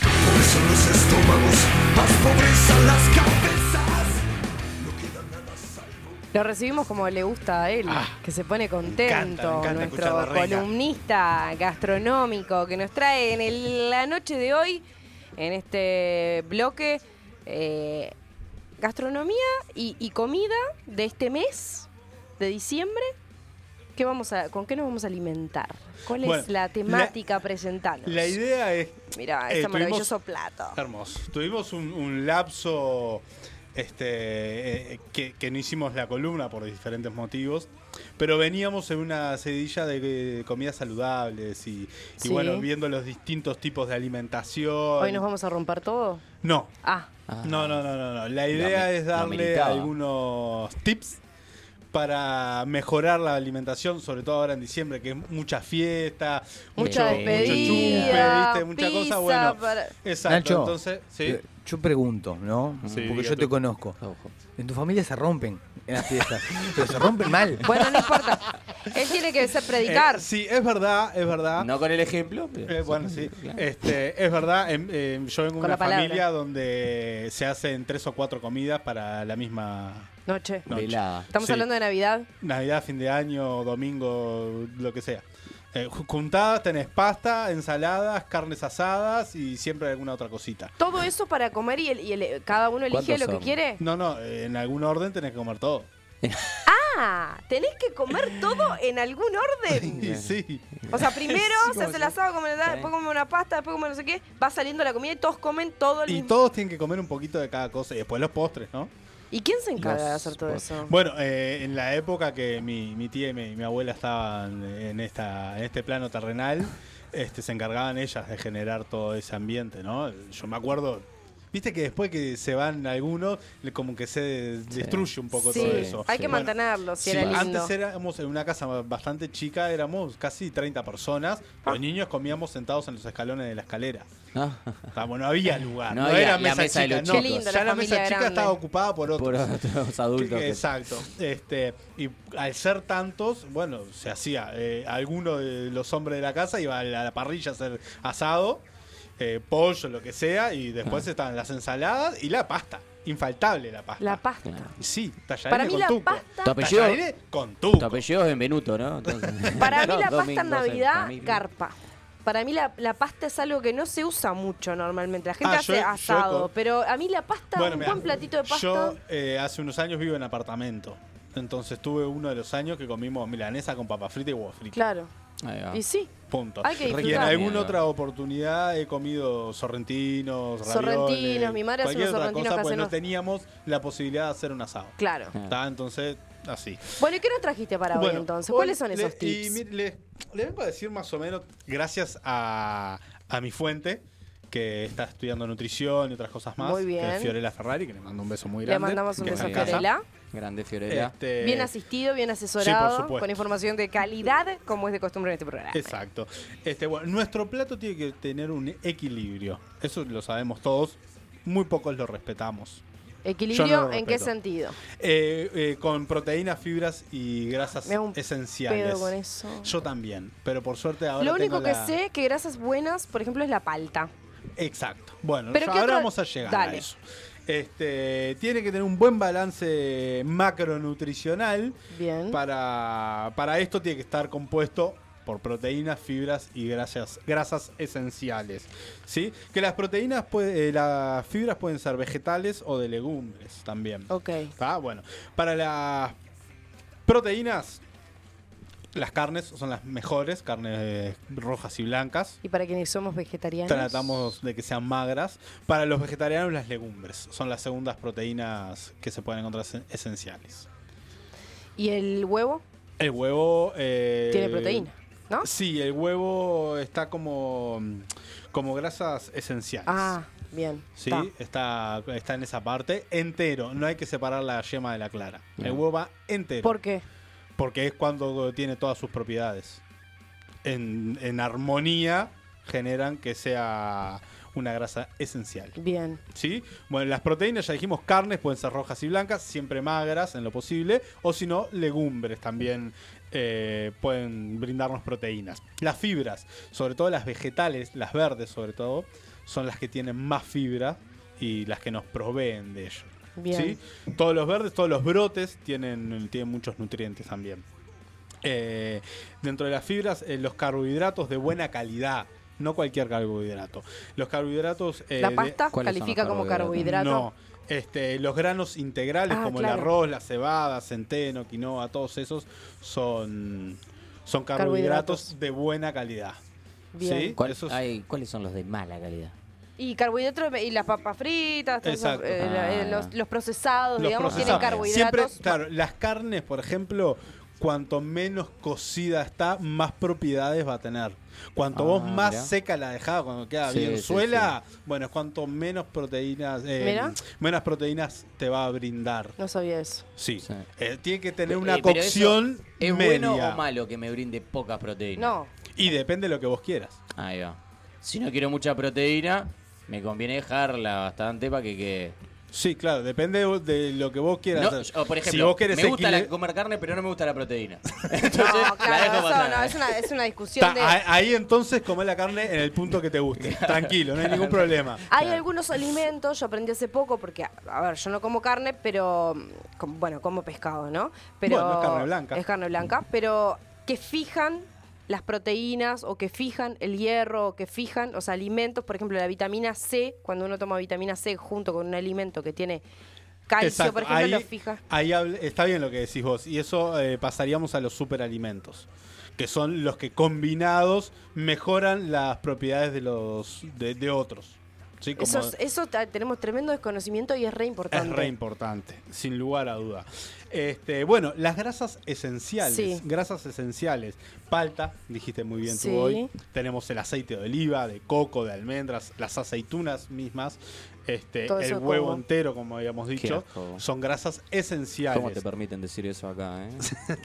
K: Pobres son los estómagos, más pobres son las cabezas.
E: Lo recibimos como le gusta a él, que se pone contento,
G: encanta, Ah, me encanta escuchar la
E: nuestro
G: renga.
E: columnista gastronómico que nos trae en el- la noche de hoy, en este bloque, eh, gastronomía y, y comida de este mes, de diciembre, ¿Qué vamos a, ¿Con qué nos vamos a alimentar? ¿Cuál
G: Bueno,
E: es la
G: la-
E: temática? Presentanos.
G: La idea es.
E: Mirá,
G: eh,
E: este
G: tuvimos-
E: maravilloso plato.
G: Hermoso. Tuvimos un, un lapso este, eh, que, que no hicimos la columna por diferentes motivos, pero veníamos en una sedilla de, eh, comidas saludables y, y
E: Sí.
G: bueno, viendo los distintos tipos de alimentación.
E: Hoy nos vamos a romper todo.
G: No.
E: Ah,
G: No, no, no, no, no. La idea
F: me-
G: es
F: no
G: darle
F: meritaba.
G: algunos tips para mejorar la alimentación, sobre todo ahora en diciembre, que es mucha fiesta,
E: Mucha
G: mucho, mucho
E: despedida,
G: chupe, ¿viste? mucha cosa.
E: pizza
G: Bueno,
E: para-
G: exacto.
C: Nacho,
G: entonces, sí.
C: eh, yo pregunto, ¿no?
G: Sí,
C: Porque
G: diga
C: yo te
G: tú.
C: conozco. En tu familia se rompen en las fiestas, pero se rompen mal.
E: Bueno, no importa. Él tiene que ser predicar.
G: Eh, sí, es verdad, es verdad.
F: No con el ejemplo, pero-
G: Eh, bueno, sí. Este, es verdad, em, em, yo vengo de
E: Con la
G: una
E: palabra.
G: familia donde se hacen tres o cuatro comidas para la misma
E: Noche.
G: Eh, noche.
E: Estamos
G: Sí.
E: hablando de Navidad.
G: Navidad, fin de año, domingo, lo que sea. Eh, ju- juntadas tenés pasta, ensaladas, carnes asadas y siempre alguna otra cosita.
E: Todo eso para comer y, el- y el- cada uno elige
G: ¿Cuántos
E: lo que
G: son?
E: quiere.
G: No, no, eh, en algún orden tenés que comer todo.
E: Ah, tenés que comer todo en algún orden.
G: Y sí.
E: O sea, primero
G: Sí,
E: se hace el asado, come la- después come una pasta, después come no sé qué, va saliendo la comida y todos comen todo el
G: Y
E: mismo.
G: todos tienen que comer un poquito de cada cosa y después los postres, ¿no?
E: ¿Y quién se encarga de
G: Los
E: hacer todo eso?
G: Bueno, eh, en la época que mi, mi tía y mi, mi abuela estaban en, esta, en este plano terrenal, este, se encargaban ellas de generar todo ese ambiente, ¿no? Yo me acuerdo, viste que después que se van algunos, le- como que se de- destruye un poco
E: Sí,
G: todo eso.
E: hay que mantenerlo, si era lindo.
G: Antes éramos en una casa bastante chica, éramos casi 30 personas, los niños comíamos sentados en los escalones de la escalera. O sea, bueno, no había lugar,
F: Ah. (laughs) No
G: Ah, no,
F: había
G: era
F: la
G: mesa,
F: mesa de
G: chica,
F: los
G: no.
F: chicos. Qué lindo,
G: ya la
F: la
G: mesa
F: familia
G: chica
F: grande.
G: estaba ocupada por otros.
F: Por otros adultos. que-
G: Exacto. Este, y al ser tantos, bueno, se hacía. eh, alguno de los hombres de la casa iba a la, la parrilla a hacer asado, eh, pollo, lo que sea, y después estaban las ensaladas y la pasta. Infaltable la pasta.
E: La pasta.
G: Sí, tallarines
E: Para mí
G: con
E: la
G: tuco.
E: pasta-
F: Tu apellido.
G: Tallarines con
F: Tu apellido es Benvenuto, ¿no? Entonces-
E: (laughs) Para
F: No,
E: mí la pasta
F: Domingo,
E: en
F: para
E: Navidad
F: mí-
E: carpa. Para mí la, la pasta es algo que no se usa mucho normalmente. La gente
G: Ah, yo-
E: hace
G: yo
E: asado,
G: con-
E: pero a mí la pasta,
G: Bueno,
E: un
G: mirá,
E: buen platito de pasta.
G: Yo eh, hace unos años vivo en apartamento. Entonces tuve uno de los años que comimos milanesa con papa frita y huevo frito.
E: Claro. Y sí.
G: Punto.
E: Hay que
G: y en
E: disfrutar.
G: alguna otra oportunidad he comido sorrentinos, ravioles,
E: Sorrentinos, mi madre hace
G: cualquier
E: unos
G: otra
E: sorrentinos
G: cosa, pues no
E: caseros.
G: teníamos la posibilidad de hacer un asado.
E: Claro.
G: Está, entonces, así.
E: Bueno, ¿y qué nos trajiste para hoy
G: Bueno,
E: entonces?
G: hoy
E: ¿Cuáles son
G: le-
E: esos
G: Y
E: tips?
G: mire, le, le vengo a decir más o menos, gracias a, a mi fuente, que está estudiando nutrición y otras cosas más,
E: Muy bien.
G: que es Fiorella Ferrari, que le mando un beso muy
E: Le
G: grande.
E: mandamos un
G: que está
E: beso
G: en
E: a
G: casa.
E: Fiorella.
F: Grande Fiorella.
G: Este,
E: Bien asistido, bien asesorado,
G: supuesto. Eh,
E: con información de calidad, como es de costumbre en este programa.
G: Exacto. Este, bueno, nuestro plato tiene que tener un equilibrio. Eso lo sabemos todos. Muy pocos lo respetamos. Yo
E: ¿Equilibrio
G: no lo
E: en qué
G: respeto.
E: sentido?
G: Eh, eh, con proteínas, fibras y grasas
E: Me hago un
G: esenciales.
E: pedo con eso.
G: Yo también, pero por suerte ahora
E: Lo único
G: tengo
E: que
G: la-
E: sé que grasas buenas, por ejemplo, es la palta.
G: Exacto. Bueno,
E: Pero
G: ya
E: ¿qué
G: ahora
E: otra-
G: vamos a llegar a
E: Dale.
G: eso. Este, tiene que tener un buen balance macronutricional.
E: Bien.
G: Para, para esto tiene que estar compuesto por proteínas, fibras y grasas, grasas esenciales. ¿sí? Que las proteínas, puede- eh, las fibras pueden ser vegetales o de legumbres también.
E: Ok.
G: ¿Está? Bueno, para las proteínas, las carnes son las mejores, carnes eh, rojas y blancas.
E: Y para quienes somos vegetarianos.
G: Tratamos de que sean magras. Para los vegetarianos, las legumbres son las segundas proteínas que se pueden encontrar esen- esenciales.
E: ¿Y el huevo?
G: El huevo. eh,
E: Tiene proteína, ¿no?
G: Sí, el huevo está como, como grasas esenciales.
E: Ah, bien.
G: Sí,
E: ta.
G: está, está en esa parte. Entero, no hay que separar la yema de la clara. El
E: Bien.
G: huevo va entero.
E: ¿Por qué?
G: Porque es cuando tiene todas sus propiedades. En, en armonía generan que sea una grasa esencial.
E: Bien.
G: ¿Sí? Bueno, las proteínas, ya dijimos, carnes pueden ser rojas y blancas, siempre magras en lo posible, o si no, legumbres también eh, pueden brindarnos proteínas. Las fibras, sobre todo las vegetales, las verdes sobre todo, son las que tienen más fibra y las que nos proveen de ello.
E: Bien.
G: ¿sí? Todos los verdes, todos los brotes tienen, tienen muchos nutrientes también. Eh, dentro de las fibras, eh, los carbohidratos de buena calidad. no cualquier carbohidrato. Los carbohidratos. eh,
E: ¿La
G: de-
E: pasta ¿Cuáles son califica los como carbohidratos?
G: No. Este, los granos integrales
E: Ah,
G: como el
E: claro.
G: arroz, la cebada, centeno, quinoa, todos esos son, son carbohidratos, de buena calidad.
E: Bien.
G: ¿Sí?
F: ¿Cuál-
G: Esos-
F: ay, ¿Cuáles son los de mala calidad?
E: Y carbohidratos y las papas fritas, todos esos,
G: Exacto.
E: eh, la- eh,
G: Ah.
E: los, los procesados,
G: Los
E: digamos,
G: procesados.
E: tienen carbohidratos.
G: Siempre, claro, las carnes, por ejemplo, cuanto menos cocida está, más propiedades va a tener. Cuanto
F: Ah,
G: vos más
F: mirá.
G: seca la dejás, cuando queda
F: Sí,
G: bien
F: sí,
G: suela, bueno, es cuanto menos proteínas, eh,
E: Mirá.
G: menos proteínas te va a brindar.
E: No sabía eso.
G: Sí. Eh, tiene que tener
F: Eh,
G: una
F: pero eso,
G: cocción
F: ¿Es
G: media.
F: bueno o malo que me brinde pocas proteínas?
E: No.
G: Y depende de lo que vos quieras.
F: Ahí va. Si no quiero mucha proteína, me conviene dejarla bastante para que quede.
G: Sí, claro, depende de- de lo que vos quieras.
F: No,
G: hacer.
F: yo, por ejemplo,
G: si vos querés
F: me gusta la-
G: equili-
F: comer carne, pero no me gusta la proteína.
E: No,
F: la dejo
E: claro, eso
F: pasar.
E: no, es una, es una discusión
G: Ta- ah,
E: de...
G: ahí- ahí entonces comés la carne en el punto que te
E: (laughs)
G: guste. Tranquilo, no hay ningún problema.
E: Hay algunos alimentos, yo aprendí hace poco, porque, a- a ver, yo no como carne, pero, mm, com- bueno, como pescado, ¿no? Pero
G: Bueno, es carne blanca.
E: Es carne blanca, pero que fijan las proteínas o que fijan el hierro o que fijan, o sea, alimentos, por ejemplo, la vitamina C, cuando uno toma vitamina C junto con un alimento que tiene calcio,
G: Exacto,
E: por ejemplo, lo fija.
G: ahí habl- está bien lo que decís vos. Y eso eh, pasaríamos a los superalimentos, que son los que combinados mejoran las propiedades de los de, de otros. ¿Sí? Como-
E: Eso, es- eso ta- tenemos tremendo desconocimiento y es re importante.
G: es re importante, sin lugar a duda. Este, bueno, las grasas esenciales,
E: Sí.
G: grasas esenciales, palta, dijiste muy bien
E: Sí.
G: tú hoy. Tenemos el aceite de oliva, de coco, de almendras, las aceitunas mismas, este,
E: Todo
G: el
E: eso
G: huevo
E: como.
G: entero, como habíamos dicho,
F: asco.
G: son grasas esenciales.
F: ¿Cómo te permiten decir eso acá, eh?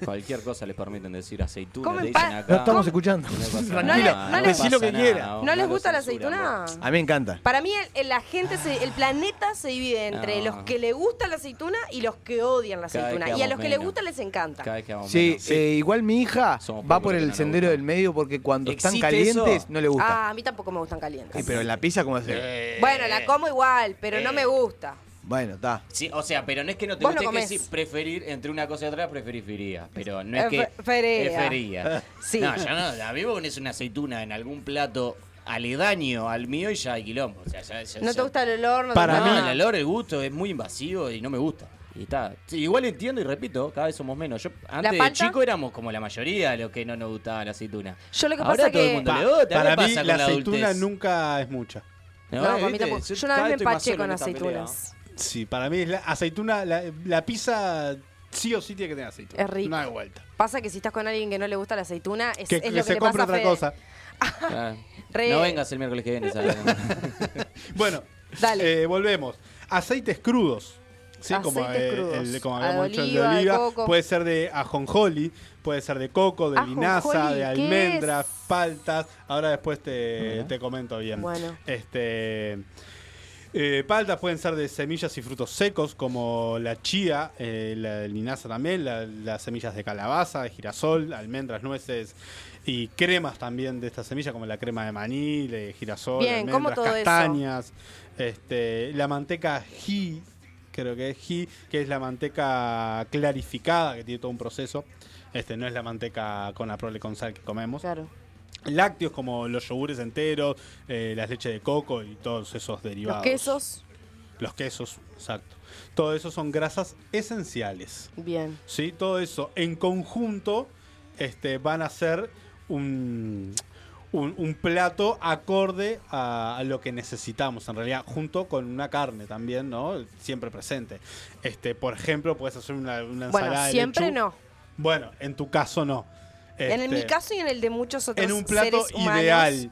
F: Cualquier cosa les permiten decir aceituna,
E: Comen
F: te dicen
E: pa-
F: acá.
C: No estamos escuchando.
F: No pasa
C: Tranquilo,
F: nada,
E: no les-
F: pasa
C: decí lo que
F: nada,
C: quiera.
F: vos,
E: ¿No les
F: lo
E: gusta la
F: censuran,
E: aceituna?
C: A mí me encanta.
E: Para mí el, el- la gente, se- el planeta se divide entre
F: No.
E: los que le gusta la aceituna y los que odian la
F: Ah. Cada vez
E: aceituna.
F: quedamos
E: Y a los que le
F: menos.
E: gusta les encanta.
F: Cada vez que vamos
C: Sí,
F: menos.
C: eh, igual mi hija va por
F: pocos los que no
C: el
F: nos
C: sendero
F: gusta.
C: del medio porque cuando están
F: ¿Existe
C: calientes
F: eso?
C: no le gusta.
E: Ah, a mí tampoco me gustan calientes.
C: Sí, pero en la pizza, ¿cómo hace?
E: Bueno, la como igual, pero no
F: Eh.
E: me gusta.
C: Bueno, está.
F: Sí, o sea, pero no es que no te
E: Vos
F: guste,
E: no
F: es que
E: comés.
F: sí, preferir entre una cosa y otra preferiría. Pero no es
E: Eh,
F: que.
E: fe- fería.
F: prefería.
E: (laughs) Sí.
F: No, ya no, la vivo pones una aceituna en algún plato aledaño al mío y ya hay quilombo. O sea, ya, ya-
E: No te
F: ya-
E: gusta el olor, no
F: Para
E: te gusta
F: mí,
E: nada.
F: el olor, el gusto es muy invasivo y no me gusta. Y está. Sí, igual entiendo y repito, cada vez somos menos. Yo antes de
E: palta?
F: chico éramos como la mayoría de los que no nos gustaba la aceituna.
E: Yo lo que
F: Ahora
E: pasa
F: todo el
E: que-
F: mundo
G: Pa-
F: le gusta. ¿Qué
G: para mí
F: pasa con
G: la
F: la
G: aceituna
F: adultez?
G: nunca es mucha.
E: No, para mí
F: ¿viste?
E: tampoco. Yo una
F: cada
E: vez me
F: estoy más
E: empaché
F: solo en
E: con
F: esta pelea.
E: aceitunas.
G: Sí, para mí es la aceituna, la, la pizza sí o sí tiene que tener aceituna.
E: Es rico.
G: No hay vuelta.
E: Pasa que si estás con alguien que no le gusta la aceituna, es,
G: Que,
E: es
G: que
E: lo que
G: se
E: le
G: compre
E: pasa a
G: otra
E: Fede. (laughs)
G: cosa.
F: Claro.
E: Re-
F: Ah, No vengas el miércoles que viene, ¿sabes?
G: (laughs) Bueno,
E: Dale.
G: eh, volvemos. Aceites crudos. Sí, como,
E: Aceites
G: eh,
E: crudos.
G: el- como
E: Ah,
G: habíamos
E: de
G: dicho, el de
E: oliva, de
G: oliva.
E: coco.
G: Puede ser de ajonjoli, puede ser de coco, de linaza,
E: Ajonjoli,
G: de
E: ¿qué
G: almendras, paltas. Ahora después te, te comento bien.
E: Bueno.
G: Este. eh, paltas pueden ser de semillas y frutos secos, como la chía, eh, la linaza también, la- las semillas de calabaza, de girasol, almendras, nueces y cremas también de esta semilla, como la crema de maní, de girasol,
E: Bien, ¿cómo
G: almendras,
E: todo eso?
G: castañas, este, la manteca ghee, creo que es ghee, que es la manteca clarificada, que tiene todo un proceso. Este, no es la manteca con la prole con sal que comemos.
E: Claro.
G: Lácteos como los yogures enteros, eh, las leches de coco y todos esos derivados.
E: Los quesos,
G: Los quesos, exacto. Todo eso son grasas esenciales.
E: bien.
G: ¿sí? Todo eso en conjunto este, van a ser un, un- un plato acorde a, a lo que necesitamos, en realidad, junto con una carne también, ¿no? Siempre presente. Este, por ejemplo, puedes hacer una, una
E: Bueno,
G: ensalada de
E: siempre
G: lechú-
E: no.
G: Bueno, en tu caso no.
E: En el- mi
G: Este,
E: caso y en el de muchos otros
G: en un plato
E: seres humanos.
G: ideal.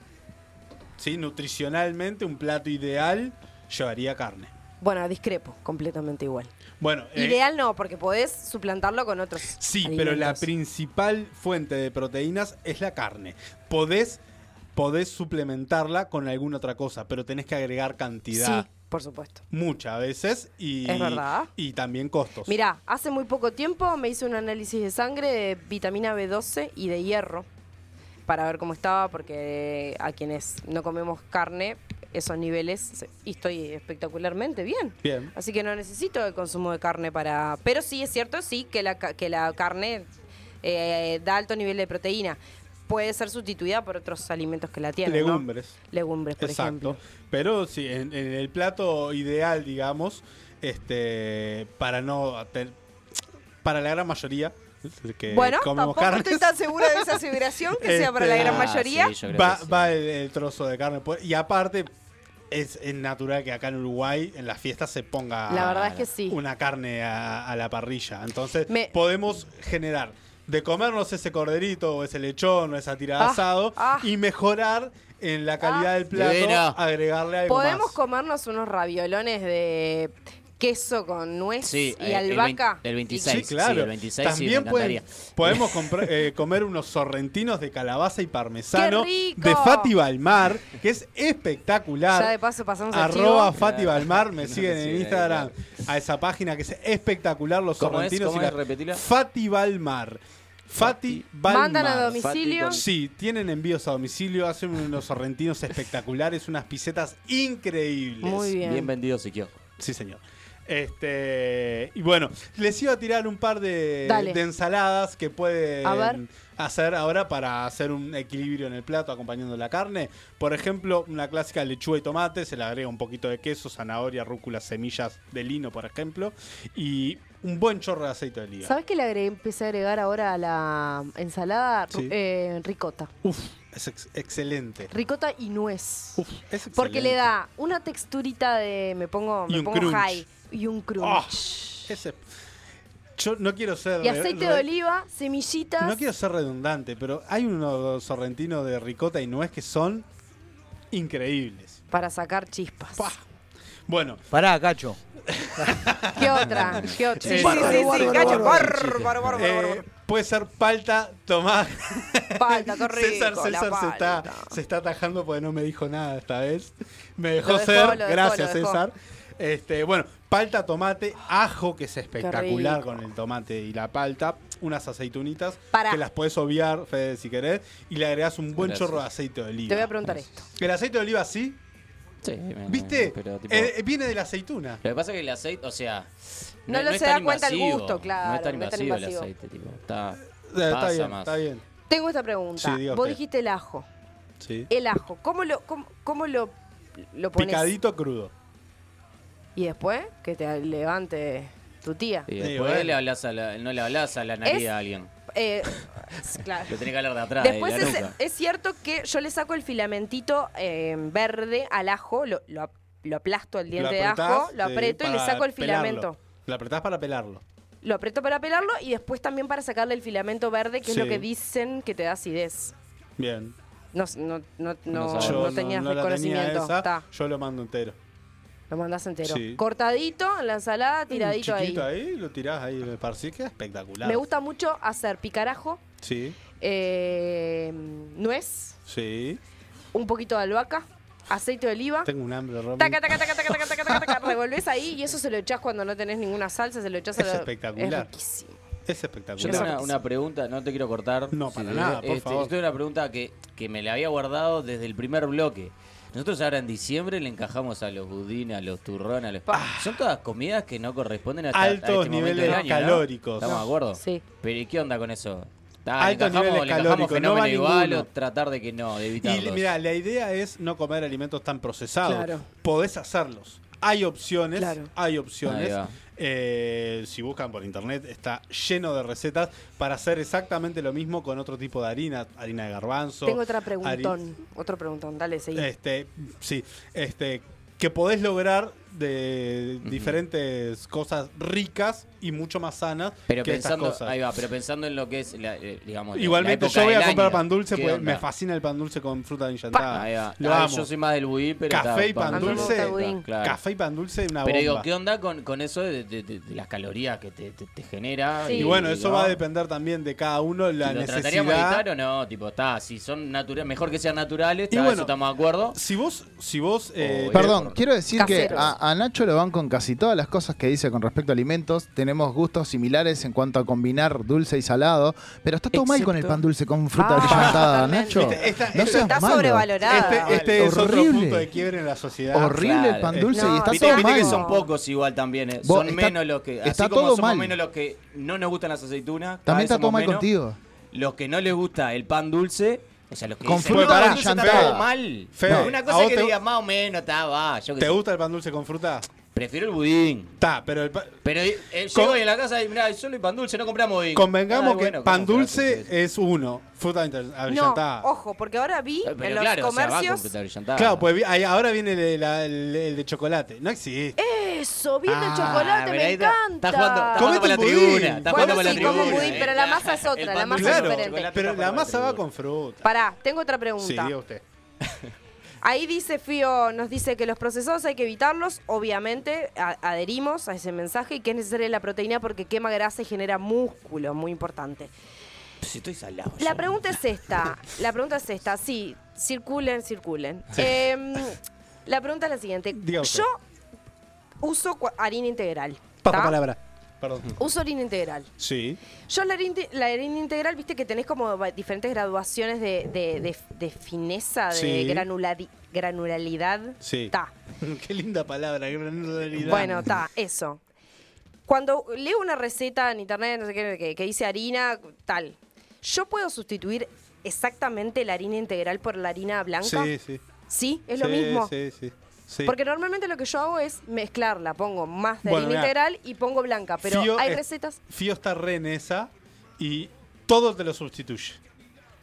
G: Sí, nutricionalmente, un plato ideal llevaría carne.
E: Bueno, discrepo, completamente igual.
G: Bueno, eh,
E: Ideal no, porque podés suplantarlo con otros.
G: Sí, pero la
E: alimentos.
G: principal fuente de proteínas es la carne. Podés, podés suplementarla con alguna otra cosa, pero tenés que agregar cantidad.
E: Sí, por supuesto.
G: Muchas veces y,
E: Es verdad.
G: y también costos.
E: Mirá, hace muy poco tiempo me hice un análisis de sangre de vitamina B12 y de hierro para ver cómo estaba, porque a quienes no comemos carne, esos niveles, se- y estoy espectacularmente bien.
G: Bien.
E: Así que no necesito el consumo de carne para... Pero sí, es cierto, sí, que la, ca- que la carne eh, da alto nivel de proteína. puede ser sustituida por otros alimentos que la tienen. ¿no?
G: Legumbres.
E: Legumbres, por
G: Exacto.
E: ejemplo.
G: Pero sí, en, en el plato ideal, digamos, este para no ten- para la gran mayoría que
E: bueno,
G: comemos
E: tampoco
G: carnes,
E: estoy tan segura de esa aseveración que sea para la
G: este,
E: gran mayoría.
G: va, va el, el trozo de carne. pues, Y aparte, es, es natural que acá en Uruguay, en las fiestas, se ponga
E: La verdad es que sí.
G: una carne a, a la parrilla. Entonces,
E: Me-
G: podemos generar de comernos ese corderito o ese lechón o esa tirada de
E: Ah,
G: asado
E: ah.
G: y mejorar en la calidad del plato,
F: Divino.
G: agregarle algo
E: Podemos
G: más.
E: comernos unos raviolones de queso con nuez
F: Sí,
E: y
F: eh, el
E: albahaca.
F: vein- el 26,
G: Sí, claro.
F: sí, el 26 sí, me
G: También pueden-
F: encantaría. (laughs)
G: podemos comprar- eh, comer unos sorrentinos de calabaza y parmesano
E: ¡Qué rico!
G: de Fati Balmar, que es espectacular.
E: Ya de paso pasamos al
G: Arroba
E: chivo.
G: Fati Balmar, me
F: (laughs) No,
G: siguen
F: sí,
G: en
F: ahí,
G: Instagram a esa página que es espectacular los
F: ¿Cómo es?
G: sorrentinos
F: ¿Cómo
G: y
F: es?
G: la-
F: Repetila.
G: Fati Balmar. Fati Balmar.
E: ¿Mandan a domicilio? Fati-
G: Sí, tienen envíos a domicilio, hacen unos sorrentinos espectaculares, unas pisetas
E: (laughs)
G: increíbles.
E: Muy bien. Bien
G: vendido, Siquio. Sí, señor. Este, y bueno, les iba a tirar un par de,
E: Dale.
G: de ensaladas que pueden
E: A ver.
G: hacer ahora para hacer un equilibrio en el plato acompañando la carne. Por ejemplo, una clásica lechuga y tomate, se le agrega un poquito de queso, zanahoria, rúcula, semillas de lino, por ejemplo, y un buen chorro de aceite de oliva.
E: ¿Sabes que le agregué- empecé a agregar ahora a la ensalada Ru-
G: Sí.
E: eh, ricota?
G: Uf, es ex- excelente.
E: Ricota y nuez.
G: Uf, es
E: Porque le
G: excelente.
E: da una texturita de me pongo,
G: Y
E: me
G: un
E: pongo
G: crunch.
E: high y un crunch.
G: Ah, ese- yo no quiero ser
E: y
G: Ah, re-
E: aceite
G: re-
E: de oliva, semillitas.
G: No quiero ser redundante, pero hay unos sorrentinos de ricota y nuez que son increíbles.
E: Para sacar chispas.
G: Bueno.
C: Pará, Cacho.
E: (laughs) ¿Qué otra? ¿Qué otra?
G: Eh, Eh, puede ser palta, tomás. (laughs)
E: Palta, qué rico,
G: César,
E: la
G: César se está,
E: palta.
G: se está atajando porque no me dijo nada esta vez. Me dejó,
E: Lo dejó,
G: ser.
E: lo dejó,
G: Gracias,
E: lo dejó.
G: César. Este, bueno, palta, tomate, ajo, que es espectacular
E: rico.
G: con el tomate y la palta. Unas aceitunitas
E: Pará.
G: que las puedes obviar, Fede, si querés. Y le agregás un buen
F: Gracias.
G: chorro de aceite de oliva.
E: Te voy a preguntar esto.
G: El aceite de oliva sí.
F: Sí, me-
G: ¿Viste?
F: pero, tipo-
G: Eh, eh, viene de la aceituna.
F: Lo que pasa es que el aceite, o sea.
E: No lo
F: es
E: se da
F: tan
E: cuenta el
F: invasivo,
E: gusto, claro,
F: No es tan
E: no es tan
F: invasivo el
E: invasivo.
F: aceite, tipo. Está,
G: Eh, está
F: pasa
G: bien,
F: más.
G: está bien.
E: Tengo esta pregunta.
F: Sí, diga
E: Vos
F: usted.
E: dijiste el ajo.
G: Sí.
E: El ajo. ¿Cómo lo, cómo, cómo lo, lo pones?
G: Picadito crudo.
E: Y después que te levante tu tía.
F: Y después le hablas a la- no le hablas a la nariz
E: Es-
F: a alguien. (laughs)
E: Eh, claro.
F: Lo tenés que hablar de atrás,
E: Después
F: de la
E: es,
F: nuca.
E: es cierto que yo le saco el filamentito eh, verde al ajo, lo, lo ap- lo aplasto al diente de ajo, lo
G: eh,
E: aprieto y le
G: para
E: saco el
G: pelarlo.
E: filamento.
G: Lo apretás para pelarlo.
E: Lo aprieto para pelarlo y después también para sacarle el filamento verde, que
G: Sí.
E: es lo que dicen que te da acidez.
G: Bien.
E: No, s- no, no, no,
G: Yo
E: no tenías
G: no la tenía
E: reconocimiento.
G: esa,
E: Está,
G: yo lo mando entero.
E: lo mandás entero.
G: Sí.
E: Cortadito en la ensalada, tiradito
G: Un
E: ahí.
G: chiquito ahí. lo tirás ahí. Me pareció que es espectacular.
E: Me gusta mucho hacer picarajo,
G: Sí,
E: eh, nuez,
G: sí.
E: un poquito de albahaca, aceite de oliva.
G: Tengo un hambre, Romy.
E: Taca, taca, taca, taca, taca, taca, taca, taca. Revolvés ahí y eso se lo echás cuando no tenés ninguna salsa, se lo echás a
G: Es
E: la-
G: espectacular.
E: es riquísimo.
G: Es
F: Yo
G: espectacular.
F: tengo una, una pregunta, no te quiero cortar. No,
G: para nada, por favor.
F: Yo tengo una pregunta que, que me la había guardado desde el primer bloque. Nosotros ahora en diciembre le encajamos a los budines, a los turrones, a los... Son todas comidas que no corresponden a, esta- a
G: Altos
F: este momento
G: niveles
F: del año, ¿no?
G: calóricos.
F: ¿Estamos de acuerdo?
E: Sí.
F: Pero ¿y qué onda con eso? Ta, le
G: Altos
F: encajamos-
G: niveles
F: le encajamos
G: calóricos, no
F: fenómeno
G: va
F: igual
G: ninguno.
F: o tratar de que no, de
G: Y
F: evitarlos.
G: mira, la idea es no comer alimentos tan procesados.
F: Claro.
G: Podés hacerlos. Hay opciones, hay opciones.
F: Ahí va.
G: Eh, si buscan por internet, está lleno de recetas para hacer exactamente lo mismo con otro tipo de harina, harina de garbanzo.
E: Tengo otra
G: hari-
E: preguntón, otro preguntón, dale, seguí.
G: Este, sí, este, que podés lograr de diferentes cosas ricas y mucho más sanas
F: pero
G: que estas
F: pensando,
G: cosas.
F: ahí va, pero pensando en lo que es, la, eh, digamos, la-
G: Igualmente,
F: la época
G: yo voy a
F: del
G: comprar
F: año.
G: pan dulce,
F: ¿Qué
G: pues
F: onda?
G: me fascina el pan dulce con fruta enlatada.
F: Ahí va.
G: Lo
F: Ah,
G: amo.
F: Yo soy más del budín, pero
G: Café y
F: está-
G: pan
F: está-
G: dulce.
F: está- claro.
G: Café y pan dulce una
F: Pero digo,
G: bomba.
F: ¿qué onda con, con eso de, de- de- de las calorías que te, te- te genera?
G: Y bueno, eso va a
F: depender
G: depender también de cada uno la
F: ¿Lo trataríamos de
G: necesidad.
F: evitar o no? Tipo, está, si son naturales, mejor que sean naturales,
G: Y
F: está,
G: bueno,
F: eso estamos de acuerdo.
G: Si vos, si vos, eh,
A: Perdón, quiero decir que ah,
F: Caseros.
A: a, a Nacho lo van con casi todas las cosas que dice con respecto a alimentos. Tenemos gustos similares en cuanto a combinar dulce y salado, pero está todo mal con el pan dulce con fruta brillantada, Nacho. no seas malo.
G: Este, este es otro punto de quiebre en la sociedad.
A: Horrible el pan dulce y está
F: Viste-
A: todo
F: viste
A: mal.
F: que son pocos igual también, eh.
A: Vos,
F: son
A: está-
F: menos los que.
A: está
F: así como
A: todo
F: somos
A: mal.
F: menos los que no nos gustan las aceitunas. cada
A: También
F: vez
A: está
F: somos
A: todo mal
F: menos.
A: contigo.
F: los que no les gusta el pan dulce, o sea, los que
A: Con
F: dicen,
A: fruta
F: "No, el pan dulce
A: chantada".
F: está todo mal.
G: Fede,
F: Una
G: ¿a
F: cosa
G: vos
F: es que
G: te-
F: digas más o menos, está, va, yo qué
G: ¿Te
F: sé.
G: gusta el pan dulce con fruta?
F: Prefiero el budín.
G: Está, pero el pan...
F: Pero eh, eh,
G: Con-
F: llego y en la casa y mirá, solo el pan dulce, no compramos budín.
G: Convengamos
F: Ay,
G: que
F: bueno,
G: pan
F: ¿cómo que va a ser?
G: dulce es uno, fruta inter-
E: No,
G: abrillantada.
E: ojo, porque ahora vi
F: Pero
E: en los
F: claro, o sea, va con
E: comercios.
F: fruta abrillantada.
G: Claro, pues vi- ahí- ahora viene el de, la- el- el de chocolate. No existe.
E: Eso, bien el
G: Ah,
E: chocolate,
F: pero
E: me
F: ahí está-
E: encanta.
F: está jugando- está
G: Comete
F: jugando para la
G: un budín.
F: tribuna. Está jugando para
E: bueno,
F: la
E: sí, como
F: tribuna. eh.
E: budín, pero la masa es otra, la masa es
G: Claro,
E: diferente.
G: pero la masa va con fruta.
E: Pará, tengo otra
G: Sí,
E: pregunta.
G: diga usted.
E: Ahí dice Fío, nos dice que los procesados hay que evitarlos. Obviamente, a- adherimos a ese mensaje y que es necesaria la proteína porque quema grasa y genera músculo, muy importante.
F: Si estoy salado.
E: La pregunta es esta. La pregunta es esta. Sí, circulen, circulen.
F: Sí.
E: Em, la pregunta es la siguiente.
G: Diga usted.
E: Yo uso cua- harina integral.
G: Pasa
E: ¿tá?
G: palabra. Perdón.
E: Uso harina integral.
G: Sí.
E: Yo la harina, inte- la harina integral, viste que tenés como va- diferentes graduaciones de, de- de- de fineza, de
G: Sí.
E: granulari- granularidad.
G: Sí.
E: Ta.
G: (laughs) Qué linda palabra. granularidad.
E: Bueno, está, eso. Cuando leo una receta en internet, no sé qué, que, que dice harina, tal, ¿yo puedo sustituir exactamente la harina integral por la harina blanca?
G: Sí, sí.
E: ¿Sí? ¿Es lo
G: Sí,
E: mismo?
G: Sí, sí. sí.
E: Porque normalmente lo que yo hago es mezclarla, pongo más de
G: Bueno,
E: harina
G: mirá.
E: integral y pongo blanca, pero
G: Fío
E: hay
G: es-
E: recetas,
G: Fío está re en esa y todo te lo sustituye.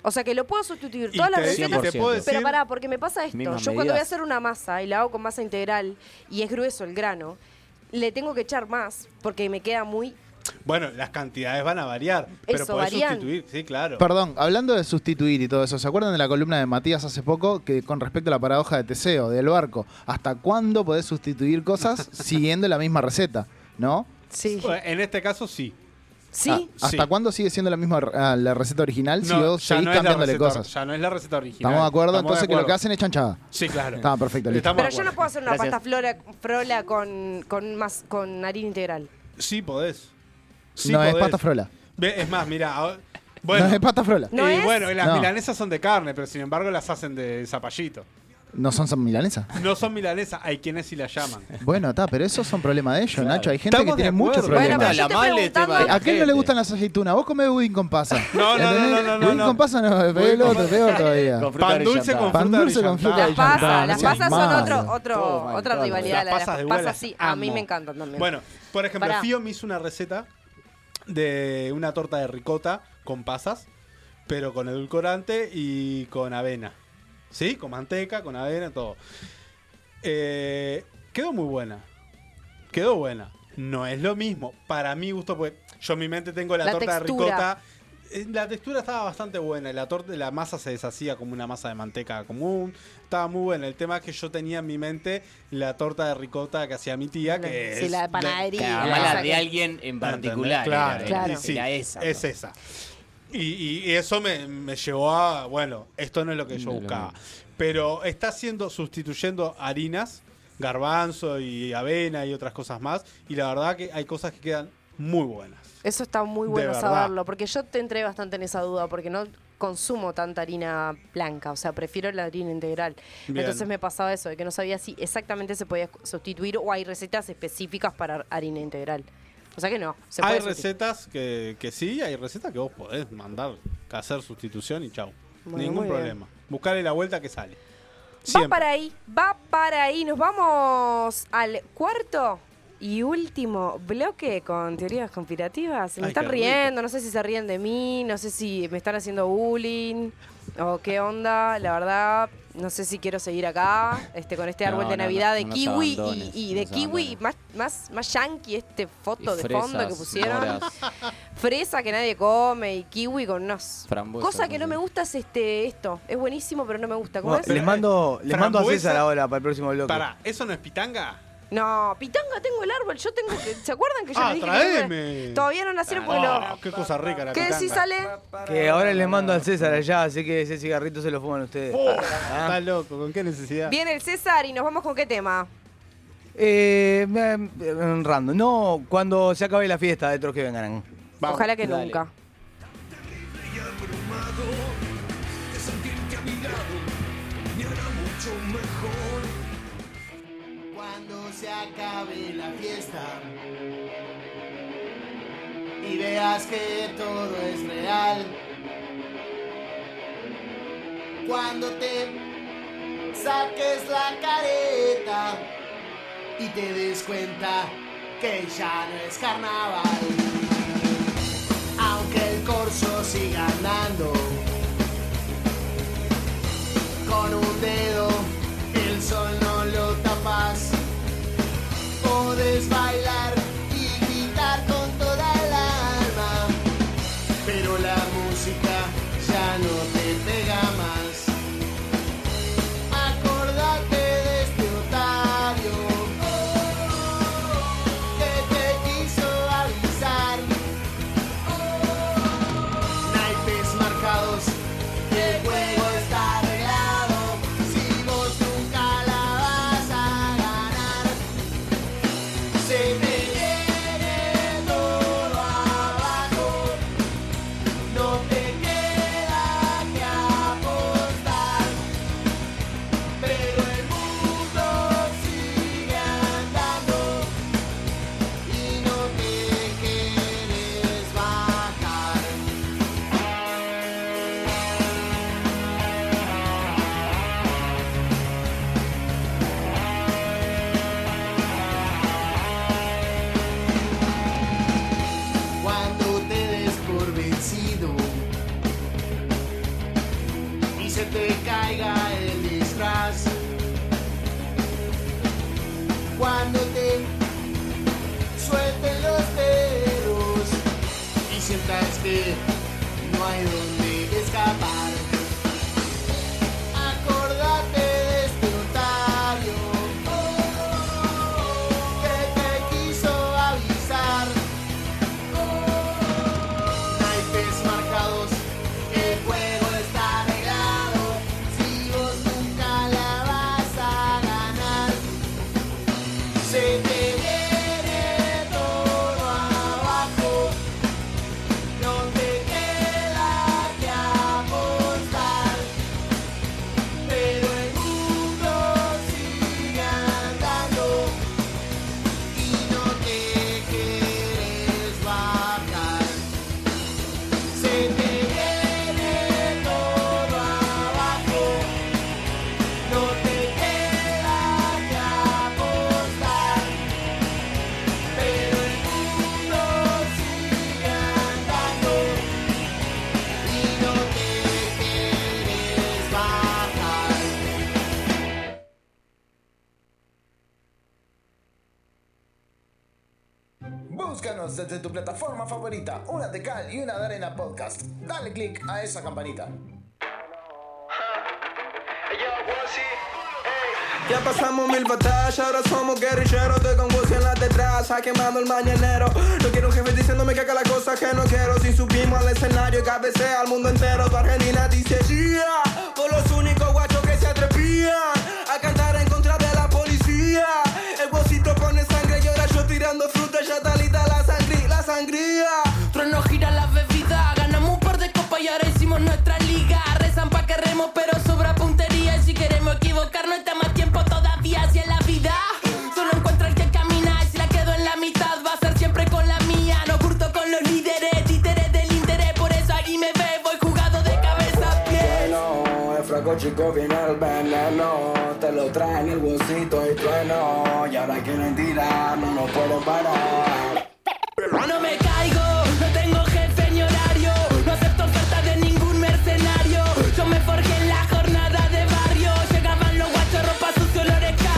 E: o sea que lo puedo sustituir
G: Y
E: todas las
G: te- y
E: recetas,
G: te puedo
E: pero
G: decir-
E: pará, porque me pasa esto, yo
F: Mismas
E: cuando voy a
F: medidas.
E: hacer una masa y la hago con masa integral y es grueso el grano, le tengo que echar más porque me queda muy
G: Bueno, las cantidades van a variar, pero
E: Eso,
G: podés
E: varían.
G: sustituir, sí, claro.
A: Perdón, hablando de sustituir y todo eso, ¿se acuerdan de la columna de Matías hace poco que con respecto a la paradoja de Teseo, del barco? ¿Hasta cuándo podés sustituir
G: (laughs)
A: cosas siguiendo la misma receta? ¿No?
E: Sí.
G: Bueno, En este caso sí.
E: Sí.
G: Ah,
A: ¿Hasta
G: sí.
A: cuándo sigue siendo la misma ah, la receta original si vos seguís
G: es la
A: cambiándole
G: receta-
A: cosas?
G: Ya no es la receta original.
A: ¿Estamos de acuerdo?
G: Estamos
A: Entonces
G: de
A: que lo que
G: acuerdo.
A: hacen es Ah, chanchada.
G: (laughs) Sí, claro.
A: Está perfecto, listo.
G: Estamos de
E: Pero yo no
G: acuerdo.
E: puedo hacer una
F: Gracias.
E: pasta flora, frola con, con, más, con harina integral.
G: Sí podés. Sí
A: no es
G: podés.
A: pasta frola.
G: Ve, Es más, mira, ahora- bueno,
A: (laughs) No es pasta frola.
E: ¿No
G: y
E: es?
G: bueno, y las
A: No.
G: milanesas son de carne, pero sin embargo las hacen de zapallito.
A: No son san
G: (laughs)
A: milanesas.
G: No son milanesas, hay quienes sí las llaman.
A: Bueno, está, pero esos son problemas de ellos, Nacho. Hay gente
G: Estamos
A: que
G: de
A: tiene muchos
G: acuerdo. Bueno,
A: problemas.
E: pero yo
F: la
E: te
F: mal el
E: preguntaba-
F: tema. de la
A: ¿A qué no le
F: gente.
A: gustan las aceitunas? Vos comés budín con pasa.
G: (laughs) No, no, no, no, no, no,
A: Budín
G: no.
A: con pasa no es peor,
G: Budín con-
A: peor todavía.
F: Con fruta
G: Pan dulce
F: brillantada.
G: con
A: Pan
G: fruta
A: dulce con
G: brillantada.
E: Las
A: fruta
E: pasas, las
A: Chantada,
E: pasas son
A: chantada.
E: otro, otro,
F: Todo mal,
E: otra
F: todo mal.
E: rivalidad.
G: Las pasas de
E: pasas
G: bolas,
E: sí, a mí
G: amo.
E: me encantan también.
G: Bueno, por ejemplo,
E: Pará.
G: Fío me hizo una receta de una torta de ricota con pasas, pero con edulcorante y con avena. ¿Sí? Con manteca, con avena, todo. Eh, quedó muy buena. Quedó buena. No es lo mismo. Para mi gusto, pues yo en mi mente tengo la,
E: La
G: torta
E: textura.
G: de ricota. Eh, La textura estaba bastante buena. La, torta, la masa se deshacía como una masa de manteca común. Estaba muy buena. El tema es que yo tenía en mi mente la torta de ricota que hacía mi tía. Que
E: Sí,
G: es
E: la de panadería.
F: Cada
E: Claro.
F: mala
E: Esa que-
F: de alguien en particular.
G: Claro,
F: era,
E: Claro.
G: y sí,
F: era esa. pues.
G: Es
F: ¿no?
G: esa. Y, y- y eso me, me llevó a, bueno, esto no es lo que yo
F: No es lo
G: buscaba. Pero está haciendo, sustituyendo harinas, garbanzo y avena y otras cosas más. Y la verdad que hay cosas que quedan muy buenas.
E: Eso está muy
G: De
E: bueno
G: verdad.
E: saberlo, porque yo te entré bastante en esa duda, porque no consumo tanta harina blanca, o sea, prefiero la harina integral.
G: Bien.
E: Entonces me pasaba eso, de que no sabía si exactamente se podía sustituir o hay recetas específicas para harina integral. O sea que no, se puede
G: Hay
E: sustituir.
G: recetas que, que sí, hay recetas que vos podés mandar, hacer sustitución y chau.
E: Bueno, muy
G: Ningún
E: bien.
G: problema. Buscarle la vuelta que sale.
E: Va para ahí, va para ahí. Nos vamos al cuarto y último bloque con teorías conspirativas. Se me
G: Ay,
E: están
G: qué
E: riendo, no sé si se ríen de mí, no sé si me están haciendo bullying o qué onda. La verdad, no sé si quiero seguir acá este, con este
F: No,
E: árbol de
F: no,
E: Navidad
F: no,
E: de
F: no nos
E: kiwi y,
F: abandones,
E: y
F: no
E: de
F: nos
E: kiwi
F: abandones.
E: más, más, más yankee este
F: Y
E: foto de fondo que
F: fresas,
E: pusieron.
F: moras.
E: (laughs) Fresa que nadie come y kiwi con unos.
F: Frambuesa,
E: Cosa que no
F: no
E: me
F: sé.
E: gusta es este esto. Es buenísimo, pero no me gusta. ¿Cómo
C: No,
E: es?
C: les mando, les mando a
G: Frambuesa.
C: César ahora para el próximo bloque.
G: Pará, ¿eso no es pitanga?
E: No, pitanga tengo el árbol, yo tengo que... ¿Se acuerdan que yo les
G: Ah,
E: dije que
G: traeme.
E: no- Todavía no nacieron porque
G: Ah,
E: lo...
G: qué cosa rica la
E: ¿Qué
G: pitanga.
E: decís, sale?
C: Que ahora les mando al César allá, así que ese cigarrito se lo fuman ustedes. Ah.
G: Está loco, ¿con qué necesidad?
E: Viene el César y nos vamos con qué tema.
C: Eh, me- me- random. No, cuando se acabe la fiesta, de otros que vengan.
G: Vamos.
E: Ojalá que
F: dale.
E: nunca.
D: Cuando se acabe la fiesta y veas que todo es real,
M: cuando te saques la careta y te des cuenta que ya no es carnaval. Aunque el corso siga andando con un dedo, el sol no lo tapas. Podés bailar y gritar con toda el alma, pero la música ya no te pega más. Acordate de este otario Oh, que te quiso avisar. Oh, Naipes marcados, el juego está arreglado. Si vos nunca la vas a ganar, se te viene todo abajo. No te queda que apostar, pero el mundo sigue andando y no te quieres bajar.
N: Cuando te des por vencido,
M: y se te caiga el disfraz. Cuando te suelten los dedos y sientas que no hay donde escapar. Acordate de este otario que te quiso avisar. Naipes marcados el juego está arreglado, si vos nunca la vas a ganar. Se te viene todo abajo, no te queda que apostar. Pero el mundo sigue andando y no te quieres bajar. Se te viene todo abajo, no te queda que apostar, pero el mundo sigue andando y no te quieres bajar.
H: Búscanos desde tu plataforma favorita, una de cal y una de arena podcast. Dale click a esa campanita.
O: Ya pasamos mil batallas, ahora somos guerrilleros. Estoy con Gucci en la detrás, quemando el mañanero. No quiero un jefe diciéndome que haga las cosas que no quiero. Si subimos al escenario, cabecea al mundo entero. Tu Argentina dice yeah. Por los únicos guachos que se atrevían a cantar en contra de la policía. El bolsito pone sangre y ahora yo tirando fruta. Ya está lista la sangría, la sangría.
P: Trueno gira la bebida, ganamos un par de copas y ahora hicimos nuestra liga. Rezan pa' que remos, pero sobra puntería. Y si queremos equivocarnos, está más tiempo todavía. Si en la vida solo encuentra el que camina, y si la quedo en la mitad, va a ser siempre con la mía. No curto con los líderes, títeres del interés, por eso ahí me ve, voy jugado de cabeza a pie.
O: Bueno, el fraco chico viene el veneno. Te lo trae en el bolsito y trueno. Y ahora quieren tirar, no nos puedo parar.
P: No me caigo, no tengo jefe ni horario, no acepto oferta de ningún mercenario. Yo me forjé en la jornada de barrio, llegaban los guachos, ropa sucia, olores cabros.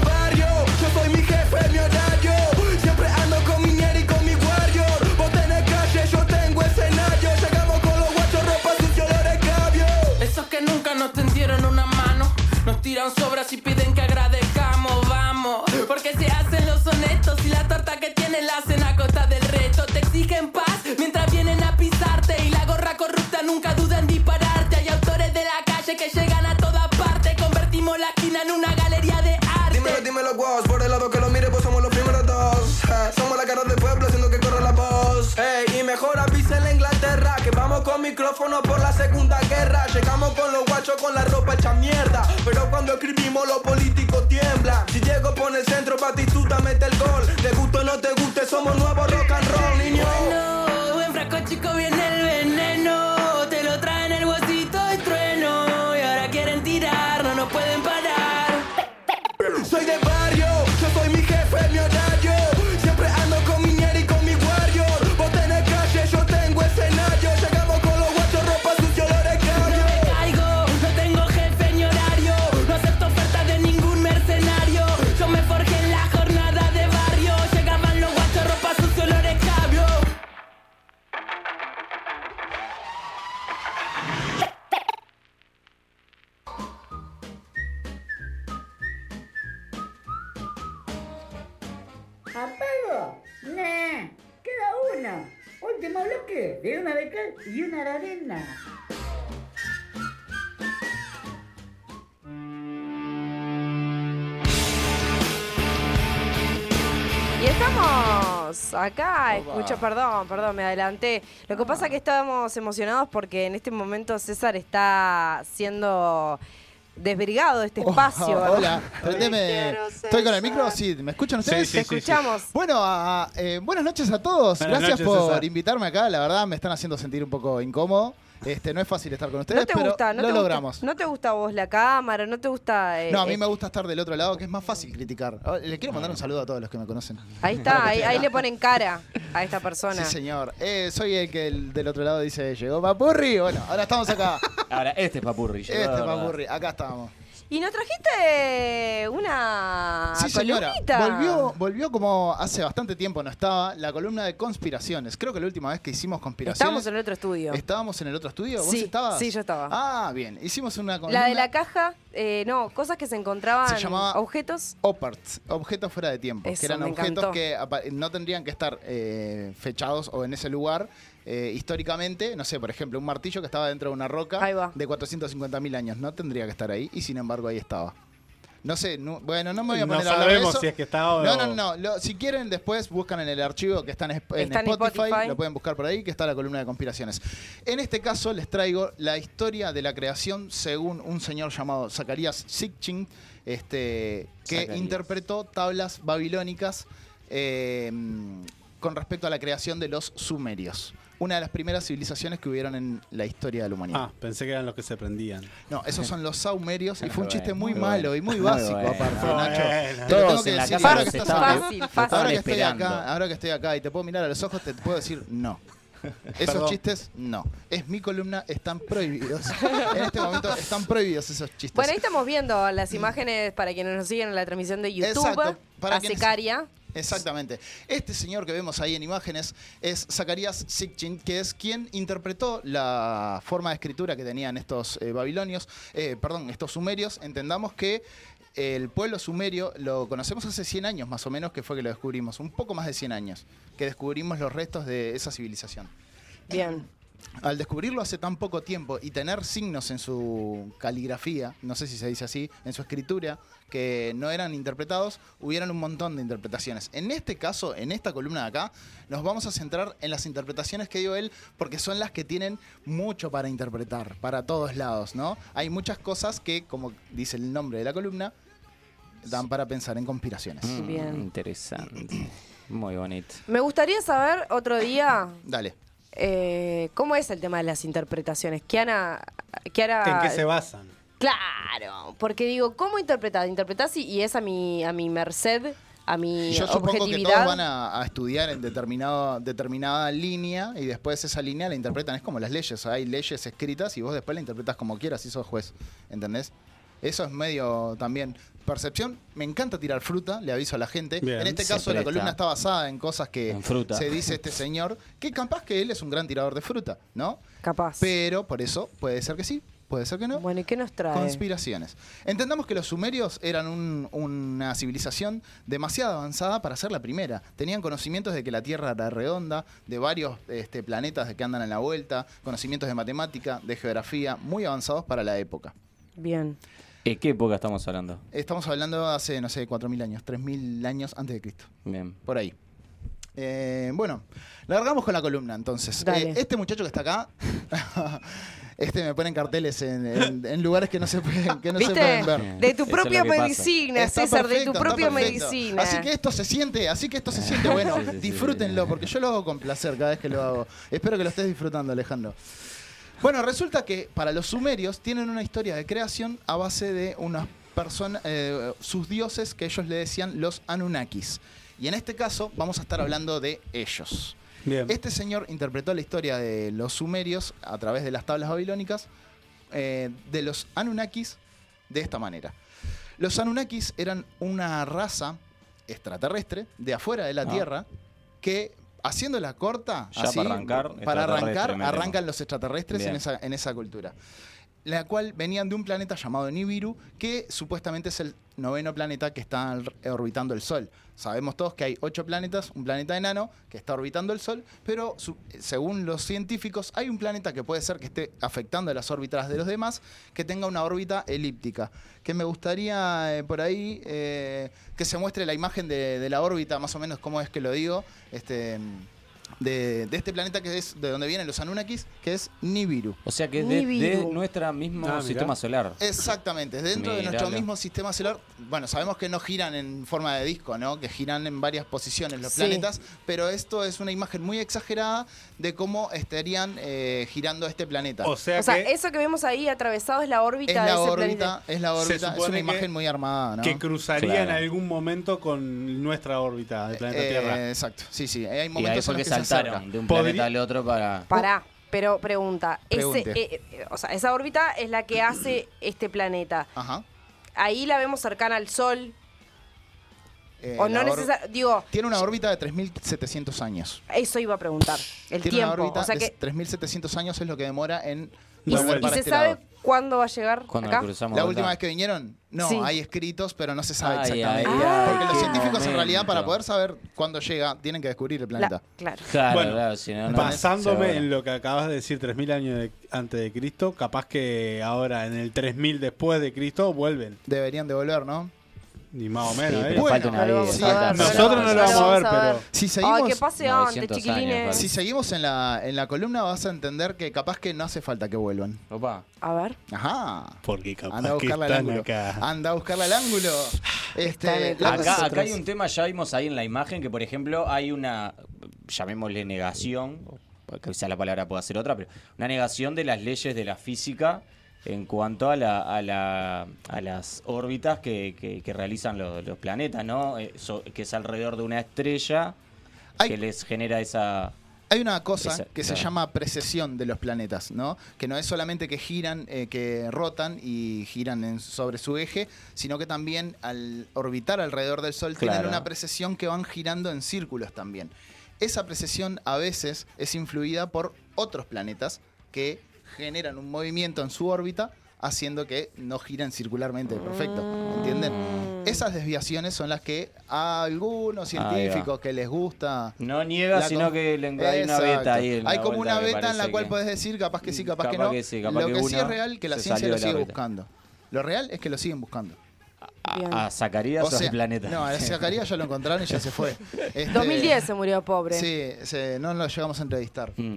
O: Soy de barrio, yo soy mi jefe, mi horario. Siempre ando con mi ñeri y con mi warrior. Vos tenés calle, yo tengo escenario. Llegamos con los guachos, ropa sucia, olores cabio.
P: Esos que nunca nos tendieron una mano, nos tiran sobras y piden que agradezcamos, vamos. Porque se hacen los honestos y la torta que tienen la hacen a costa del resto. Te exigen paz mientras vienen a pisarte y la gorra corrupta nunca duda en dispararte. Hay autores de la calle que llegan a todas partes, convertimos la esquina en una galería de arte.
O: Dímelo, dímelo, guas, por el lado que lo mire, pues somos los primeros dos. Eh, Somos la cara del pueblo haciendo que corra la voz. Ey, y mejor avisen la Inglaterra, que vamos con micrófono por la segunda guerra. Llegamos con los guachos con la ropa hecha mierda. Pero cuando escribimos, los políticos tiemblan. Si Diego pone el centro, Batistuta mete el gol. Te gusto o no te guste, somos nuevos rock and roll, niño.
P: Bueno, en frasco chico viene el veneno, te lo traen el huesito y trueno. Y ahora
O: soy de barrio, yo soy mi jefe, mi horario. Siempre ando con mi ñera y con mi warrior. Vos tenés calle, yo tengo escenario. Llegamos con los guachos, ropa sucia, olores cambio.
P: No me caigo, no tengo jefe ni horario. No acepto oferta de ningún mercenario. Yo me forjé en la jornada de barrio. Llegaban los guachos, ropa sucio, olores cabrio.
I: ¿Apago? Nah, queda una. Último bloque de una de cal y una de arena.
E: Y estamos acá, escucha, perdón, perdón, me adelanté. Lo que pasa es que estábamos emocionados porque en este momento César está siendo desbrigado de este espacio. ¿verdad?
A: Oh, (laughs) Hola, prendeme. ¿Estoy con el micro? Sí, ¿me escuchan
E: Sí,
A: ustedes?
E: sí, Te sí, escuchamos. sí.
A: Bueno, a- a- eh, buenas noches a todos.
G: Buenas
A: Gracias
G: noches,
A: por
G: César.
A: invitarme acá. La verdad, me están haciendo sentir un poco incómodo. Este, no es fácil estar con ustedes,
E: No te
A: pero
E: gusta, no
A: lo
E: te
A: logramos.
E: Gusta, no te gusta a vos la cámara, no te gusta. eh,
A: No, a mí
E: eh,
A: me gusta estar del otro lado, que es más fácil criticar. Ah, Le quiero mandar un saludo a todos los que me conocen. (laughs)
E: Ahí está, ahí, ahí le ponen cara a esta persona.
A: Sí, señor. Eh, soy el que el- del otro lado dice, llegó Papurri. Bueno, ahora estamos acá.
F: Ahora, este es Papurri.
A: este Papurri, acá estamos.
E: Y nos trajiste una
A: Sí, señora.
E: Ah, columnita.
A: Volvió, volvió como hace bastante tiempo no estaba, la columna de conspiraciones. Creo que la última vez que hicimos conspiraciones.
E: Estábamos en el otro estudio.
A: ¿Estábamos en el otro estudio? ¿Vos
E: Sí,
A: estabas?
E: sí, yo estaba.
A: Ah, bien. Hicimos una columna.
E: La de la caja, eh, no, cosas que se encontraban. Oh,
A: Se llamaba-
E: objetos.
A: OPARTS, objetos fuera de tiempo,
E: Eso,
A: que eran
E: me
A: objetos
E: encantó.
A: que apa- no tendrían que estar eh, fechados o en ese lugar eh, históricamente. No sé, por ejemplo, un martillo que estaba dentro de una roca de 450.000 años. No tendría que estar ahí y sin embargo ahí estaba. No sé, no- bueno, no me voy a
G: No
A: poner a hablar de
G: sabemos
A: eso.
G: si es que está o
A: No, no, no. lo- si quieren, después buscan en el archivo que está en, Sp- en
E: Está en
A: Spotify,
E: Spotify.
A: Lo pueden buscar por ahí, que está la columna de conspiraciones. En este caso, les traigo la historia de la creación según un señor llamado Zacarías Sitchin, este, que
F: Zacarías.
A: interpretó tablas babilónicas eh, con respecto a la creación de los sumerios. Una de las primeras civilizaciones que hubieron en la historia de la humanidad.
G: Ah, pensé que eran los que se prendían.
A: No, esos son los saumerios y fue
G: Muy
A: un
F: (laughs)
A: chiste
G: bueno,
A: muy,
G: muy
A: malo
G: bueno.
A: y muy
G: Muy
A: básico
G: bueno,
A: aparte,
G: muy
A: Nacho.
G: bueno.
A: Te lo
F: Todos en la
A: decir,
F: casa
A: ahora
F: nos
A: que estás
F: estaban-
A: acá-
F: Fácil, fácil.
A: Ahora que estoy
F: esperando.
A: acá, ahora que estoy acá y te puedo mirar a los ojos, te puedo decir no. Esos
F: Perdón.
A: chistes, no. Es mi columna, están prohibidos. en este momento están prohibidos esos chistes.
E: Bueno, ahí estamos viendo las imágenes para quienes nos siguen en la transmisión de YouTube.
A: Mm. Exacto, para
E: a
A: quienes-
E: Secaria.
A: Exactamente. Este señor que vemos ahí en imágenes es Zacarías Sitchin, que es quien interpretó la forma de escritura que tenían estos eh, babilonios, eh, perdón, estos sumerios. Entendamos que el pueblo sumerio lo conocemos hace 100 años más o menos, que fue que lo descubrimos, un poco más de 100 años, que descubrimos los restos de esa civilización.
E: Bien.
A: Al descubrirlo hace tan poco tiempo y tener signos en su caligrafía, no sé si se dice así, en su escritura, que no eran interpretados, hubieran un montón de interpretaciones. En este caso, en esta columna de acá, nos vamos a centrar en las interpretaciones que dio él, porque son las que tienen mucho para interpretar, para todos lados, ¿no? Hay muchas cosas que, como dice el nombre de la columna, dan para pensar en conspiraciones.
F: Mm, Interesante. Muy bonito.
E: Me gustaría saber otro día
A: Dale.
E: eh, cómo es el tema de las interpretaciones. Kiana, Kiara,
G: ¿En qué se basan?
E: Claro, porque digo, ¿cómo interpretar? ¿Interpretás y, y es a mi, a mi merced, a mi
A: Yo supongo que
E: objetividad?
A: todos van a, a estudiar en determinado, determinada línea y después esa línea la interpretan. Es como las leyes, hay leyes escritas y vos después la interpretas como quieras si sos juez. ¿Entendés? Eso es medio también. Percepción, me encanta tirar fruta, le aviso a la gente.
F: Bien.
A: en este
F: Se
A: caso la
F: presta.
A: columna está basada en cosas que
F: fruta.
A: se dice este señor, que capaz que él es un gran tirador de fruta, ¿no?
E: Capaz.
A: Pero por eso puede ser que sí, puede ser que no.
E: Bueno, ¿y qué nos trae?
A: Conspiraciones. Entendamos que los sumerios eran un- una civilización demasiado avanzada para ser la primera. Tenían conocimientos de que la Tierra era redonda, de varios este, planetas que andan en la vuelta, conocimientos de matemática, de geografía, muy avanzados para la época.
E: Bien.
F: ¿En qué época estamos hablando?
A: Estamos hablando de hace, no sé, 4.000 años, 3.000 años antes de Cristo.
F: Bien.
A: Por ahí. Eh, bueno, largamos con la columna entonces.
F: Dale.
A: Eh, este muchacho que está acá, (laughs) este me ponen carteles en, en- en lugares que no se pueden, que no se
E: ¿Viste?
A: pueden ver.
E: De tu Eso es lo propia que pasa. medicina,
A: Está
E: César, de tu
A: está
E: propia
A: perfecto.
E: medicina.
A: Así que esto se siente, así que esto se siente bueno.
F: Sí, sí, sí,
A: disfrútenlo, porque yo lo hago con placer cada vez que lo hago. Espero que lo estés disfrutando, Alejandro. Bueno, resulta que para los sumerios tienen una historia de creación a base de unas persona- eh, sus dioses que ellos le decían los Anunnakis. Y en este caso vamos a estar hablando de ellos. Este señor interpretó la historia de los sumerios a través de las tablas babilónicas eh, de los Anunnakis de esta manera. Los Anunnakis eran una raza extraterrestre de afuera de la
F: Ah.
A: Tierra que, haciéndola corta,
F: Ya para arrancar,
A: para
F: extraterrestre
A: arrancar,
F: metemos.
A: arrancan los extraterrestres en
F: Bien.
A: esa, en esa cultura. La cual venían de un planeta llamado Nibiru, que supuestamente es el noveno planeta que está al- orbitando el Sol. Sabemos todos que hay ocho planetas, un planeta enano que está orbitando el Sol, pero su- según los científicos, hay un planeta que puede ser que esté afectando las órbitas de los demás, que tenga una órbita elíptica. Que me gustaría eh, por ahí eh, que se muestre la imagen de, de la órbita, más o menos cómo es que lo digo. Este de, de este planeta que es de donde vienen los Anunnakis, que es Nibiru.
F: O sea que es de, de nuestro mismo
G: Ah,
F: sistema solar.
A: Exactamente, es dentro de
F: Miralo.
A: nuestro mismo sistema solar. Bueno, sabemos que no giran en forma de disco, ¿no? Que giran en varias posiciones los
F: Sí.
A: planetas, pero esto es una imagen muy exagerada de cómo estarían eh, girando este planeta.
G: O sea,
E: O sea, eso que vemos ahí atravesado es la órbita
A: es la
E: de ese
A: órbita,
E: planeta.
A: es la
G: Se
A: órbita, es
G: supone
A: una
G: que-
A: imagen muy armada, ¿no?
G: Que cruzaría en
A: Claro.
G: algún momento con nuestra órbita del planeta
A: Eh,
G: Tierra.
A: Exacto, sí, sí. Hay
F: Y ahí
A: momentos
F: fue
A: en los
F: que
A: que se
F: saltaron
A: acerca.
F: de un
A: Podría-
F: planeta al otro para.
E: Pará, pero pregunta. ese,
F: Pregunte.
E: eh, eh, o sea, esa órbita es la que hace este planeta.
A: Ajá.
E: Ahí la vemos cercana al Sol.
A: Eh,
E: o no
A: la or-
E: necesar- Digo,
A: Tiene una órbita de 3.700 años.
E: eso iba a preguntar. El
A: Tiene una
E: tiempo.
A: órbita
E: o sea
A: de
E: que.
A: 3.700 años es lo que demora en
E: ¿Y, se-
A: volver
E: y
A: para
E: se
A: este
E: sabe
A: lado.
E: cuándo va a llegar
F: Cuándo
E: acá?
F: cruzamos
A: La
F: acá.
A: última vez que vinieron, no,
E: Sí.
A: hay escritos, pero no se sabe
F: Ay,
A: exactamente.
F: ay, ay,
A: Porque
F: qué
A: los científicos en realidad para
F: momento.
A: poder saber cuándo llega tienen que descubrir el planeta.
E: claro.
F: Claro,
G: Bueno,
F: claro, si no, no se
G: Basándome
F: borra.
G: en lo que acabas de decir, 3000 años de- antes de Cristo, capaz que ahora en el 3000 después de Cristo vuelven.
A: Deberían de volver, ¿no?
G: Ni más o menos.
F: Sí,
G: ¿eh?
F: pero falta una No lo vida, vamos a falta- ver, no lo
G: Nosotros no
F: vamos
G: lo
F: a
G: vamos a ver,
F: ver.
G: pero.
A: Si seguimos,
E: Ay, que pase antes,
F: 900
E: chiquilines.
F: años,
A: si seguimos en la, en la columna vas a entender que capaz que no hace falta que vuelvan.
F: Opa.
E: A ver.
A: Ajá.
G: Porque capaz
A: Anda a
G: que
A: buscarla al
G: están
A: ángulo.
G: acá.
A: Anda a buscarla al ángulo. Este, la-
F: Acá, acá hay un tema, ya vimos ahí en la imagen, que por ejemplo hay una, llamémosle negación, o quizá la palabra pueda ser otra, pero una negación de las leyes de la física en cuanto a, la, a, la- a las órbitas que, que- que realizan los, los planetas, ¿no? Eh, so- que es alrededor de una estrella que les genera esa...
A: Hay una cosa
F: Esa-
A: que se
F: claro.
A: llama precesión de los planetas, ¿no? Que no es solamente que giran, eh, que rotan y giran en- sobre su eje, sino que también al orbitar alrededor del Sol tienen
F: Claro.
A: una precesión que van girando en círculos también. Esa precesión a veces es influida por otros planetas que generan un movimiento en su órbita haciendo que no giren circularmente, perfecto, ¿entienden? Esas desviaciones son las que a algunos
F: Mm. Ahí va.
A: científicos que les gusta
F: No niega,
A: la
F: sino
A: con-
F: que le hay una
A: Exacto.
F: beta ahí. en
A: Hay
F: la
A: como
F: vuelta
A: una
F: que
A: beta en la
F: parece
A: cual
F: que- Mm,
A: podés decir capaz que sí, capaz, que
F: Capaz
A: no.
F: que sí, capaz
A: lo
F: que
A: que, sí
F: uno
A: es real que la
F: se
A: ciencia lo
F: salió de la
A: sigue
F: órbita.
A: buscando. Lo real es que lo siguen buscando.
F: A, a Zacarías o,
A: O sea,
F: al planeta. (laughs)
A: No, a Zacarías ya lo encontraron y ya se
G: (laughs)
M: (laughs)
A: fue. Este,
E: 2010 se murió pobre.
A: Sí, se- no lo llegamos a entrevistar.
F: Mm.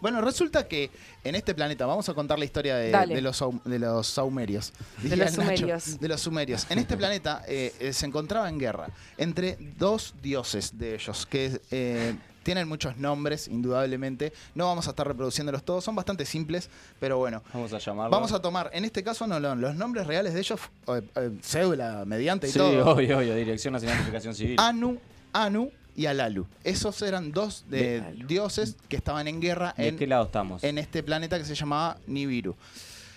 A: Bueno, resulta que en este planeta, vamos a contar la historia de,
E: Dale.
A: de los, saum- de los saumerios.
E: De
A: diría
E: los
A: Nacho.
E: sumerios.
A: de los sumerios. En este planeta eh, eh, se encontraba en guerra entre dos dioses de ellos, que eh, tienen muchos nombres, indudablemente. No vamos a estar reproduciéndolos todos, son bastante simples, pero bueno.
F: Vamos a llamarlo.
A: Vamos a tomar, en este caso, no, no, los nombres reales de ellos, eh, eh, cédula, mediante y
F: Sí,
A: todo.
F: obvio, obvio, Dirección Nacional de Educación Civil.
A: Anu, Anu y Alalu. Esos eran dos de dioses que estaban en guerra
F: ¿De
A: en,
F: qué lado estamos?
A: en este planeta que se llamaba Nibiru.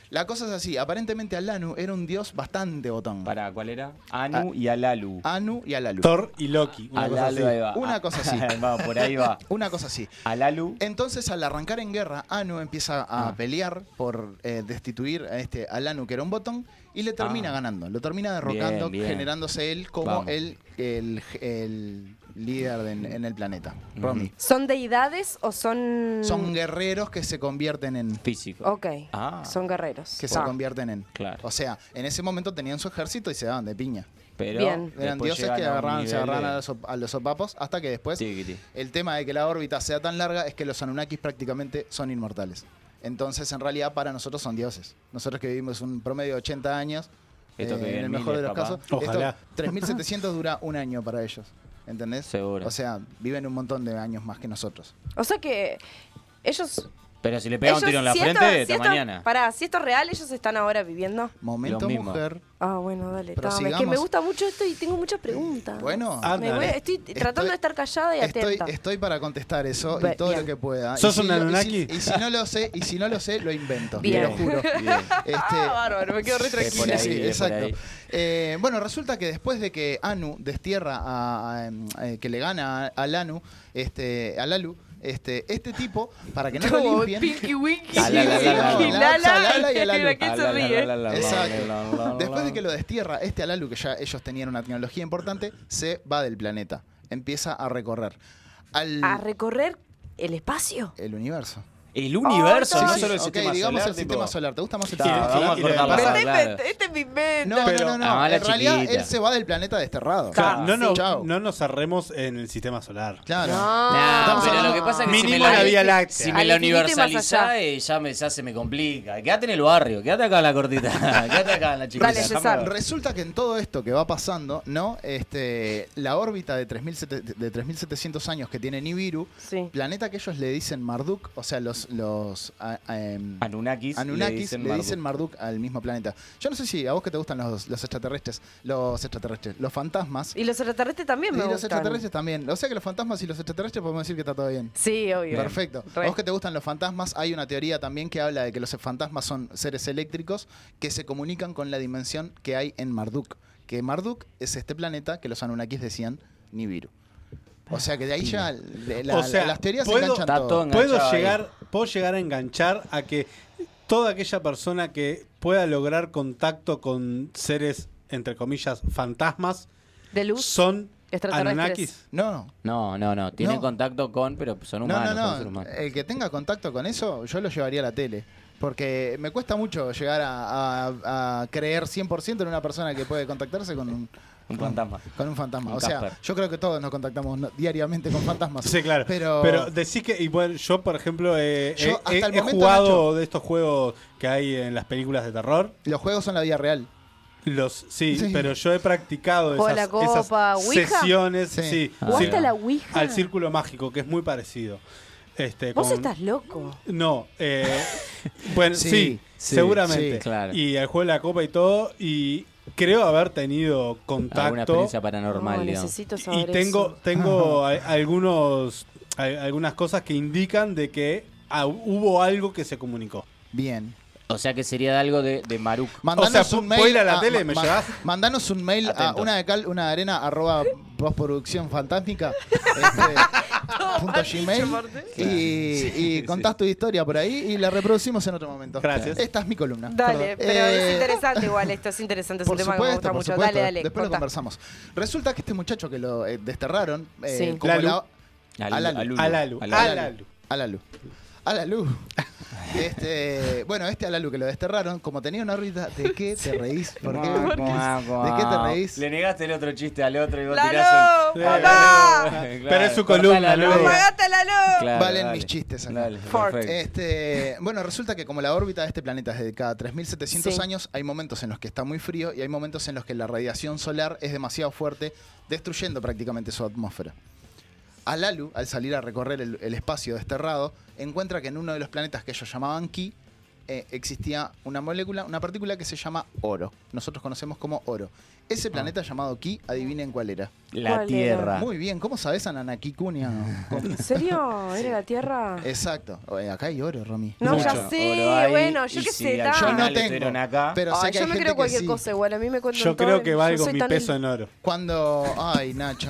A: La cosa es así, aparentemente Alanu era un dios bastante botón. Ah.
F: Para, ¿cuál era? Anu y Alalu.
A: Anu y Alalu.
G: Thor y Loki. Una cosa
F: Alalu,
G: así.
F: ahí va.
A: Una cosa
F: (laughs)
A: así.
G: (laughs)
F: va, por ahí va.
A: Una cosa así.
F: Alalu.
A: Entonces, al arrancar en guerra, Anu empieza a
F: Ah.
A: pelear por eh, destituir a este Alanu, que era un botón, y le termina
F: Ah.
A: ganando. Lo termina derrocando,
F: Bien, bien.
A: generándose él como
F: Vamos.
A: el, el- el líder de- en el planeta. Romy.
E: ¿Son deidades o son.?
A: Son guerreros que se convierten en.
F: Físico.
E: Mm. Ok.
F: Ah.
E: Son guerreros.
A: Que se
E: Ah.
A: convierten en.
F: Claro.
A: O sea, en ese momento tenían su ejército y se daban de piña.
F: Pero
E: Bien.
A: Eran
F: después
A: dioses
F: llegan
A: que
F: a un
A: agarraban, se
F: nivel
A: agarraban
F: de-
A: a, los, op- a los sopapos hasta que después
F: Tiquiti.
A: el tema de que la órbita sea tan larga es que los Anunnakis prácticamente son inmortales. Entonces, en realidad, para nosotros son dioses. Nosotros que vivimos un promedio de 80 años, eh,
F: Esto que
A: en el
F: viven
A: mejor de
F: miles,
A: los
F: capaz.
A: casos,
G: Ojalá.
A: esto,
F: (laughs)
A: 3700 dura un año para ellos. ¿Entendés?
F: Seguro.
A: O sea, viven un montón de años más que nosotros.
E: O sea que ellos
F: Pero si le pega un
E: Ellos,
F: tiro en la
E: si esto-
F: frente,
E: si
F: hasta
E: esto-
F: mañana.
E: Pará, si esto es real, ellos están ahora viviendo.
A: Momento
F: Lo mismo.
A: mujer.
E: Ah, bueno, dale.
A: Pero
E: Dame, es que
A: sigamos.
E: me gusta mucho esto y tengo muchas preguntas.
A: Bueno,
G: Ah,
E: Me voy- estoy tratando de estar callada y
A: Estoy,
E: atenta.
A: estoy para contestar eso
E: Ve-
A: y todo
E: bien.
A: lo que pueda. Y
G: ¿Sos
A: si
G: un
A: lo- y si-
G: Anunnaki?
A: Y si, no lo sé, y si no lo sé, lo invento.
G: Bien.
A: Te lo
F: (laughs)
A: juro.
G: Bien.
A: Este,
E: Ah, bárbaro, me quedo re
A: sí, por
E: tranquila.
A: ahí,
E: Sí,
A: exacto.
E: ahí.
A: Eh, bueno, resulta que después de que Anu destierra a, a, em, eh, que le gana a- al Anu, este, al Alu, este, este tipo, para que no lo
E: Como
A: limpien.
E: Pinky Winky,
A: Sí,
E: Lala,
A: sí,
E: Lala,
A: no,
E: Lala,
A: Lala y el Alu.
E: mira
F: Ah,
E: quién se ríe.
A: Exacto. Después de que lo destierra, este Alalu, que ya ellos tenían una tecnología importante, se va del planeta. Empieza a recorrer. Al,
E: A recorrer el espacio.
A: el universo.
F: El
E: universo,
F: no solo el sistema
A: digamos
F: solar,
A: el
F: tipo-
A: sistema solar. ¿Te gusta más el
F: Ta,
A: sistema
F: vamos a
A: solar?
F: cortar la
A: Pero-
F: pata, claro.
E: Este es mi invento.
A: No, no, no, no.
F: Ah, la
A: en realidad
F: chiquita.
A: él se va del planeta desterrado.
G: Claro, no, no,
A: Chao.
G: no nos cerremos en el sistema solar.
A: Claro.
F: Nah,
A: Estamos
F: pero
A: hablando-
F: lo que pasa es que si me
G: Ah, Mínimo
F: la,
G: la Vía Láctea.
F: si me
G: Al
F: la
G: infinito y más
F: universalizás,
G: allá.
F: eh, ya, me, ya se me complica. Quédate en el barrio, quédate acá en la cortita, (laughs) quédate acá en la chiquita. Déjame-
A: Resulta que en todo esto que va pasando, ¿no? Este, la órbita de 3700 de 3700 años que tiene Nibiru, planeta que ellos le dicen Marduk, o sea, los, los a- a- em,
F: Anunnakis,
A: Anunnakis
F: le dicen Marduk.
A: Marduk al mismo planeta. Yo no sé si a vos que te gustan los, los extraterrestres, los extraterrestres, los fantasmas.
E: Y los extraterrestres también
A: Y
E: me
A: los
E: gustan.
A: extraterrestres también. O sea que los fantasmas y los extraterrestres podemos decir que está todo bien.
E: Sí, obvio.
A: Perfecto.
E: Re.
A: A vos que te gustan los fantasmas, hay una teoría también que habla de que los fantasmas son seres eléctricos que se comunican con la dimensión que hay en Marduk. Que Marduk es este planeta que los Anunnakis decían Nibiru. O sea que de ahí ya de la-
G: o sea,
A: las teorías se
G: puedo,
A: enganchan todo.
G: puedo llegar, puedo llegar a enganchar a que toda aquella persona que pueda lograr contacto con seres entre comillas fantasmas
E: de luz
G: son
E: Extraterrestres.
G: Anunnakis.
A: No, no.
F: No, no, no. Tienen
A: No.
F: contacto con, pero son humanos.
A: Ah, no,
F: son seres
A: no, no.
F: humanos.
A: El que tenga contacto con eso, yo lo llevaría a la tele. Porque me cuesta mucho llegar a, a- a creer 100% en una persona que puede contactarse con un,
F: Un fantasma.
A: con un fantasma.
F: Un
A: o sea,
F: Casper.
A: yo creo que todos nos contactamos no- diariamente con fantasmas.
G: Sí, claro.
A: Pero,
G: Pero decís que, y bueno, yo por ejemplo eh,
A: Yo,
G: he-
A: hasta
G: he,
A: el
G: he
A: momento,
G: jugado
A: Nacho.
G: de estos juegos que hay en las películas de terror.
A: los juegos son la vida real.
G: Los, sí,
A: Sí.
G: pero yo he practicado
E: Juego a
G: esas,
E: la copa,
G: esas
E: Ouija.
G: sesiones
A: Sí.
G: sí,
E: ¿Jugaste
G: sí,
E: a la Ouija?
G: al círculo mágico, que es muy parecido. Este,
E: Vos
G: con-
E: estás loco.
G: No, eh, bueno, sí,
F: Sí, sí,
G: seguramente.
F: sí, claro.
G: Y el juego de la copa y todo, y creo haber tenido contacto.
F: Alguna experiencia paranormal,
E: No,
F: digamos.
E: necesito
G: Y
E: saber
G: tengo,
E: eso.
A: (laughs)
G: tengo a- algunos, a- algunas cosas que indican de que ah, hubo algo que se comunicó.
A: Bien.
F: O sea que sería de algo de, de Maruk.
A: Mandanos
G: O sea,
A: un
G: ¿pu-
A: mail.
G: puedo ir a la tele y me
A: ma-
G: llevás?
A: Mandanos un mail a
F: Atento.
A: una de cal, una de arena, arroba postproducción
E: (laughs)
A: fantástica. este, punto
E: Ah,
A: Gmail y, y contás tu historia por ahí y la reproducimos en otro momento.
G: Gracias.
A: Esta es mi columna.
E: (laughs) Dale,
A: Perdón.
E: pero es
A: Eh, (laughs)
E: interesante igual esto, es interesante, es un
A: Por
E: tema que me
A: supuesto,
E: gusta
A: por
E: mucho.
A: supuesto.
E: Dale, dale.
A: Después lo
E: cortá.
A: conversamos. Resulta que este muchacho que lo eh, desterraron, eh,
E: Sí.
A: como
G: Lalu.
A: la-
F: Alalu,
A: Alalu.
F: Alalu,
G: Alalu,
F: Alalu.
A: Alalu.
G: Alalu.
A: Alalu. Este, bueno, este Alalu que lo desterraron, como tenía una órbita, ¿de qué te reís? ¿Por qué?
F: Guau, guau,
A: ¿De qué te
F: guau.
A: reís?
F: Le negaste el otro chiste al otro y vos
E: ¡Lalo!
F: tirás un...
E: ¡Papá!
F: (laughs) Claro,
G: Pero es su
F: cortá
G: columna,
F: la
G: no
F: luz.
G: le digas.
E: ¡Apagate la luz!
F: Claro,
A: Valen
F: dale.
A: mis chistes acá.
F: Dale,
E: Fort.
F: perfecto.
A: Este, bueno, resulta que como la órbita de este planeta es de cada 3.700
E: Sí.
A: años, hay momentos en los que está muy frío y hay momentos en los que la radiación solar es demasiado fuerte, destruyendo prácticamente su atmósfera. Alalu, al salir a recorrer el, el espacio desterrado, encuentra que en uno de los planetas que ellos llamaban Ki eh, existía una molécula, una partícula que se llama oro. Nosotros conocemos como oro. Ese planeta llamado Ki, adivinen cuál era.
F: La
E: Ah. ¿Cuál
F: tierra.
A: Muy bien, ¿cómo sabes Ananakikunia?
E: ¿En serio? ¿Era la Tierra?
A: Exacto. Eh, Acá hay oro, Romy.
E: Ah. No,
F: Mucho
E: ya sé,
F: oro hay,
E: bueno, yo
F: y
E: qué
F: si
E: sé,
F: al
E: ta.
A: Yo
F: final
A: no
F: le
A: tengo,
F: tuvieron acá.
A: Pero sé
E: Ay,
A: que
E: yo
A: hay
E: me
A: gente
E: creo
A: que
E: cualquier
A: sí.
E: cosa, igual a mí me cuentan
G: Yo
E: todo,
G: creo que
E: yo
G: valgo
E: soy
G: mi
E: tan
G: peso en oro.
A: Cuando. Ay, Nacho.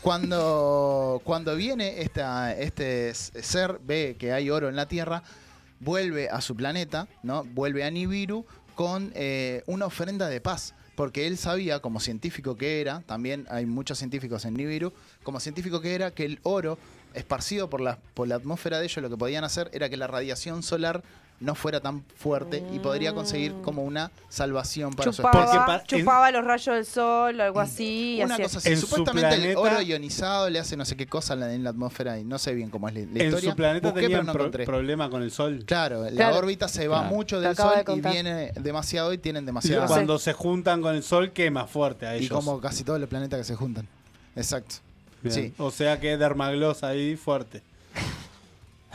A: Cuando, cuando viene esta, este s- ser, ve que hay oro en la Tierra, vuelve a su planeta, ¿no? Vuelve a Nibiru con eh, una ofrenda de paz. Porque él sabía, como científico que era, también hay muchos científicos en Nibiru, como científico que era, que el oro esparcido por la, por la atmósfera de ellos, lo que podían hacer era que la radiación solar no fuera tan fuerte y podría conseguir como una salvación para su especie.
E: Chupaba,
G: Porque pa- en-
E: chupaba los rayos del sol o algo así. y
A: Una
E: hacía-
A: cosa así.
G: En su
A: Supuestamente el
G: planeta-
A: oro ionizado le hace no sé qué cosa en la, en la atmósfera y no sé bien cómo es la, la
G: en
A: historia.
G: su planeta
A: Busqué,
G: tenían
A: pero no
G: pro-
A: encontré.
G: problema con el sol.
A: Claro, la
E: Claro.
A: órbita se va
F: Claro.
A: mucho
E: Te
A: del
E: acabo
A: sol
E: de
A: y
E: contar.
A: viene demasiado y tienen
G: Y
A: demasiado.
G: cuando se juntan con el sol quema fuerte a ellos.
A: Y como casi todos los planetas que se juntan. Exacto.
G: Bien.
A: Sí.
G: O sea que dermagloss ahí fuerte.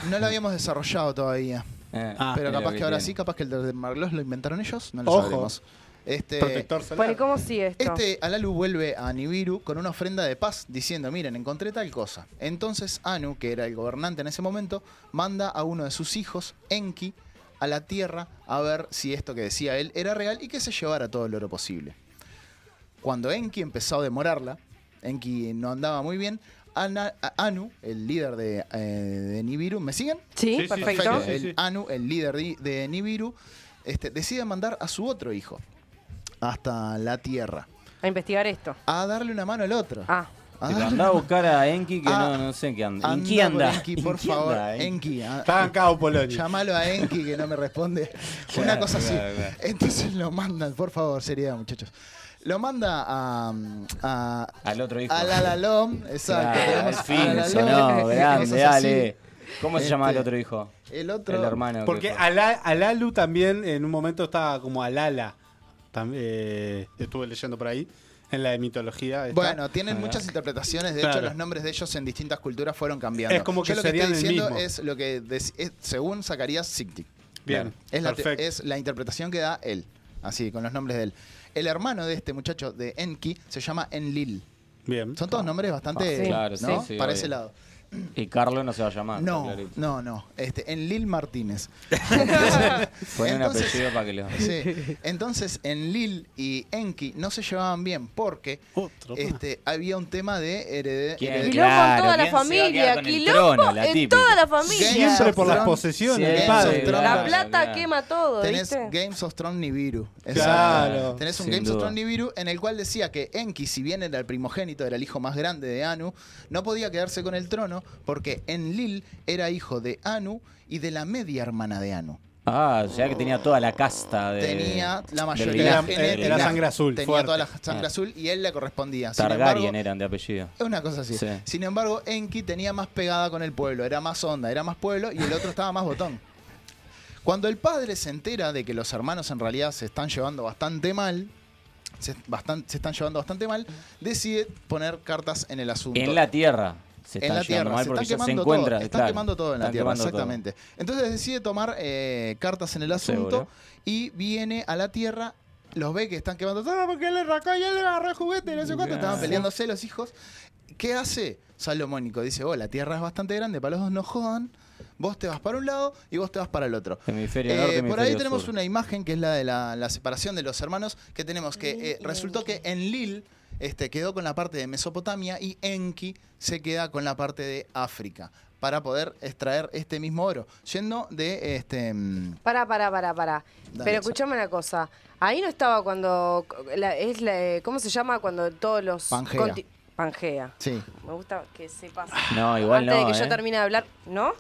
A: No lo habíamos desarrollado todavía.
F: Ah,
A: pero
F: mira
A: capaz
F: lo
A: que,
F: que
A: ahora
F: tiene.
A: sí, capaz que el de Marlos lo inventaron ellos, no lo
F: Ojo.
A: sabremos. Este,
F: Protector
E: solar. Bueno, ¿y cómo sigue esto?
A: Este Alalu vuelve a Nibiru con una ofrenda de paz diciendo, miren, encontré tal cosa. Entonces Anu, que era el gobernante en ese momento, manda a uno de sus hijos, Enki, a la Tierra a ver si esto que decía él era real y que se llevara todo el oro posible. Cuando Enki empezó a demorarla, Enki no andaba muy bien, Ana- a- Anu, el líder de, eh, de Nibiru, ¿me siguen?
E: Sí, Sí, sí, perfecto. sí, sí,
A: El
E: sí.
A: Anu, el líder de, de Nibiru, este, decide mandar a su otro hijo hasta la Tierra
E: A investigar esto.
A: a darle una mano al otro.
E: Ah.
F: Pero andá a buscar a Enki que
G: Ah.
F: no, no sé en qué anda. ¿En qué
A: por
F: anda?
A: Enki, por
F: ¿En qué
A: favor.
F: anda, eh.
A: Enki. a-
F: Está bancado, Polonio.
A: Llámalo a Enki que no me
F: (laughs)
A: responde. Una
F: Claro,
A: cosa así.
F: claro, claro.
A: Entonces lo mandan, por favor, seriedad, muchachos. Lo manda a. mm, a
F: Al otro hijo.
A: a la Lalom, exacto.
F: Claro,
A: tenemos
F: al
A: a
F: fin,
A: Lalalom,
F: sonó, grande,
A: cosas así.
F: dale. ¿Cómo se llama el
A: Este,
F: otro hijo?
A: El otro.
F: El hermano.
G: Porque
F: que-
G: Ala- Alalu también en un momento estaba como Alala. Tam- eh, estuve leyendo por ahí. En la de mitología. esta.
A: Bueno, tienen
G: Ah,
A: muchas interpretaciones. De hecho,
G: Claro.
A: los nombres de ellos en distintas culturas fueron cambiando.
G: Es como que
A: Yo lo que
G: serían
A: estoy
G: el
A: diciendo
G: mismo.
A: es lo que dec- es- según Zacarías Sicti.
G: Bien,
A: Es la, te-
G: perfecto.
A: es la interpretación que da él. Así, con los nombres de él. El hermano de este muchacho de Enki se llama Enlil.
G: Bien.
A: Son todos nombres bastante.
F: Ah, claro, sí,
A: ¿no?
F: sí,
A: Para
F: obvio.
A: ese lado.
F: Y Carlos no se va a llamar.
A: No,
F: está clarito.
A: no, no. Este, Enlil
F: (laughs)
A: Martínez.
F: Poné un
A: Entonces-
F: apellido para que lo.
A: Sí. Entonces, en Lil y Enki no se llevaban bien porque este, había un tema de heredero.
F: ¿Quién? Quilombo en Claro, toda la ¿quién se va a familia, quedar con el quilombo trono, la en típica? toda la familia. Siempre por las posesiones, el padre. La plata Claro.
E: quema todo,
A: Tenés
E: ¿viste?
A: Games of Thrones Nibiru.
F: Claro.
A: Exacto. Tenés un
F: Sin
A: Games of
F: duda.
A: Thrones Nibiru en el cual decía que Enki, si bien era el primogénito, era el hijo más grande de Anu, no podía quedarse con el trono porque Enlil era hijo de Anu y de la media hermana de Anu.
F: Ah, o sea que tenía toda la casta de.
A: tenía la
F: del
A: mayoría
F: linaje.
A: genética,
F: Del-
A: tenía toda la sangre azul y él le correspondía Sin
F: Targaryen
A: embargo,
F: eran de apellido.
A: es una cosa así
F: Sí.
A: sin embargo Enki tenía más pegada con el pueblo era más onda era más pueblo y el otro estaba más botón cuando el padre se entera de que los hermanos en realidad se están llevando bastante mal se, bastan- se están llevando bastante mal decide poner cartas en el asunto
F: En la tierra. Se
A: en
F: están
A: la
F: llevando
A: tierra,
F: mal
A: se
F: porque
A: están
F: ya se
A: quemando
F: encuentran.
A: todo, están
F: claro,
A: quemando todo en la
F: están
A: tierra,
F: quemando todo.
A: exactamente. Entonces decide tomar eh, cartas en el asunto
F: Seguro.
A: y viene a la tierra, los ve que están quemando todo porque él le arrancó y él le agarró el juguete, no sé cuánto, estaban
F: Sí.
A: peleándose los hijos. ¿Qué hace Salomónico? Dice, oh, la tierra es bastante grande, para los dos no jodan, vos te vas para un lado y vos te vas para el otro.
F: Hemisferio
A: Eh,
F: norte,
A: por
F: hemisferio
A: ahí tenemos
F: sur.
A: una imagen que es la de la, la separación de los hermanos, que tenemos que eh, resultó que en Lil este, quedó con la parte de Mesopotamia y Enki se queda con la parte de África para poder extraer este mismo oro, yendo de este mm,
E: Pará, pará, pará, pará.
A: Dale,
E: Pero
A: Sa-
E: escuchame una cosa. Ahí no estaba cuando. la- es la- ¿Cómo se llama cuando todos los.
A: Pangea.
E: conti- Pangea.
A: sí.
E: Me gusta que se pase.
F: No, igual
E: Antes
F: no,
E: de que
F: ¿eh?
E: yo termine de hablar, ¿no?
F: No,
A: Sí.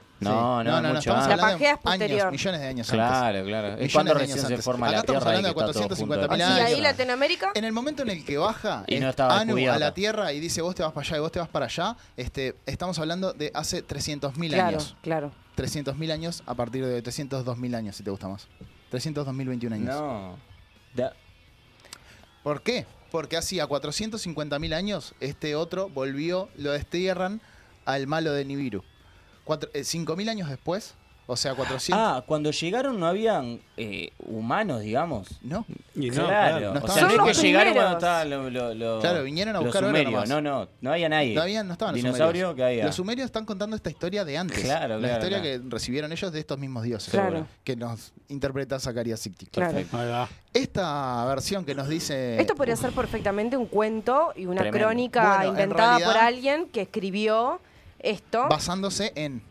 A: No,
F: no,
A: no, no,
F: mucho
A: estamos
F: antes.
E: La pangea es posterior.
A: Años, millones de años antes.
F: Claro, claro. Es
A: Millones
F: cuando
A: de
F: recién
A: años
F: se
A: antes.
F: forma
A: Acá
F: la
A: estamos
F: tierra. y
A: hablando de
F: que está todo
A: 450
F: junto.
A: mil
E: Y ahí
A: Claro.
E: Latinoamérica.
A: En el momento en el que baja
F: Y
A: eh,
F: no estaba
A: Anu
F: descubierta.
A: a la Tierra y dice vos te vas para allá y vos te vas para allá, este, estamos hablando de hace 300.000
E: Claro,
A: años.
E: claro.
A: 300.000 años a partir de 302.000 años, si te gusta más. 302.021 años.
F: No. Da-
A: ¿Por qué? Porque hacía 450.000 años este otro volvió, lo destierran al malo de Nibiru. Cuatro- eh, 5.000 años después, o sea, 400.
F: Ah, cuando llegaron no habían eh, humanos, digamos.
A: No.
G: Y no,
F: claro.
G: claro. No
F: o sea,
A: estaban.
F: no
A: Son
F: es
A: los
F: que
A: primeros.
F: llegaron cuando estaban los. los- los-
A: Claro, vinieron a
F: los
A: buscar oro
F: sumerios.
A: nomás.
F: No, no, no había nadie.
A: No, habían- no estaban los
F: Dinosaurio
A: sumerios.
F: que había.
A: Los sumerios están contando esta historia de antes.
F: Claro,
A: la
F: claro,
A: historia
F: claro.
A: que recibieron ellos de estos mismos dioses.
F: Claro.
A: Que nos interpreta Zacarías Sicti.
E: Claro. Perfecto.
A: Esta versión que nos dice.
E: Esto podría ser perfectamente un cuento y una
A: Eh, Tremendo.
E: crónica
A: Bueno, en
E: inventada por
A: realidad-
E: alguien que escribió esto.
A: basándose en.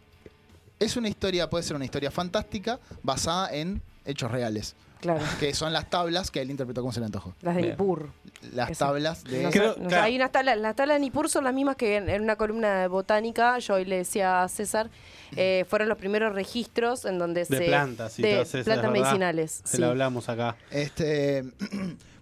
A: Es una historia, puede ser una historia fantástica basada en hechos reales.
E: Claro.
A: Que son las tablas que él interpretó como se le antojó.
E: Las de Nippur.
A: Las
E: Esa.
A: tablas de.
E: No sé, no sé, Hay unas tablas, las tablas de Nippur son las mismas que en, en una columna de botánica, yo hoy le decía a César, eh, fueron los primeros registros en donde
G: De
E: se...
G: plantas y
E: de
G: todas esas,
E: plantas
G: ¿verdad?
E: medicinales.
G: Se
E: sí.
G: lo hablamos acá.
A: Este,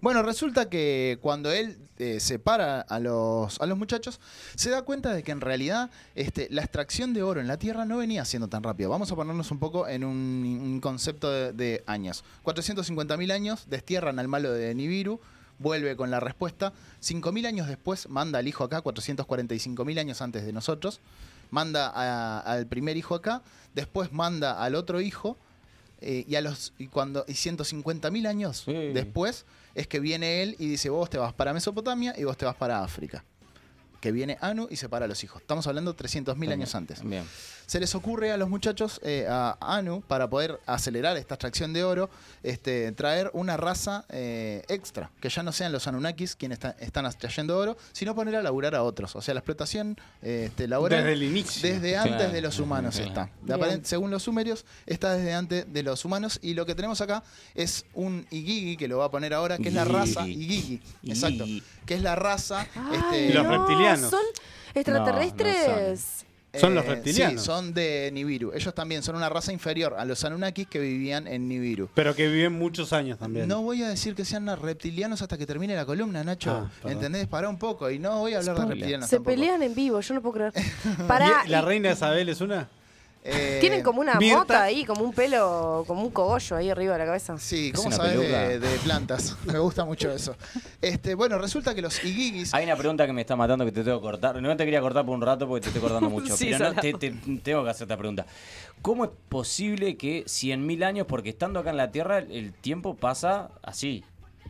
A: bueno, resulta que cuando él eh, separa a los, a los muchachos, se da cuenta de que en realidad este, la extracción de oro en la Tierra no venía siendo tan rápido. Vamos a ponernos un poco en un, un concepto de, de años. 450.000 años, destierran al malo de Nibiru, vuelve con la respuesta. 5.000 años después manda al hijo acá, 445.000 años antes de nosotros. manda a- al primer hijo acá, después manda al otro hijo, eh, y a los y cuando y 150 mil años después es que viene él y dice, vos te vas para Mesopotamia y vos te vas para África. Que viene Anu y separa a los hijos. Estamos hablando 300 mil años antes. Se les ocurre a los muchachos, eh, a Anu, para poder acelerar esta extracción de oro, este, traer una raza eh, extra, que ya no sean los Anunnakis quienes está- están extrayendo oro, sino poner a laburar a otros. O sea, la explotación eh, este, laboral.
G: Desde el inicio.
A: Desde antes
G: Claro.
A: de los humanos
G: Claro.
A: está. De
G: Bien.
A: aparent- según los sumerios, está desde antes de los humanos. Y lo que tenemos acá es un Igigi, que lo va a poner ahora, que es la
G: Igigi.
A: raza Igigi. Exacto. Que es la raza.
E: Ay,
A: este,
G: Los reptilianos.
E: Son extraterrestres.
G: Son los
A: eh,
G: reptilianos.
A: Sí, son de Nibiru. Ellos también son una raza inferior a los Anunnakis que vivían en Nibiru.
G: Pero que viven muchos años también.
A: No voy a decir que sean reptilianos hasta que termine la columna, Nacho.
G: Ah, perdón.
A: ¿Entendés? Pará un poco. Y no voy a hablar de reptilianos
E: Se
A: tampoco.
E: pelean en vivo, yo no puedo creer.
A: (laughs)
E: Pará,
G: ¿Y ¿La
E: y
G: reina Isabel es una?
A: Eh,
E: tienen como una
G: Mirta.
E: mota ahí, como un pelo, como un cogollo ahí arriba de la cabeza.
A: Sí, ¿Cómo sabes de, de plantas? Me gusta mucho eso. Este, bueno, resulta que los igigis.
F: Hay una pregunta que me está matando que te tengo que cortar. No te quería cortar por un rato porque te
E: (laughs)
F: estoy cortando mucho.
A: Sí,
F: pero no,
A: salado.
F: te- te- tengo que hacer esta pregunta. ¿Cómo es posible que 100.000 años, porque estando acá en la Tierra, el tiempo pasa así?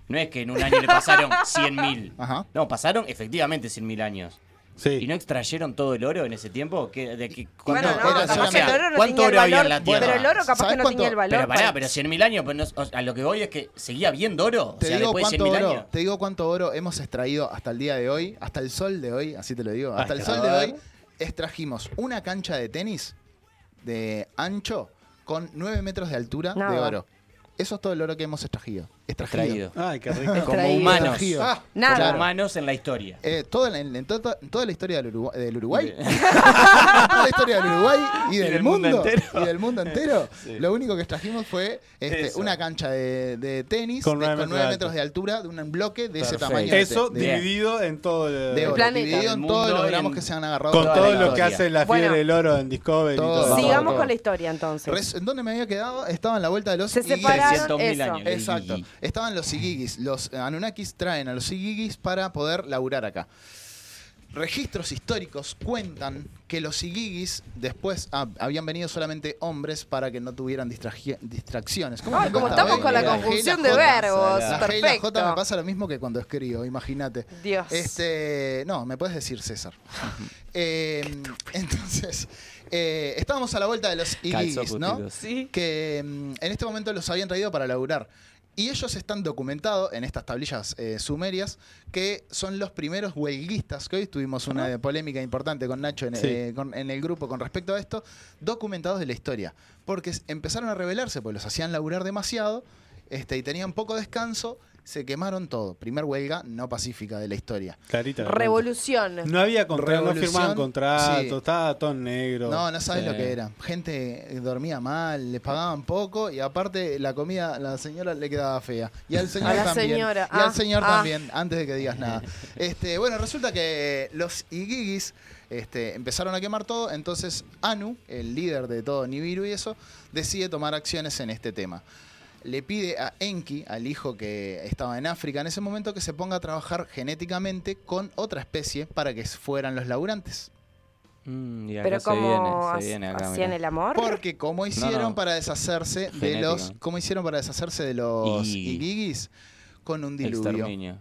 F: No es que en un año
E: (laughs)
F: le pasaron 100.000. No, pasaron efectivamente 100.000 años.
G: Sí.
F: ¿Y no extrayeron todo el oro en ese tiempo? ¿Qué- de qué-
E: Bueno, no,
F: era
E: capaz
F: solamente-
E: que el oro no
F: ¿Cuánto
E: tenía el
F: oro había en
E: valor?
F: la Tierra?
E: Pero el oro capaz
A: ¿Sabes
E: que no
A: cuánto?
E: tenía el valor.
F: Pero pará,
E: para-
F: pero 100.000 años, pues no- o- a lo que voy es que seguía habiendo oro. O
A: Te
F: sea,
A: digo,
F: después de
A: cuánto
F: 100.000
A: oro,
F: años.
A: te digo cuánto oro hemos extraído hasta el día de hoy, hasta el sol de hoy, así te lo digo, hasta
F: Ay,
A: el sol de
F: a ver.
A: hoy extrajimos una cancha de tenis de ancho con 9 metros de altura de
E: Nada.
A: oro. Eso es todo el oro que hemos extraído. Extraído.
F: Extraído. Ay, qué rico. Como
A: Extraído.
F: humanos.
A: Extraído.
F: Ah,
E: Nada.
F: Como humanos en la historia.
A: Eh, todo en, en- en toda, en toda la historia del Uruguay, del Uruguay. (laughs) toda la historia del Uruguay y del,
F: del
A: mundo,
F: mundo entero.
A: y del mundo entero.
F: Sí.
A: Lo único que trajimos fue este,
F: Eso.
A: una cancha de, de tenis
G: Con
A: de-
G: nueve
A: con
G: metros
A: 9
G: de
A: metros de altura de un bloque de ese
G: Perfecto.
A: tamaño. de-
G: Eso
A: de-
G: dividido en todo el,
A: de oro,
E: planeta.
A: dividido en
E: Del
A: todos
E: mundo
A: los
E: en-
A: gramos que se han agarrado.
G: Con todo lo que
A: historia.
G: hace la fiera
E: Bueno.
G: del oro en Discovery. y
A: Todo.
G: todo.
E: Sigamos
A: todo.
E: con la historia entonces.
A: Res- ¿En dónde me había quedado? Estaba en la vuelta de los
E: Se
A: Igigis.
E: separaron, 300.000 eso. años, los
A: Exacto.
F: Igigis.
A: Estaban los Igigis. Los Anunnakis traen a los Igigis para poder laburar acá. Registros históricos cuentan que los Igigis después ah, habían venido solamente hombres para que no tuvieran distraje- distracciones. ¿Cómo
E: Ay,
A: me
E: como
A: encanta,
E: estamos
A: eh?
E: con
A: G
E: la
A: y
E: conjunción
A: J.
E: de verbos,
A: La G y la J me
E: perfecto.
A: pasa lo mismo que cuando escribo, imagínate.
E: Dios.
A: Este, no, me puedes decir César. Eh, entonces, eh, estábamos a la vuelta de los Igigis, ¿no?
F: Calzocutidos.
A: Que mm, en este momento los habían traído para laburar. Y ellos están documentados en estas tablillas eh, sumerias que son los primeros huelguistas, que hoy tuvimos una eh, polémica importante con Nacho en,
G: Sí.
A: eh, con- en el grupo con respecto a esto, documentados de la historia. Porque s- empezaron a rebelarse, pues los hacían laburar demasiado este, y tenían poco descanso, se quemaron todo. Primer huelga no pacífica de la historia.
G: Clarita.
E: Revolución.
G: No había contrato, no
A: Revolución,
G: firmaban contratos,
A: sí.
G: estaba todo en negro.
A: No, no sabes
G: Sí.
A: lo que era. Gente eh, dormía mal, les pagaban poco y aparte la comida, la señora le quedaba fea. Y al señor
E: A la
A: también.
E: señora,
A: Y al
E: ah,
A: señor
E: ah.
A: también, antes de que digas nada. Este, bueno, resulta que los Igigis este, empezaron a quemar todo, entonces Anu, el líder de todo Nibiru y eso, decide tomar acciones en este tema. Le pide a Enki, al hijo que estaba en África en ese momento, que se ponga a trabajar genéticamente con otra especie para que fueran los laburantes.
F: Mm, y acá
E: Pero
F: se viene,
E: como
F: se viene acá,
E: hacían
F: mirá.
E: el amor.
A: Porque cómo hicieron
F: No, no.
A: para deshacerse de
F: Genética.
A: los cómo hicieron para deshacerse de los
F: Y-
A: igigis con un diluvio,
F: Exterminio.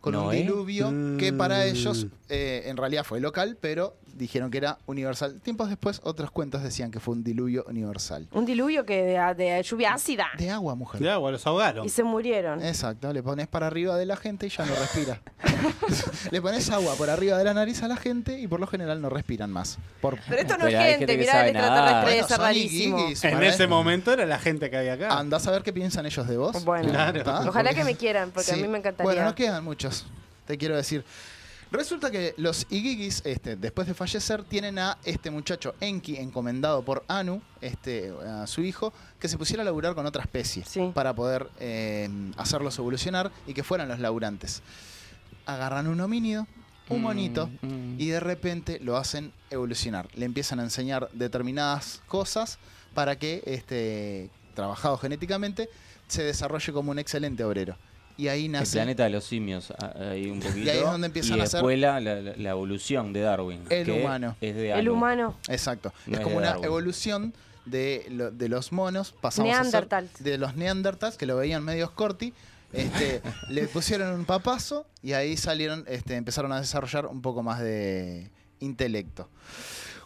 A: con un
F: Noé.
A: diluvio que para
G: Mm.
A: ellos eh, en realidad fue local, pero dijeron que era universal. Tiempos después otros cuentos decían que fue un diluvio universal.
E: Un diluvio que de, de lluvia ácida.
A: De agua, mujer.
G: De agua, los ahogaron.
E: Y se murieron.
A: Exacto, le pones para arriba de la gente y ya no respira. (laughs) le pones agua por arriba de la nariz a la gente y por lo general no respiran más. Por-
E: Pero esto no
F: Pero
E: es
F: hay
E: gente,
F: gente que
E: mirá el
F: sabe nadar.
E: extraterrestre,
A: Bueno,
E: es
A: son
E: rarísimo.
A: igigis,
G: En
A: para
G: ese
A: eso.
G: momento era la gente que había acá.
A: Andás a ver qué piensan ellos de vos.
E: Bueno.
G: Claro.
A: ¿Está?
E: Ojalá que me quieran, porque a
A: Sí.
E: mí me encantaría.
A: Bueno, no quedan muchos, te quiero decir. Resulta que los Igigis, este, después de fallecer, tienen a este muchacho Enki, encomendado por Anu, este, a su hijo, que se pusiera a laburar con otra especie
E: Sí.
A: para poder eh, hacerlos evolucionar y que fueran los laburantes. Agarran un homínido, un monito, y de repente lo hacen evolucionar. Le empiezan a enseñar determinadas cosas para que, este, trabajado genéticamente, se desarrolle como un excelente obrero. y ahí
F: El
A: nace
F: planeta de los simios, a- ahí un poquito.
A: Y ahí es donde empiezan
F: y
A: a hacer-
F: después la, la- la evolución de Darwin.
A: el
F: que
A: humano.
F: es de algo.
A: Exacto.
F: No
A: es
F: es
A: como
F: de
A: una
F: Darwin.
A: evolución de, lo- de los monos. Pasamos a
E: Neandertals.
A: ser de los neandertals, que lo veían medios corti.
F: (laughs)
A: Este, le pusieron un papazo y ahí salieron, este, empezaron a desarrollar un poco más de intelecto.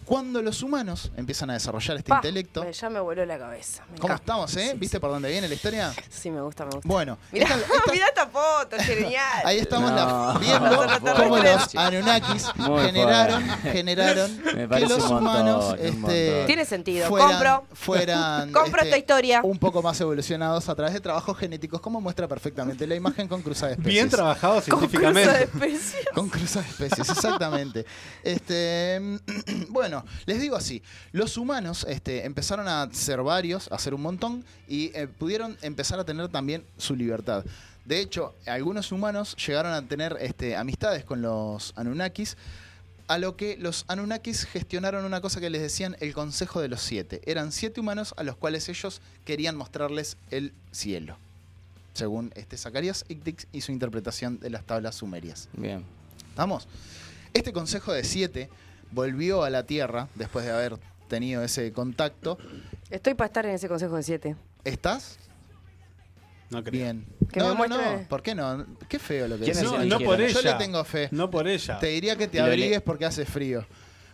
A: Cuando los humanos empiezan a desarrollar este
E: Pa,
A: intelecto,
E: me- ya me voló la cabeza. Me
A: ¿cómo
E: encanta.
A: estamos, eh? ¿Viste por dónde viene la historia?
E: Sí, me gusta, me gusta.
A: Bueno, eh,
E: Mirá,
A: esta-
E: mirá esta foto, es genial.
A: Ahí estamos la-
F: No. (laughs)
A: viendo cómo los Anunnakis
F: Ah. Muy
A: generaron,
F: fuerte.
A: generaron
F: Me
A: que
F: parece
A: los
F: un montón,
A: humanos
F: un
A: este,
F: montón.
E: Tiene sentido,
A: fueran,
E: compro.
A: fueran,
E: (laughs) Compro
A: este,
E: esta historia.
A: un poco más evolucionados a través de trabajos genéticos, como muestra perfectamente la imagen con cruza de especies.
G: Bien trabajado científicamente.
E: especies.
A: (laughs) Con cruza de especies, exactamente. Este, (clears throat) bueno, les digo así, los humanos este, empezaron a ser varios, a ser un montón, y eh, pudieron empezar a tener también su libertad. De hecho, algunos humanos llegaron a tener este, amistades con los Anunnakis, a lo que los Anunnakis gestionaron una cosa que les decían el Consejo de los Siete. Eran siete humanos a los cuales ellos querían mostrarles el cielo, según este Zacarías Ictix y su interpretación de las tablas sumerias.
F: Bien.
A: ¿Estamos? Este consejo de siete volvió a la Tierra después de haber tenido ese contacto.
E: Estoy para estar en ese consejo de siete.
A: ¿Estás?
G: No creo.
A: Bien.
E: Que
A: no,
E: me
A: no,
E: muestre-
A: no. ¿Por qué no? Qué feo lo que
G: ¿Quién
A: decís.
G: es el No, no por
A: Yo le
G: ella.
A: tengo fe.
G: No por ella.
A: Te diría que te
G: Lo le-
A: abrigues porque hace frío.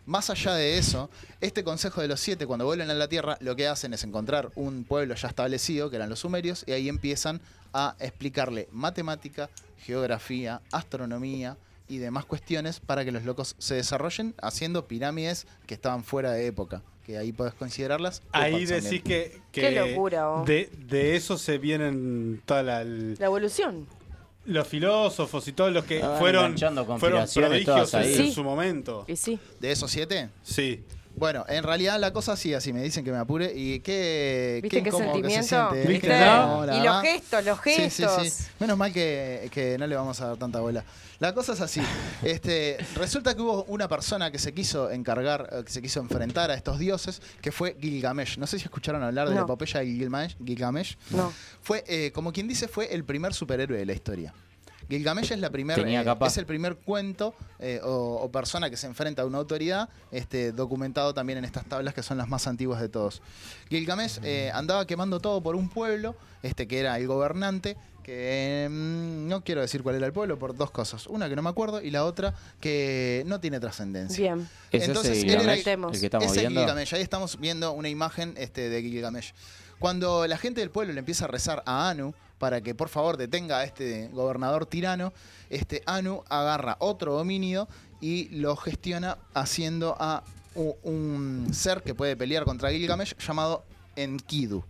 A: Más allá de eso, este consejo de los siete, cuando vuelven a la Tierra, lo que hacen es encontrar un pueblo ya establecido, que eran los sumerios, y ahí empiezan a explicarle matemática, geografía, astronomía y demás cuestiones para que los locos se desarrollen haciendo pirámides que estaban fuera de época, que ahí podés considerarlas.
G: Ahí
A: Upa,
G: decís
A: también.
G: que, que
E: Qué locura, oh.
G: de, de eso se vienen toda la- el-
E: La evolución.
G: los filósofos y todos los que
F: Ah, van
G: fueron,
F: enganchando
G: fueron
F: conspiraciones
G: prodigios
F: todas ahí.
G: en
F: Sí.
G: su momento.
E: Y sí.
A: ¿De esos siete?
G: Sí.
A: Bueno, en realidad la cosa sigue así, me dicen que me apure y qué,
E: ¿Viste qué
A: incómodo que se
E: sentimiento?
A: siente.
E: ¿Viste?
A: No, la
E: Y los
A: va.
E: gestos, los
A: Sí, sí,
E: gestos.
A: sí. Menos mal que, que no le vamos a dar tanta bola. La cosa es así. Este, resulta que hubo una persona que se quiso encargar, eh, que se quiso enfrentar a estos dioses, que fue Gilgamesh. No sé si escucharon hablar de
E: No.
A: la epopeya de Gilgamesh. Gilgamesh.
E: No.
A: Fue, eh, como quien dice, fue el primer superhéroe de la historia. Gilgamesh es, la primer,
F: Tenía
A: eh,
F: capa.
A: es el primer cuento eh, o, o persona que se enfrenta a una autoridad, este, documentado también en estas tablas que son las más antiguas de todos. Gilgamesh eh, andaba quemando todo por un pueblo, este, que era el gobernante, que mm, no quiero decir cuál era el pueblo, por dos cosas. Una que no me acuerdo y la otra que no tiene trascendencia.
E: Bien.
F: Ese es
A: Entonces,
F: el
A: él era
F: Gilgamesh, el que estamos
A: ese es
F: viendo.
A: Gilgamesh. Ahí estamos viendo una imagen este, de Gilgamesh. Cuando la gente del pueblo le empieza a rezar a Anu para que por favor detenga a este gobernador tirano, este Anu agarra otro homínido y lo gestiona haciendo a u- un ser que puede pelear contra Gilgamesh llamado Enkidu.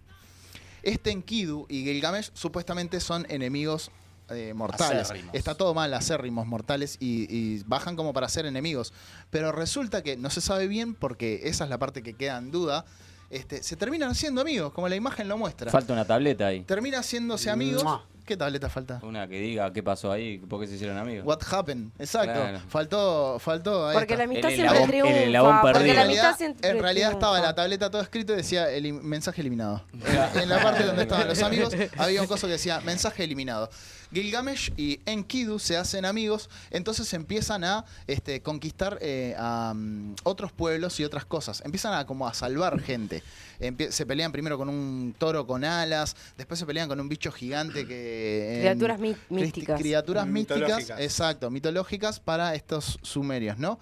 A: Este Enkidu y Gilgamesh supuestamente son enemigos eh, mortales.
F: Acérrimos.
A: Está todo mal, acérrimos mortales y, y bajan como para ser enemigos. Pero resulta que no se sabe bien porque esa es la parte que queda en duda. Este, se terminan siendo amigos, como la imagen lo muestra.
F: Falta una tableta ahí.
A: Termina haciéndose amigos.
F: Mua.
A: ¿Qué tableta falta?
F: Una que diga qué pasó ahí, por qué se hicieron amigos.
A: What happened? Exacto.
F: Claro.
A: Faltó, faltó. ahí
E: Porque
A: está.
E: la amistad
F: El
E: siempre
F: eslabón-
E: triunfa.
F: el eslabón
E: porque
F: perdido.
E: la
A: En realidad-
E: amistad siempre
A: en realidad estaba en
E: triunfa.
A: la tableta todo escrito y decía el im- mensaje eliminado. En, en la parte donde estaban los amigos había un coso que decía mensaje eliminado. Gilgamesh y Enkidu se hacen amigos, entonces empiezan a este, conquistar eh, a, mm, otros pueblos y otras cosas. Empiezan a como a salvar gente. Empie- se pelean primero con un toro con alas, después se pelean con un bicho gigante que... en-
E: Criaturas mi-
A: Cristi-
E: míticas.
A: Criaturas místicas,
G: Mitológicas.
A: exacto, mitológicas para estos sumerios, ¿no?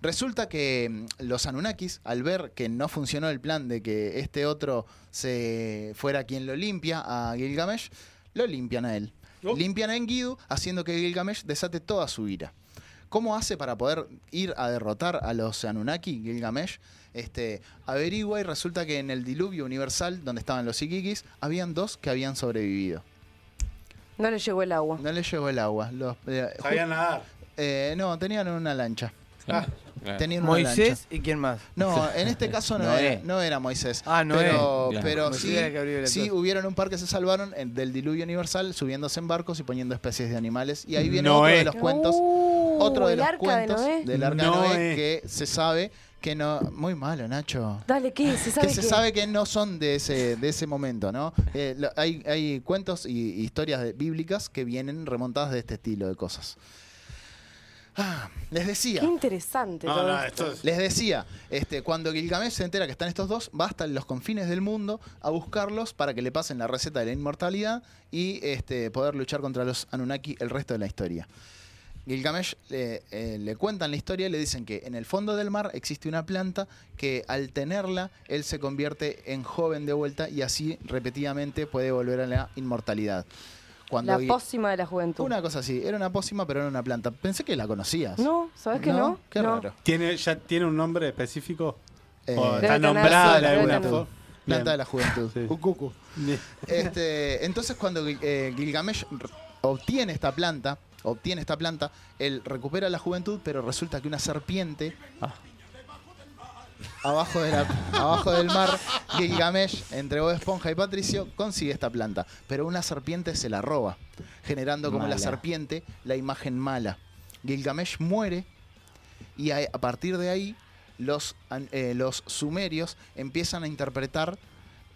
A: Resulta que mm, los Anunnakis, al ver que no funcionó el plan de que este otro se fuera quien lo limpia a Gilgamesh, lo limpian a él.
G: Oh.
A: Limpian a Enkidu, haciendo que Gilgamesh desate toda su ira. ¿Cómo hace para poder ir a derrotar a los Anunnaki, Gilgamesh? Este, averigua y resulta que en el diluvio universal, donde estaban los Ikikis, habían dos que habían sobrevivido.
E: No le llegó el agua.
A: No les llegó el agua. Los, eh, ju-
G: Sabían nadar.
A: eh, no, tenían una lancha.
G: Ah,
A: Tenían una lancha.
C: Moisés y quién más. (laughs)
A: No, en este caso no,
C: Noé.
A: era, no era Moisés.
C: Ah, Noé.
A: Pero,
C: Claro.
A: pero
C: Moisés
A: sí,
C: era el que abrió la
A: sí
C: cosa.
A: hubieron un par que se salvaron eh, del diluvio universal subiéndose en barcos y poniendo especies de animales. Y ahí viene otro
G: Noé.
A: de los cuentos.
E: Uh,
A: Otro de
E: el
A: los
E: arca de
A: cuentos
E: Noé.
A: del arca de Noé
G: Noé.
A: que se sabe que no. Muy malo, Nacho.
E: Dale, ¿qué? Se sabe
A: que se
E: qué?
A: sabe que no son de ese, de ese momento, ¿no? Eh, lo- hay, hay cuentos y historias de- bíblicas que vienen remontadas de este estilo de cosas. Ah, les decía.
E: Qué interesante todo esto.
A: Les decía, este, cuando Gilgamesh se entera que están estos dos, va hasta los confines del mundo a buscarlos para que le pasen la receta de la inmortalidad y este, poder luchar contra los Anunnaki el resto de la historia. Gilgamesh eh, eh, le cuentan la historia y le dicen que en el fondo del mar existe una planta que al tenerla él se convierte en joven de vuelta y así repetidamente puede volver a la inmortalidad. Cuando
E: La
A: Gil-
E: pócima de la juventud.
A: Una cosa así, era una pócima pero era una planta. Pensé que la conocías.
E: No, ¿sabes que no?
A: Qué
E: No.
A: raro.
G: ¿Tiene, ¿Ya tiene un nombre específico?
A: Eh,
G: ¿O
A: Debe
G: está
A: tener,
G: nombrada
A: debe
G: de alguna
A: tener.
G: forma?
A: Planta de
G: Bien.
A: la juventud.
G: Sí.
A: Cucucu. (laughs) Este, entonces cuando Gil- eh, Gilgamesh r- obtiene esta planta, obtiene esta planta, él recupera la juventud, pero resulta que una serpiente abajo, de la- abajo del mar, Gilgamesh, entre Bob Esponja y Patricio, consigue esta planta. Pero una serpiente se la roba, generando como la
F: Mala.
A: serpiente la imagen mala. Gilgamesh muere y a, a partir de ahí los, an- eh, los sumerios empiezan a interpretar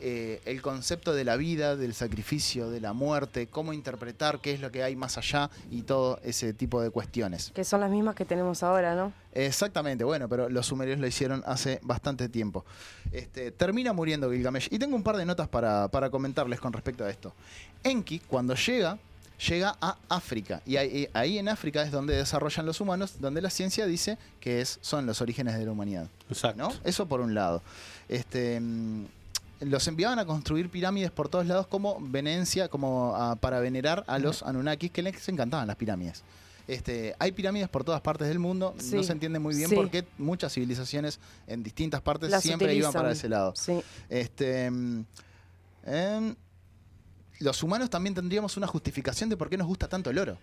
A: eh, el concepto de la vida, del sacrificio, de la muerte, cómo interpretar qué es lo que hay más allá y todo ese tipo de cuestiones.
E: Que son las mismas que tenemos ahora, ¿no?
A: Exactamente, bueno, pero los sumerios lo hicieron hace bastante tiempo. Este, termina muriendo Gilgamesh. Y tengo un par de notas para, para comentarles con respecto a esto. Enki, cuando llega, llega a África. Y ahí, ahí en África es donde desarrollan los humanos, donde la ciencia dice que es, son los orígenes de la humanidad.
G: Exacto.
A: ¿no? Eso por un lado. Este, mm, los enviaban a construir pirámides por todos lados como venencia, como ah, para venerar a los Anunnakis, que les encantaban las pirámides. Este, hay pirámides por todas partes del mundo, no
E: Sí,
A: se entiende muy bien
E: sí.
A: por qué muchas civilizaciones en distintas partes
E: Las
A: siempre iban
E: utilizan,
A: para ese lado.
E: sí.
A: Este, mm, em, los humanos también tendríamos una justificación de por qué nos gusta tanto el oro.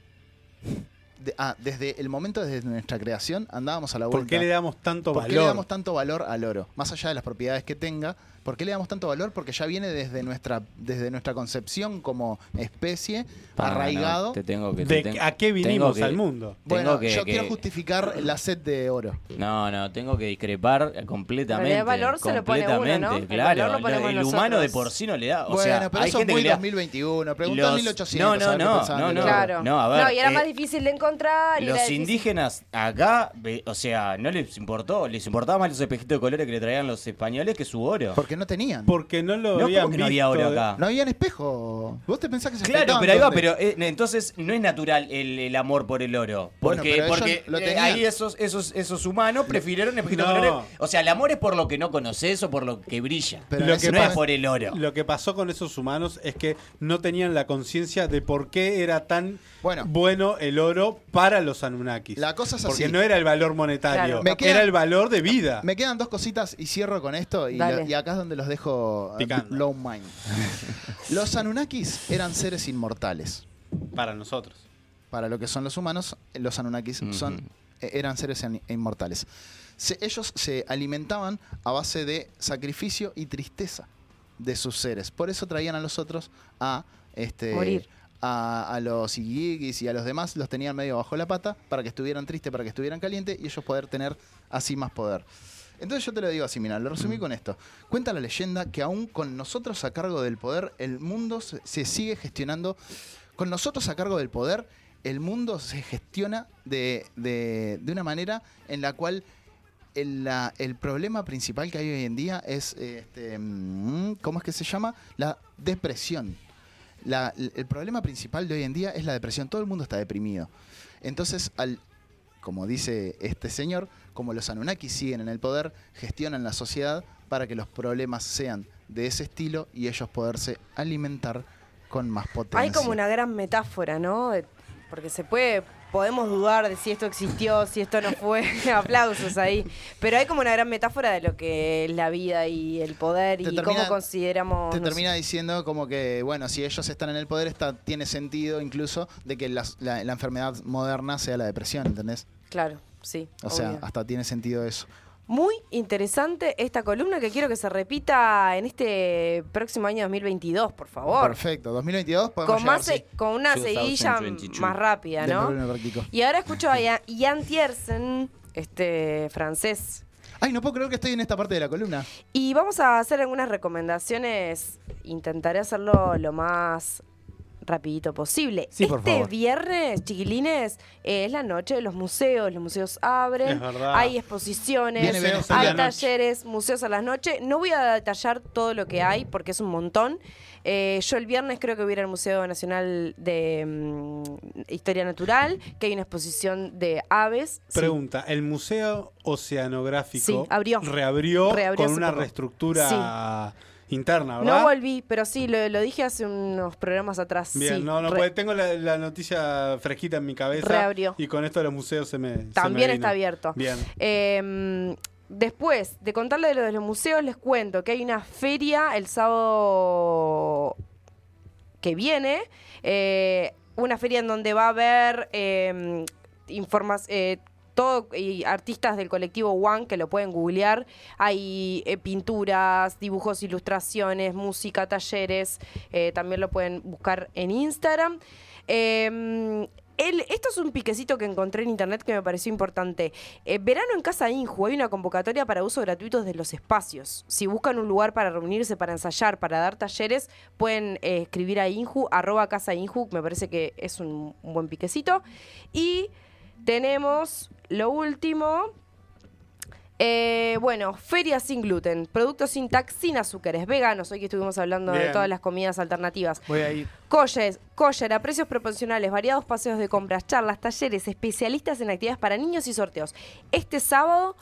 A: De- ah, desde el momento de nuestra creación andábamos a la vuelta.
G: ¿Por qué le damos tanto
A: ¿Por
G: valor?
A: qué le damos tanto valor al oro? Más allá de las propiedades que tenga, ¿por qué le damos tanto valor? Porque ya viene desde nuestra, desde nuestra concepción como especie,
F: Para, no,
A: arraigado.
F: te tengo que-
G: ¿De
F: te-
G: a qué
F: tengo
G: vinimos
F: que-
G: al mundo?
F: tengo
A: Bueno,
F: que-
A: yo
F: que-
A: quiero justificar la sed de oro.
F: No, no, tengo que discrepar completamente.
A: Pero el valor se lo pone uno,
F: completamente,
A: ¿no? El
F: claro.
A: valor lo ponemos
F: el
A: nosotros.
F: humano de por sí no le da. O
A: bueno,
F: sea,
A: pero
F: hay
A: eso es
F: gente
A: muy
F: que le da
A: 2021. Preguntá en
F: Los-
A: 1800.
F: no, no,
A: a ver qué
F: no,
A: pensaban
F: no,
A: del
F: no.
A: oro.
E: Claro.
F: No, a ver,
E: y era
F: eh,
E: más difícil de encontrar. y era
F: Los
E: difícil-
F: indígenas acá, ve- o sea, no les importó, les importaba más los espejitos de colores que le traían los españoles que su oro.
A: Porque no tenían.
G: Porque no lo
F: No,
G: habían
F: ¿cómo que no había
G: visto
F: oro
G: de-
F: acá?
A: No habían espejo. ¿Vos te pensás que se
F: Claro,
A: espejaban
F: pero ahí va,
A: dónde?
F: pero eh, entonces no es natural el, el amor por el oro.
A: Bueno,
F: Porque,
A: pero ellos
F: porque
A: lo
F: eh,
A: tenían.
F: ahí esos, esos, esos humanos prefirieron espejitos de
G: No.
F: colores. O sea, el amor es por lo que no conoces o por lo que brilla.
G: Pero
F: no
G: en ese
F: es
G: momento-
F: por el oro.
G: Lo que pasó con esos humanos es que no tenían la conciencia de por qué era tan bueno, el oro para los Anunnakis.
A: La cosa es
G: Porque
A: así.
G: no era el valor monetario,
A: Claro. Me queda-
G: era el valor
A: (laughs)
G: de vida.
A: Me quedan dos cositas y cierro con esto y,
G: Dale.
A: lo- y acá es donde los dejo eh,
G: Picando.
A: low mind. Los Anunnakis eran seres inmortales.
G: Para nosotros.
A: Para lo que son los humanos, los Anunnakis son, eh, eran seres an- inmortales. Se- ellos se alimentaban a base de sacrificio y tristeza de sus seres. Por eso traían a los otros a este,
E: Morir.
A: A, a los Igigis y a los demás los tenían medio bajo la pata para que estuvieran tristes, para que estuvieran calientes y ellos poder tener así más poder. Entonces yo te lo digo así, mira, lo resumí con esto. Cuenta la leyenda que aún con nosotros a cargo del poder, el mundo se- se sigue gestionando. Con nosotros a cargo del poder, el mundo se gestiona de, de- de una manera en la cual el, la- el problema principal que hay hoy en día es, eh, este, mm, ¿cómo es que se llama? La depresión. La- el problema principal de hoy en día es la depresión. Todo el mundo está deprimido. Entonces, al, como dice este señor, como los Anunnakis siguen en el poder, gestionan la sociedad para que los problemas sean de ese estilo y ellos poderse alimentar con más potencia.
E: Hay como una gran metáfora, ¿no? De- Porque se puede, podemos dudar de si esto existió, si esto no fue, (laughs) aplausos ahí. Pero hay como una gran metáfora de lo que es la vida y el poder y
A: Te
E: cómo
A: termina-
E: consideramos.
A: Te
E: no sé.
A: termina diciendo como que, bueno, si ellos están en el poder, está, tiene sentido incluso de que las- la, la enfermedad moderna sea la depresión, ¿entendés?
E: Claro, sí.
A: O sea, ah.
E: obvio.
A: hasta tiene sentido eso.
E: Muy interesante esta columna que quiero que se repita en este próximo año 2022, por favor.
A: Perfecto, 2022 podemos
E: Con, más,
A: llegar,
E: se- con una seguidilla
A: 2022.
E: más rápida,
A: De
E: ¿no?
A: problema práctico.
E: Y ahora escucho a Ya- Ian Tiersen, este francés.
A: Ay, no puedo creer que estoy en esta parte de la columna.
E: Y vamos a hacer algunas recomendaciones. Intentaré hacerlo lo más rapidito posible.
C: Sí,
E: este
C: por favor.
E: viernes, chiquilines, eh, es la noche de los museos. Los museos abren,
C: Es verdad.
E: hay exposiciones,
C: Viene Museos a la
E: hay
C: noche.
E: talleres, museos a las noches. No voy a detallar todo lo que hay porque es un montón. Eh, yo el viernes creo que voy a ir al Museo Nacional de mm, Historia Natural, que hay una exposición de aves. Sí.
G: Pregunta, ¿el Museo Oceanográfico
E: Sí, abrió.
G: reabrió,
E: Reabrió
G: con
E: hace
G: una
E: poco.
G: reestructura interna,
E: No
G: verdad?
E: volví, pero sí, lo, lo dije hace unos programas atrás.
G: Bien,
E: sí,
G: no, no,
E: re-
G: puede- tengo la, la noticia fresquita en mi cabeza.
E: Reabrió.
G: Y con esto de los museos se me. se me
E: También
G: vino.
E: está abierto.
G: Bien.
E: Eh, después de contarle de lo de los museos, les cuento que hay una feria el sábado que viene. eh, una feria en donde va a haber eh, informas. eh, todo, y artistas del colectivo One que lo pueden googlear. Hay eh, pinturas, dibujos, ilustraciones, música, talleres. eh, también lo pueden buscar en Instagram. Eh, el- esto es un piquecito que encontré en internet que me pareció importante. Eh, verano en Casa Inju, hay una convocatoria para uso gratuito de los espacios. Si buscan un lugar para reunirse, para ensayar, para dar talleres, pueden eh, escribir a Inju, arroba Casa Inju, me parece que es un, un buen piquecito. Y tenemos lo último. Eh, bueno, feria sin gluten, productos sin tax, sin azúcares, veganos, hoy que estuvimos hablando de
C: Bien.
E: todas las comidas alternativas.
C: Voy a ir.
E: Colles, Coller, a precios proporcionales, variados paseos de compras, charlas, talleres, especialistas en actividades para niños y sorteos. Este sábado,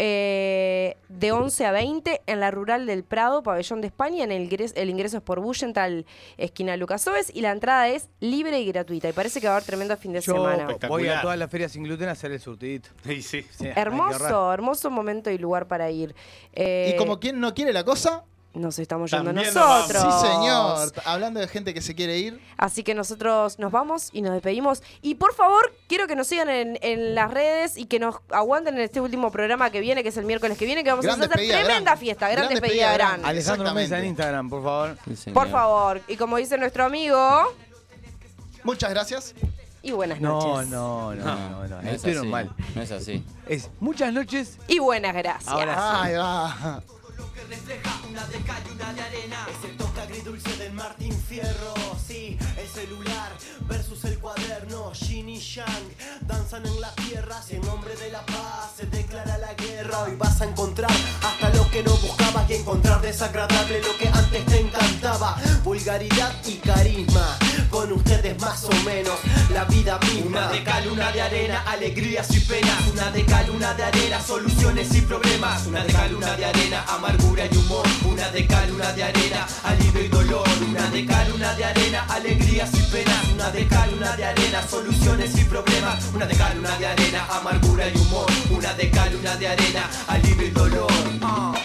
E: eh, de 11 a 20, en la Rural del Prado, Pabellón de España, en el ingreso, el ingreso es por Bullental, esquina Lucas Oves, y la entrada es libre y gratuita. Y parece que va a haber tremendo fin de
C: Yo
E: semana.
C: voy a todas las ferias sin gluten a hacer el surtidito.
G: Sí, sí.
E: Hermoso, hermoso momento y lugar para ir. Eh,
A: y como quien no quiere la cosa.
E: Nos estamos yendo
A: también nos vamos.
E: nosotros.
A: Sí, señor. Hablando de gente que se quiere ir.
E: Así que nosotros nos vamos y nos despedimos. Y por favor, quiero que nos sigan en, en las redes y que nos aguanten en este último programa que viene, que es el miércoles que viene, que vamos
C: Gran
E: a hacer
C: despedida,
E: tremenda
C: gran.
E: fiesta, gran,
C: Gran
E: despedida,
C: despedida,
E: gran.
C: Alejandro Mesa en Instagram, por favor.
E: Por favor. Y como dice nuestro amigo.
A: Muchas gracias.
E: Y buenas
C: No,
E: noches.
C: no, no, no, no,
F: es
C: estuvieron
F: así,
C: mal.
F: No es así.
C: Es muchas noches
E: Y buenas gracias.
C: Ahora sí. Ahí
A: va.
Q: Una de cal y una de arena Ese toque agridulce del Martín Fierro Sí, el celular versus el cuaderno Yin y Yang danzan en la tierra Si en nombre de la paz se declara la guerra Hoy vas a encontrar hasta lo que no buscabas Y encontrar desagradable lo que antes te encantaba Vulgaridad y carisma Con ustedes más o menos la vida misma Una de cal, una de arena, alegrías y penas Una de cal, una de arena, soluciones y problemas Una de cal, una de arena, amargura y humor Una de cal, una de arena, alivio y dolor Una de cal, una de arena, alegrías y penas Una de cal, una de arena, soluciones y problemas Una de cal, una de arena, amargura y humor Una de cal, una de arena, alivio y dolor Ah.